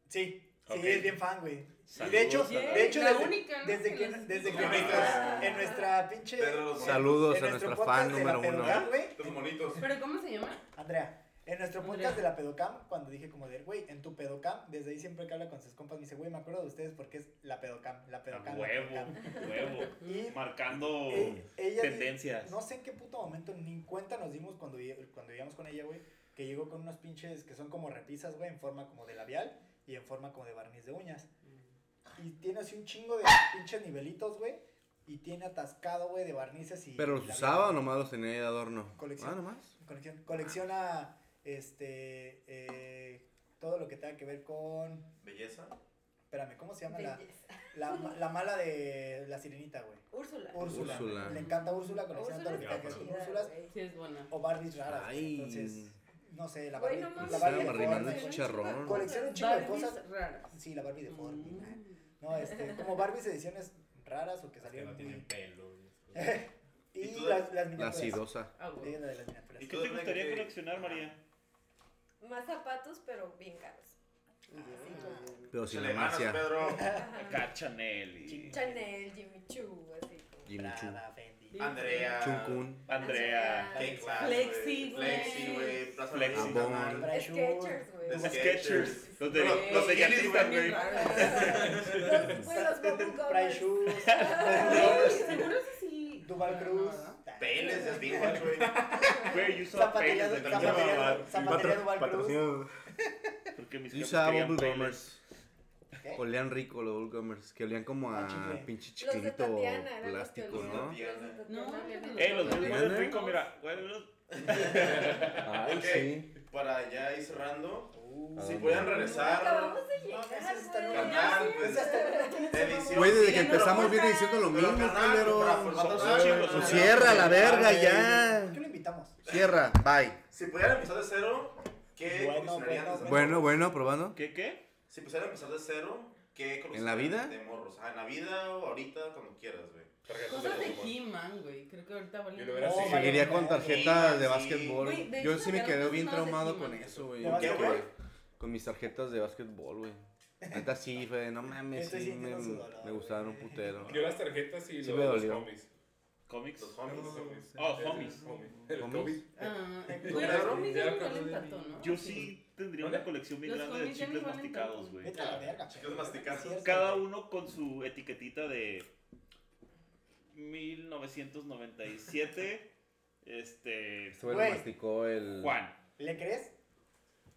S5: Sí, sí,
S3: Ok.
S5: es bien fan, güey. Y
S3: Saludos
S5: de hecho,
S3: a
S9: la-
S5: de hecho
S9: La
S5: desde,
S9: única, ¿no?
S5: desde
S9: que
S5: que,
S9: nos-
S5: desde que
S4: Ah.
S5: nuestra- en nuestra pinche.
S4: Pedro los Saludos.
S11: Saludos
S5: en
S11: a
S5: nuestro
S11: nuestra
S5: podcast
S11: fan
S5: de la
S11: número uno.
S5: Pedrogal, güey,
S4: Los monitos.
S9: ¿Pero cómo se llama?
S5: Andrea, en nuestro
S9: Andrea.
S5: podcast de la Pedocam, cuando dije como de, güey, en tu Pedocam, desde ahí siempre que habla con sus compas me dice, güey, me acuerdo de ustedes porque es la Pedocam, la
S3: A
S5: Pedocam. la
S3: huevo,
S5: Pedocam".
S3: huevo.
S5: Y
S3: Marcando
S5: e- ella di-
S3: tendencias.
S5: no sé en qué puto momento, ni cuenta nos dimos cuando, vi- cuando vivíamos con ella, güey, que llegó con unos pinches que son como repisas, güey, en forma como de labial y en forma como de barniz de uñas.
S9: Mm.
S5: Y tiene así un chingo de pinches nivelitos, güey, y tiene atascado, güey, de barnices y...
S11: ¿Pero los
S5: labial,
S11: usaba o
S5: güey.
S11: nomás los tenía ahí de adorno?
S5: Colección.
S11: Ah, nomás.
S5: Coleccion- colecciona este eh, todo lo que tenga que ver con.
S4: Belleza.
S2: Pues
S5: Espérame, ¿cómo se llama la,
S10: Belleza.
S5: la, ma- la mala de la sirenita, güey?
S10: Úrsula.
S5: Úrsula.
S11: Úrsula.
S5: Le encanta Úrsula, colecciona
S10: Úrsula
S5: todo lo que
S10: está
S5: tenga que ver con
S10: chida,
S5: Úrsulas.
S10: güey.
S9: Sí, es buena.
S5: O Barbies raras. güey.
S11: Ay.
S5: Entonces, no sé, la
S10: Güey,
S5: Barbie.
S10: no mames.
S5: la
S11: Se
S5: Barbie
S11: llama
S5: de
S11: Rimando
S5: Fortnite.
S10: Fortnite.
S11: Chicharrón.
S5: Colecciona un chingo de cosas.
S9: Barbies raras.
S5: Sí, la Barbie de Fortnite.
S9: Mm.
S5: No, este, como Barbies ediciones raras o que salieron. muy-
S6: pelo.
S5: Y
S4: ¿Y tú
S5: las, las
S11: La
S1: pues.
S5: miniaturas.
S11: sidosa.
S9: Ah,
S5: Ella
S9: güey.
S5: de las miniaturas.
S4: ¿Y
S3: ¿Qué
S4: tú,
S3: te
S4: Dafne,
S3: gustaría
S4: qué-
S3: coleccionar, María?
S10: Más zapatos, pero
S5: [laughs]
S10: bien caros. Ah, Así
S11: Pero
S4: Se
S11: sin
S4: le
S11: la
S4: ganas,
S11: macia.
S4: Pedro.
S10: como.
S3: Acá Chanel y
S10: Chanel, Jimmy Choo, así como.
S11: Jimmy Choo.
S5: Prada, Fendi.
S4: Andrea.
S11: Chunkun.
S3: Andrea.
S4: K-Class,
S9: Flexi,
S4: güey. Flexi,
S9: güey.
S4: güey. Plaza
S3: Flexi.
S4: Nacional.
S11: Bon.
S10: Sketchers,
S4: De
S10: güey.
S4: Skechers.
S3: Sketchers. Los de
S9: Eh,
S4: Los-
S3: los de
S4: los
S3: Yates
S4: Yeezys
S3: también.
S4: también.
S5: [laughs]
S10: Los, güey, los Bubble
S5: Price
S10: Gummers.
S5: Shoes.
S9: Güey, Seguro que sí.
S5: Duval
S9: No,
S5: Cruz.
S9: no,
S12: Peles de Baywatch, güey.
S3: Where you saw
S5: Zapatería
S3: peles
S5: de- zapatería de- zapatería de Val Cruz.
S2: Patrocinio.
S3: Porque mis
S2: Yo
S3: jefes
S2: usaba
S3: querían
S2: Bubblegomers.
S5: ¿Qué?
S2: Olían rico los Bubblegomers, que olían como
S1: Ah,
S2: a pinche
S10: Los de
S2: chiquito
S10: Tatiana, eran los que
S2: plástico, ¿no?
S10: No,
S3: Eh, los
S2: Tatiana.
S3: mismos de rico, mira. güey,
S2: Ay,
S4: ok, para ya ir cerrando, si
S5: Uh,
S2: Ah,
S4: podían
S2: no.
S4: regresar.
S10: Acabamos de llegar, güey.
S4: Carnal, pues, edición.
S2: Güey, desde que empezamos viene diciendo lo
S4: Pero,
S2: mismo,
S4: carnal, para
S2: culero.
S4: formatos
S2: Son-
S4: chicos,
S2: Pues
S4: ¿no?
S2: Cierra la verga
S4: Dale.
S2: ya.
S5: ¿Qué lo invitamos?
S2: Cierra, bye.
S4: Si pudieran empezar de cero, ¿qué
S5: Bueno,
S4: coleccionarían
S5: bueno,
S4: desde
S2: Bueno,
S4: morros?
S2: bueno, probando.
S3: ¿Qué, qué?
S4: Si pudieran empezar de cero, ¿qué coleccionarían
S2: ¿En la vida?
S4: de morros? Ah, en la vida o ahorita, cuando quieras, güey.
S9: Cosas de He-Man, güey. Creo que ahorita vale. Ah,
S1: Yo lo hubiera
S9: No,
S1: seguido.
S9: vale.
S2: Seguiría con tarjetas de
S4: Sí.
S2: básquetbol.
S9: Güey, de
S2: Yo
S9: hecho,
S2: sí me
S9: sacaron
S2: quedé bien
S9: unas de
S2: traumado
S9: He-Man.
S2: con eso, güey.
S5: ¿De
S2: que-
S4: básquetbol?
S2: Con mis tarjetas de básquetbol, güey. Neta sí, fue, de, no mames,
S5: Estoy
S2: sí, me,
S5: sintiendo sudor,
S2: me gustaron un putero.
S1: Yo las tarjetas y
S2: Sí
S1: los,
S2: me
S1: los
S2: dolió.
S1: homies.
S3: ¿Cómics?
S4: Los homies.
S1: Los homies.
S3: Oh, homies.
S1: Homie. El
S2: ¿Homies?
S1: Toby.
S9: Ah, güey,
S4: ¿Tú,
S9: los
S4: Pedro?
S9: homies
S1: Ya
S9: ya no
S1: acabé
S9: valen
S1: de-
S9: tanto, ¿no?
S3: Yo sí tendría una colección bien
S9: Los
S3: grande de
S9: homies ya
S3: chicles
S9: no valen
S3: masticados,
S9: tanto.
S3: güey.
S5: Vete a la verga,
S4: Chicos masticados.
S5: Sí, es cierto,
S3: Cada
S5: güey.
S3: uno con su etiquetita de 1997. Este.
S2: Este güey
S5: Güey.
S2: lo masticó el.
S3: Juan.
S5: ¿Le crees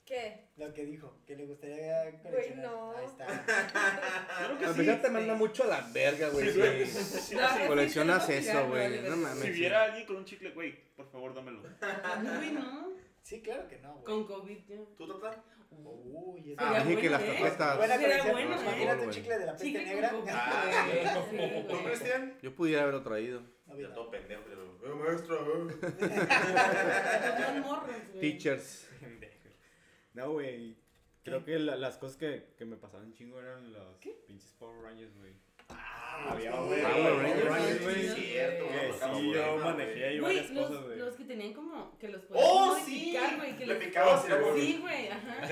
S10: ¿Qué?
S5: lo que dijo? Que le gustaría coleccionar.
S10: no.
S5: Ahí está.
S3: Claro
S2: A
S3: que sí.
S2: Ah, pues ya te manda mucho a la verga, güey.
S3: Sí, güey.
S2: sí.
S3: Sí,
S9: No,
S3: sí.
S2: Coleccionas
S9: sí, sí,
S2: eso,
S9: sí,
S2: güey.
S9: sí, sí.
S2: No mames.
S3: Si
S2: sí.
S3: viera alguien con un chicle, güey, por favor, dámelo.
S9: Ah, Güey, no.
S5: Sí, claro que no, güey.
S9: Con COVID ya.
S4: ¿Tú, Tata?
S5: Uy, es
S2: Ah,
S9: Sería
S2: dije que las
S9: bueno, ¿eh?
S2: tarjetas.
S5: Oh. buena
S9: Sería
S5: colección.
S9: bueno,
S5: Imagínate
S2: ¿eh?
S5: un chicle de la peste
S9: Chicle con
S5: negra.
S9: COVID,
S4: Ah,
S9: güey. Sí,
S4: ¿Tú,
S9: güey.
S4: Cristian?
S2: Yo pudiera haberlo traído.
S5: No,
S4: Yo
S5: mira.
S4: todo pendejo, pero. ¡Eh, maestro! eh.
S9: Son morros, güey.
S2: Teachers.
S6: No, güey. Creo que la- las cosas que, que me pasaban chingo eran los pinches Power Rangers, güey.
S4: Ah,
S6: Había,
S4: sí,
S6: güey.
S2: Power
S4: Power
S2: Rangers,
S4: Rangers,
S9: güey.
S4: sí, cierto.
S9: Que
S4: güey,
S6: Que
S4: tocamos
S6: sí, yo
S4: tema,
S6: manejé
S4: güey.
S6: ahí varias
S9: Güey, los,
S6: cosas, güey.
S9: los que tenían como que los
S4: ¡Oh,
S9: podían
S4: sí!
S9: modificar, güey. que
S4: Le
S9: los-
S4: picabas y luego-
S9: Sí, güey, ajá.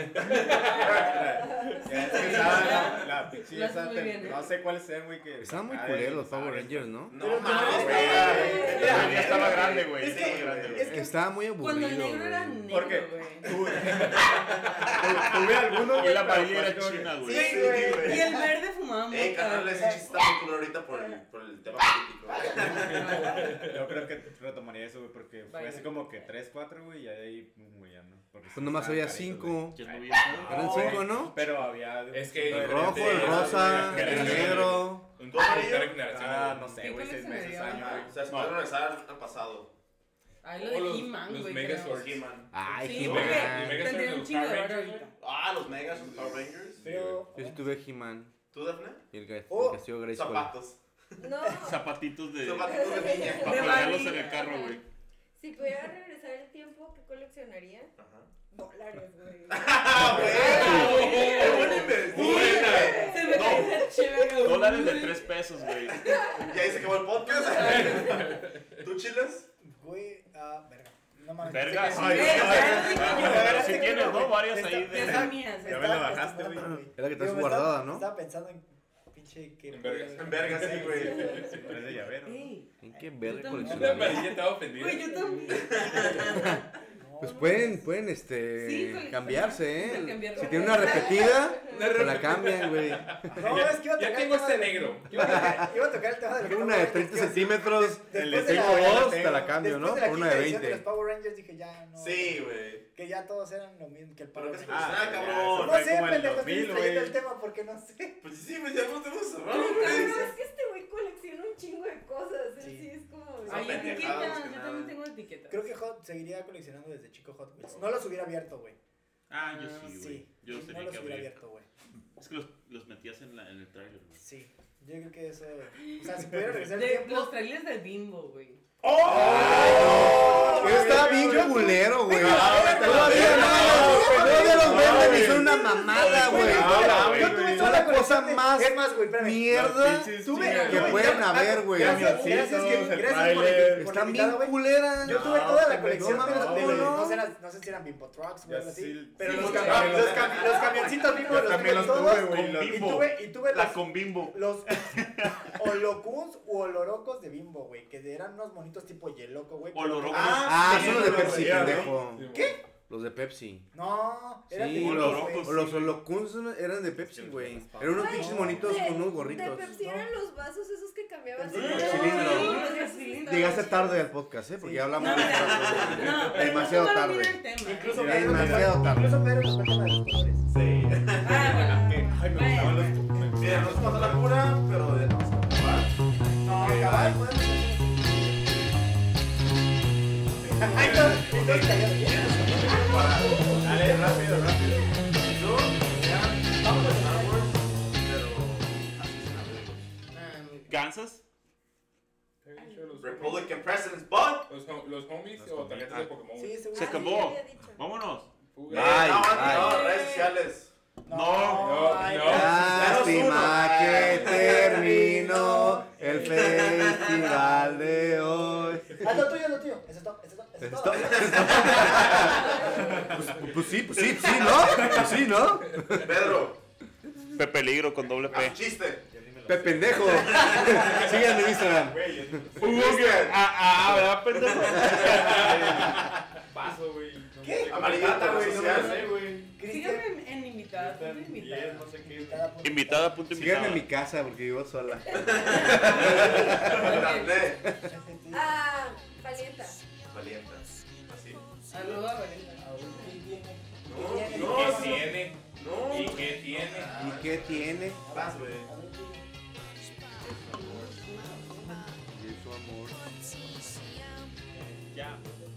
S6: Ya es que estaba Ah, la-
S9: [laughs]
S6: la pinche
S9: Las
S6: esa
S9: muy
S6: tem-
S9: bien, ¿eh?
S6: No sé cuáles sean, güey. que-
S2: Estaban muy
S6: Ah,
S2: culeros
S6: de-
S2: los Power
S6: ah,
S2: Rangers, ¿no?
S4: No
S5: mames,
S4: mames, güey.
S5: güey.
S4: Ya
S5: Mira,
S4: estaba grande, güey.
S5: es
S4: estaba
S5: que-
S4: grande, güey.
S5: es que-
S2: Estaba muy aburrido.
S9: Cuando el negro
S2: güey.
S9: era negro,
S6: ¿Por qué?
S9: güey.
S6: Tuve tuve algunos,
S3: Y
S6: güey.
S3: la
S6: pero
S3: amarilla
S6: fue
S3: era
S6: como que-
S3: china, güey.
S4: Sí, güey.
S9: Y el verde fumaba
S4: Eh,
S9: mota,
S4: carnal,
S9: güey.
S4: ese chiste está muy culero ahorita por el, por el tema político.
S6: [laughs] Yo creo que retomaría eso, güey, porque fue
S9: Vaya.
S6: así como que 3, 4, güey, y ahí, mm, güey, ya no. Porque
S2: Pues nomás
S6: estaban
S2: había
S6: caritos,
S2: cinco.
S6: güey.
S3: Ya no vi
S2: Eran cinco, ¿no?
S6: Pero había. de un
S1: Es que
S6: chingo de
S2: El
S1: El
S2: rojo,
S6: diferentes-
S2: el
S1: verde,
S2: rosa,
S1: el verde,
S2: el
S1: el
S2: negro.
S1: Entonces,
S4: amarillo?
S1: era generación,
S6: Ah,
S1: [laughs]
S6: no
S1: güey.
S6: sé, güey,
S9: ¿Qué
S6: 6 meses,
S9: coleccionaría?
S6: año,
S4: O sea, se puede regresar al pasado.
S9: Ay,
S1: O
S9: lo
S1: los-
S9: de He-Man,
S1: los
S9: güey.
S1: Megazords.
S9: creo.
S4: Los He-Man.
S2: Ay,
S9: Sí,
S2: He-Man.
S9: güey.
S1: Mega- Mega
S9: Tendría
S1: Star
S9: un chingo de
S1: Power
S9: oro
S1: Rangers,
S9: ahorita.
S4: Ah, los Megas, los Power Rangers.
S5: Pero.
S2: Yo sí tuve He-Man.
S4: ¿Tú, Daphne?
S2: Y el que
S5: Oh,
S2: el que sido Grace
S4: Zapatos.
S10: No.
S3: Zapatitos de.
S4: Zapatitos de niña.
S3: Para colgarlos en
S9: varilla.
S3: el carro, güey.
S10: Si pudiera regresar el tiempo, ¿qué coleccionaría?
S4: Ajá.
S2: [laughs]
S10: Dólares, güey.
S4: ¡Ah, güey! ¡Qué buena inversión!
S9: Se me cae esa chévere, güey.
S3: Dólares de 3 pesos, güey.
S4: Y ahí se acabó el podcast. ¿Tú chiles?
S5: Güey, ah, verga. No mames.
S3: Verga,
S5: Sí,
S3: sí.
S5: que-
S9: Ay,
S5: Verga,
S9: ay,
S5: verga,
S9: ay,
S5: verga,
S3: pero
S5: verga,
S3: sí
S5: verga,
S3: tienes,
S5: verga,
S3: ¿no?
S5: güey.
S3: varias
S5: Está-
S3: ahí de-
S5: está-
S9: Esas mías. eh.
S5: está-
S6: me la
S5: está
S6: bajaste,
S5: buena,
S6: güey.
S5: güey.
S2: Es la que traes
S5: Digo, me estaba-
S2: guardada, ¿no?
S5: Estaba pensando en pinche que.
S1: En vergas.
S4: En verga,
S5: [laughs]
S4: sí, güey.
S6: Parece llavero.
S9: Ey,
S2: ¿En qué
S9: Yo
S2: verga
S9: también.
S1: Una
S2: coleccionaría?
S1: amarilla estaba ofendida.
S9: Güey, yo también.
S2: [laughs]
S5: No,
S2: Pues
S5: no,
S2: pueden, pueden,
S9: Sí,
S2: este,
S9: coleccionar.
S2: cambiarse, ¿eh?
S9: Intercambiar.
S2: Si tienen una
S9: [laughs]
S2: repetida, se la cambian, güey.
S5: No, es que iba a tocar.
S1: Ya
S5: el tema
S1: tengo este
S5: de-
S1: negro.
S5: Iba
S1: [laughs]
S5: a tocar- [laughs] iba a tocar el tema de los
S2: Tengo una de 30
S5: Power Rangers, que-
S2: centímetros,
S5: Después de
S2: tengo
S5: la- ya la
S2: dos, te
S5: tengo.
S2: la cambio, ¿no?
S5: Después de la
S2: Por una de
S5: quinta edición los
S2: 20.
S5: Power Rangers dije ya no.
S4: Sí, güey.
S5: Que ya todos eran lo mismo que el Power
S4: Pero que se
S5: Rangers.
S4: ah,
S6: ya,
S4: cabrón.
S5: No
S6: fue
S5: sé,
S6: como el
S5: pendejo, estoy
S6: 2000,
S5: distrayendo
S6: güey.
S5: el tema porque no sé.
S4: Pues sí, pues ya no tenemos cerrado, güey.
S10: Cabrón, es que este güey colecciona un chingo de cosas. Él
S5: Sí.
S10: sí es como.
S9: Ay,
S4: pendejadas
S9: etiquetas,
S4: que
S9: yo
S4: nada.
S9: también tengo etiquetas.
S5: Creo que Hot seguiría coleccionando desde chico Hot Wheels. No los hubiera abierto, güey.
S3: Ah, yo sí, güey.
S5: Sí.
S3: Yo los
S5: no
S3: tenía
S5: los
S3: que
S5: hubiera
S3: abrir.
S5: abierto, güey.
S3: Es que los, los metías en, la, en el trailer, güey.
S5: Sí. Yo creo que eso. O sea, si pudiera regresar el
S9: De-
S5: tiempo.
S9: Los trailers de Bimbo, güey.
S2: Pero estaba bien culero, güey. Todavía no, todavía los venden y son una mamada, güey.
S5: Yo tuve toda
S2: Son
S5: la
S2: la cosa
S5: colección de-
S2: más
S5: Es más, güey, espérame.
S2: mierda
S5: Tuve-
S2: que
S5: tuve-
S2: pueden
S5: ya-
S2: haber, güey.
S5: Gracias,
S6: Camioncitos,
S5: gracias, que-
S6: el
S5: gracias por
S6: tráiler.
S5: el- por el
S2: Están
S5: invitado,
S2: bien
S5: güey.
S2: culeras.
S5: Yo tuve toda la colección
S2: no
S5: de los, de
S2: mames,
S5: los-
S2: no.
S5: no, sé, las- no sé si eran Bimbo Trucks, güey,
S6: Ya
S5: algo así.
S6: sí,
S5: pero
S6: sí,
S5: los,
S6: los
S5: cami-
S6: cam-
S5: los cami- los camioncitos Bimbo los tuve
S6: también los
S5: todos.
S6: tuve, güey. los-
S5: y tuve, y tuve
S3: La
S5: los,
S3: con bimbo.
S6: [laughs]
S5: los holocuns u olorocos de Bimbo, güey, que eran unos monitos tipo Yeloco, güey.
S3: Oloroco.
S4: Ah,
S2: Ah, son los de
S4: sí,
S2: Percy,
S4: güey.
S2: pendejo.
S1: ¿Qué?
S2: Los de Pepsi.
S5: No, eran
S2: sí,
S5: de
S2: los,
S5: Pepsi,
S2: los holocuns eran de Pepsi, güey. Eran unos pinches monitos con unos gorritos.
S10: De Pepsi eran los vasos esos que cambiabas.
S2: Sí, los cilindros. Llegaste tarde al podcast, ¿eh? Porque ya hablamos de [laughs] otras cosas.
S9: No, pero
S2: Demasiado
S9: no se va a
S2: tarde.
S9: olvidar el tema. ¿eh?
S2: Incluso Demasiado tarde.
S5: Incluso Pedro se cuenta de los colores. Sí.
S9: Ah,
S5: bueno. Ay,
S4: me gustaban los. Mira, no se pasó la cura, pero de vamos a acabar.
S5: No, acabar, podemos Ay, no, entonces cayó bien.
S4: Dale, rápido, rápido. Yo, ya, vamos a Star Wars,
S13: ¿Gansas?
S9: Ah,
S4: Republican Presidents, but.
S1: Los, hom- los homies o tarjetas de Pokémon. güey.
S13: Se acabó. Vámonos.
S1: Fuga.
S4: pero. eh, no, no, redes sociales.
S5: No,
S1: no,
S5: ay,
S1: no.
S2: Lástima que terminó el festival de hoy.
S5: Haz lo Ah, tuyo, haz lo tuyo. Eso es todo, eso es todo, eso es todo. [laughs]
S2: Pues, pues sí, pues sí, sí, ¿no? Pues sí, ¿no?
S4: Pedro,
S3: Pepe Peligro con doble P.
S4: chiste.
S2: Pe pendejo.
S9: [laughs]
S2: Síganme en Instagram.
S3: Fuga. Ah, ah, ¿verdad, pendejo?
S6: Paso, güey. No
S5: ¿Qué?
S6: sé,
S4: Amarillata,
S6: güey,
S4: güey,
S6: no
S4: social.
S6: sé, güey.
S5: Cristian,
S9: Síganme en, en invitadas, punto
S6: Diez,
S9: invitadas.
S6: no sé qué.
S3: Invitada, punto
S2: Síganme
S3: invitada.
S2: en mi casa porque vivo sola.
S4: Grande.
S10: Ah, palienta.
S4: Valientas. Así.
S9: Saludos a Valentina.
S4: No,
S1: ¿Qué
S4: no,
S1: tiene?
S4: no.
S1: ¿Y qué tiene?
S2: ¿Y qué tiene?
S4: Vas, güey.
S2: Y su amor.
S13: Ya.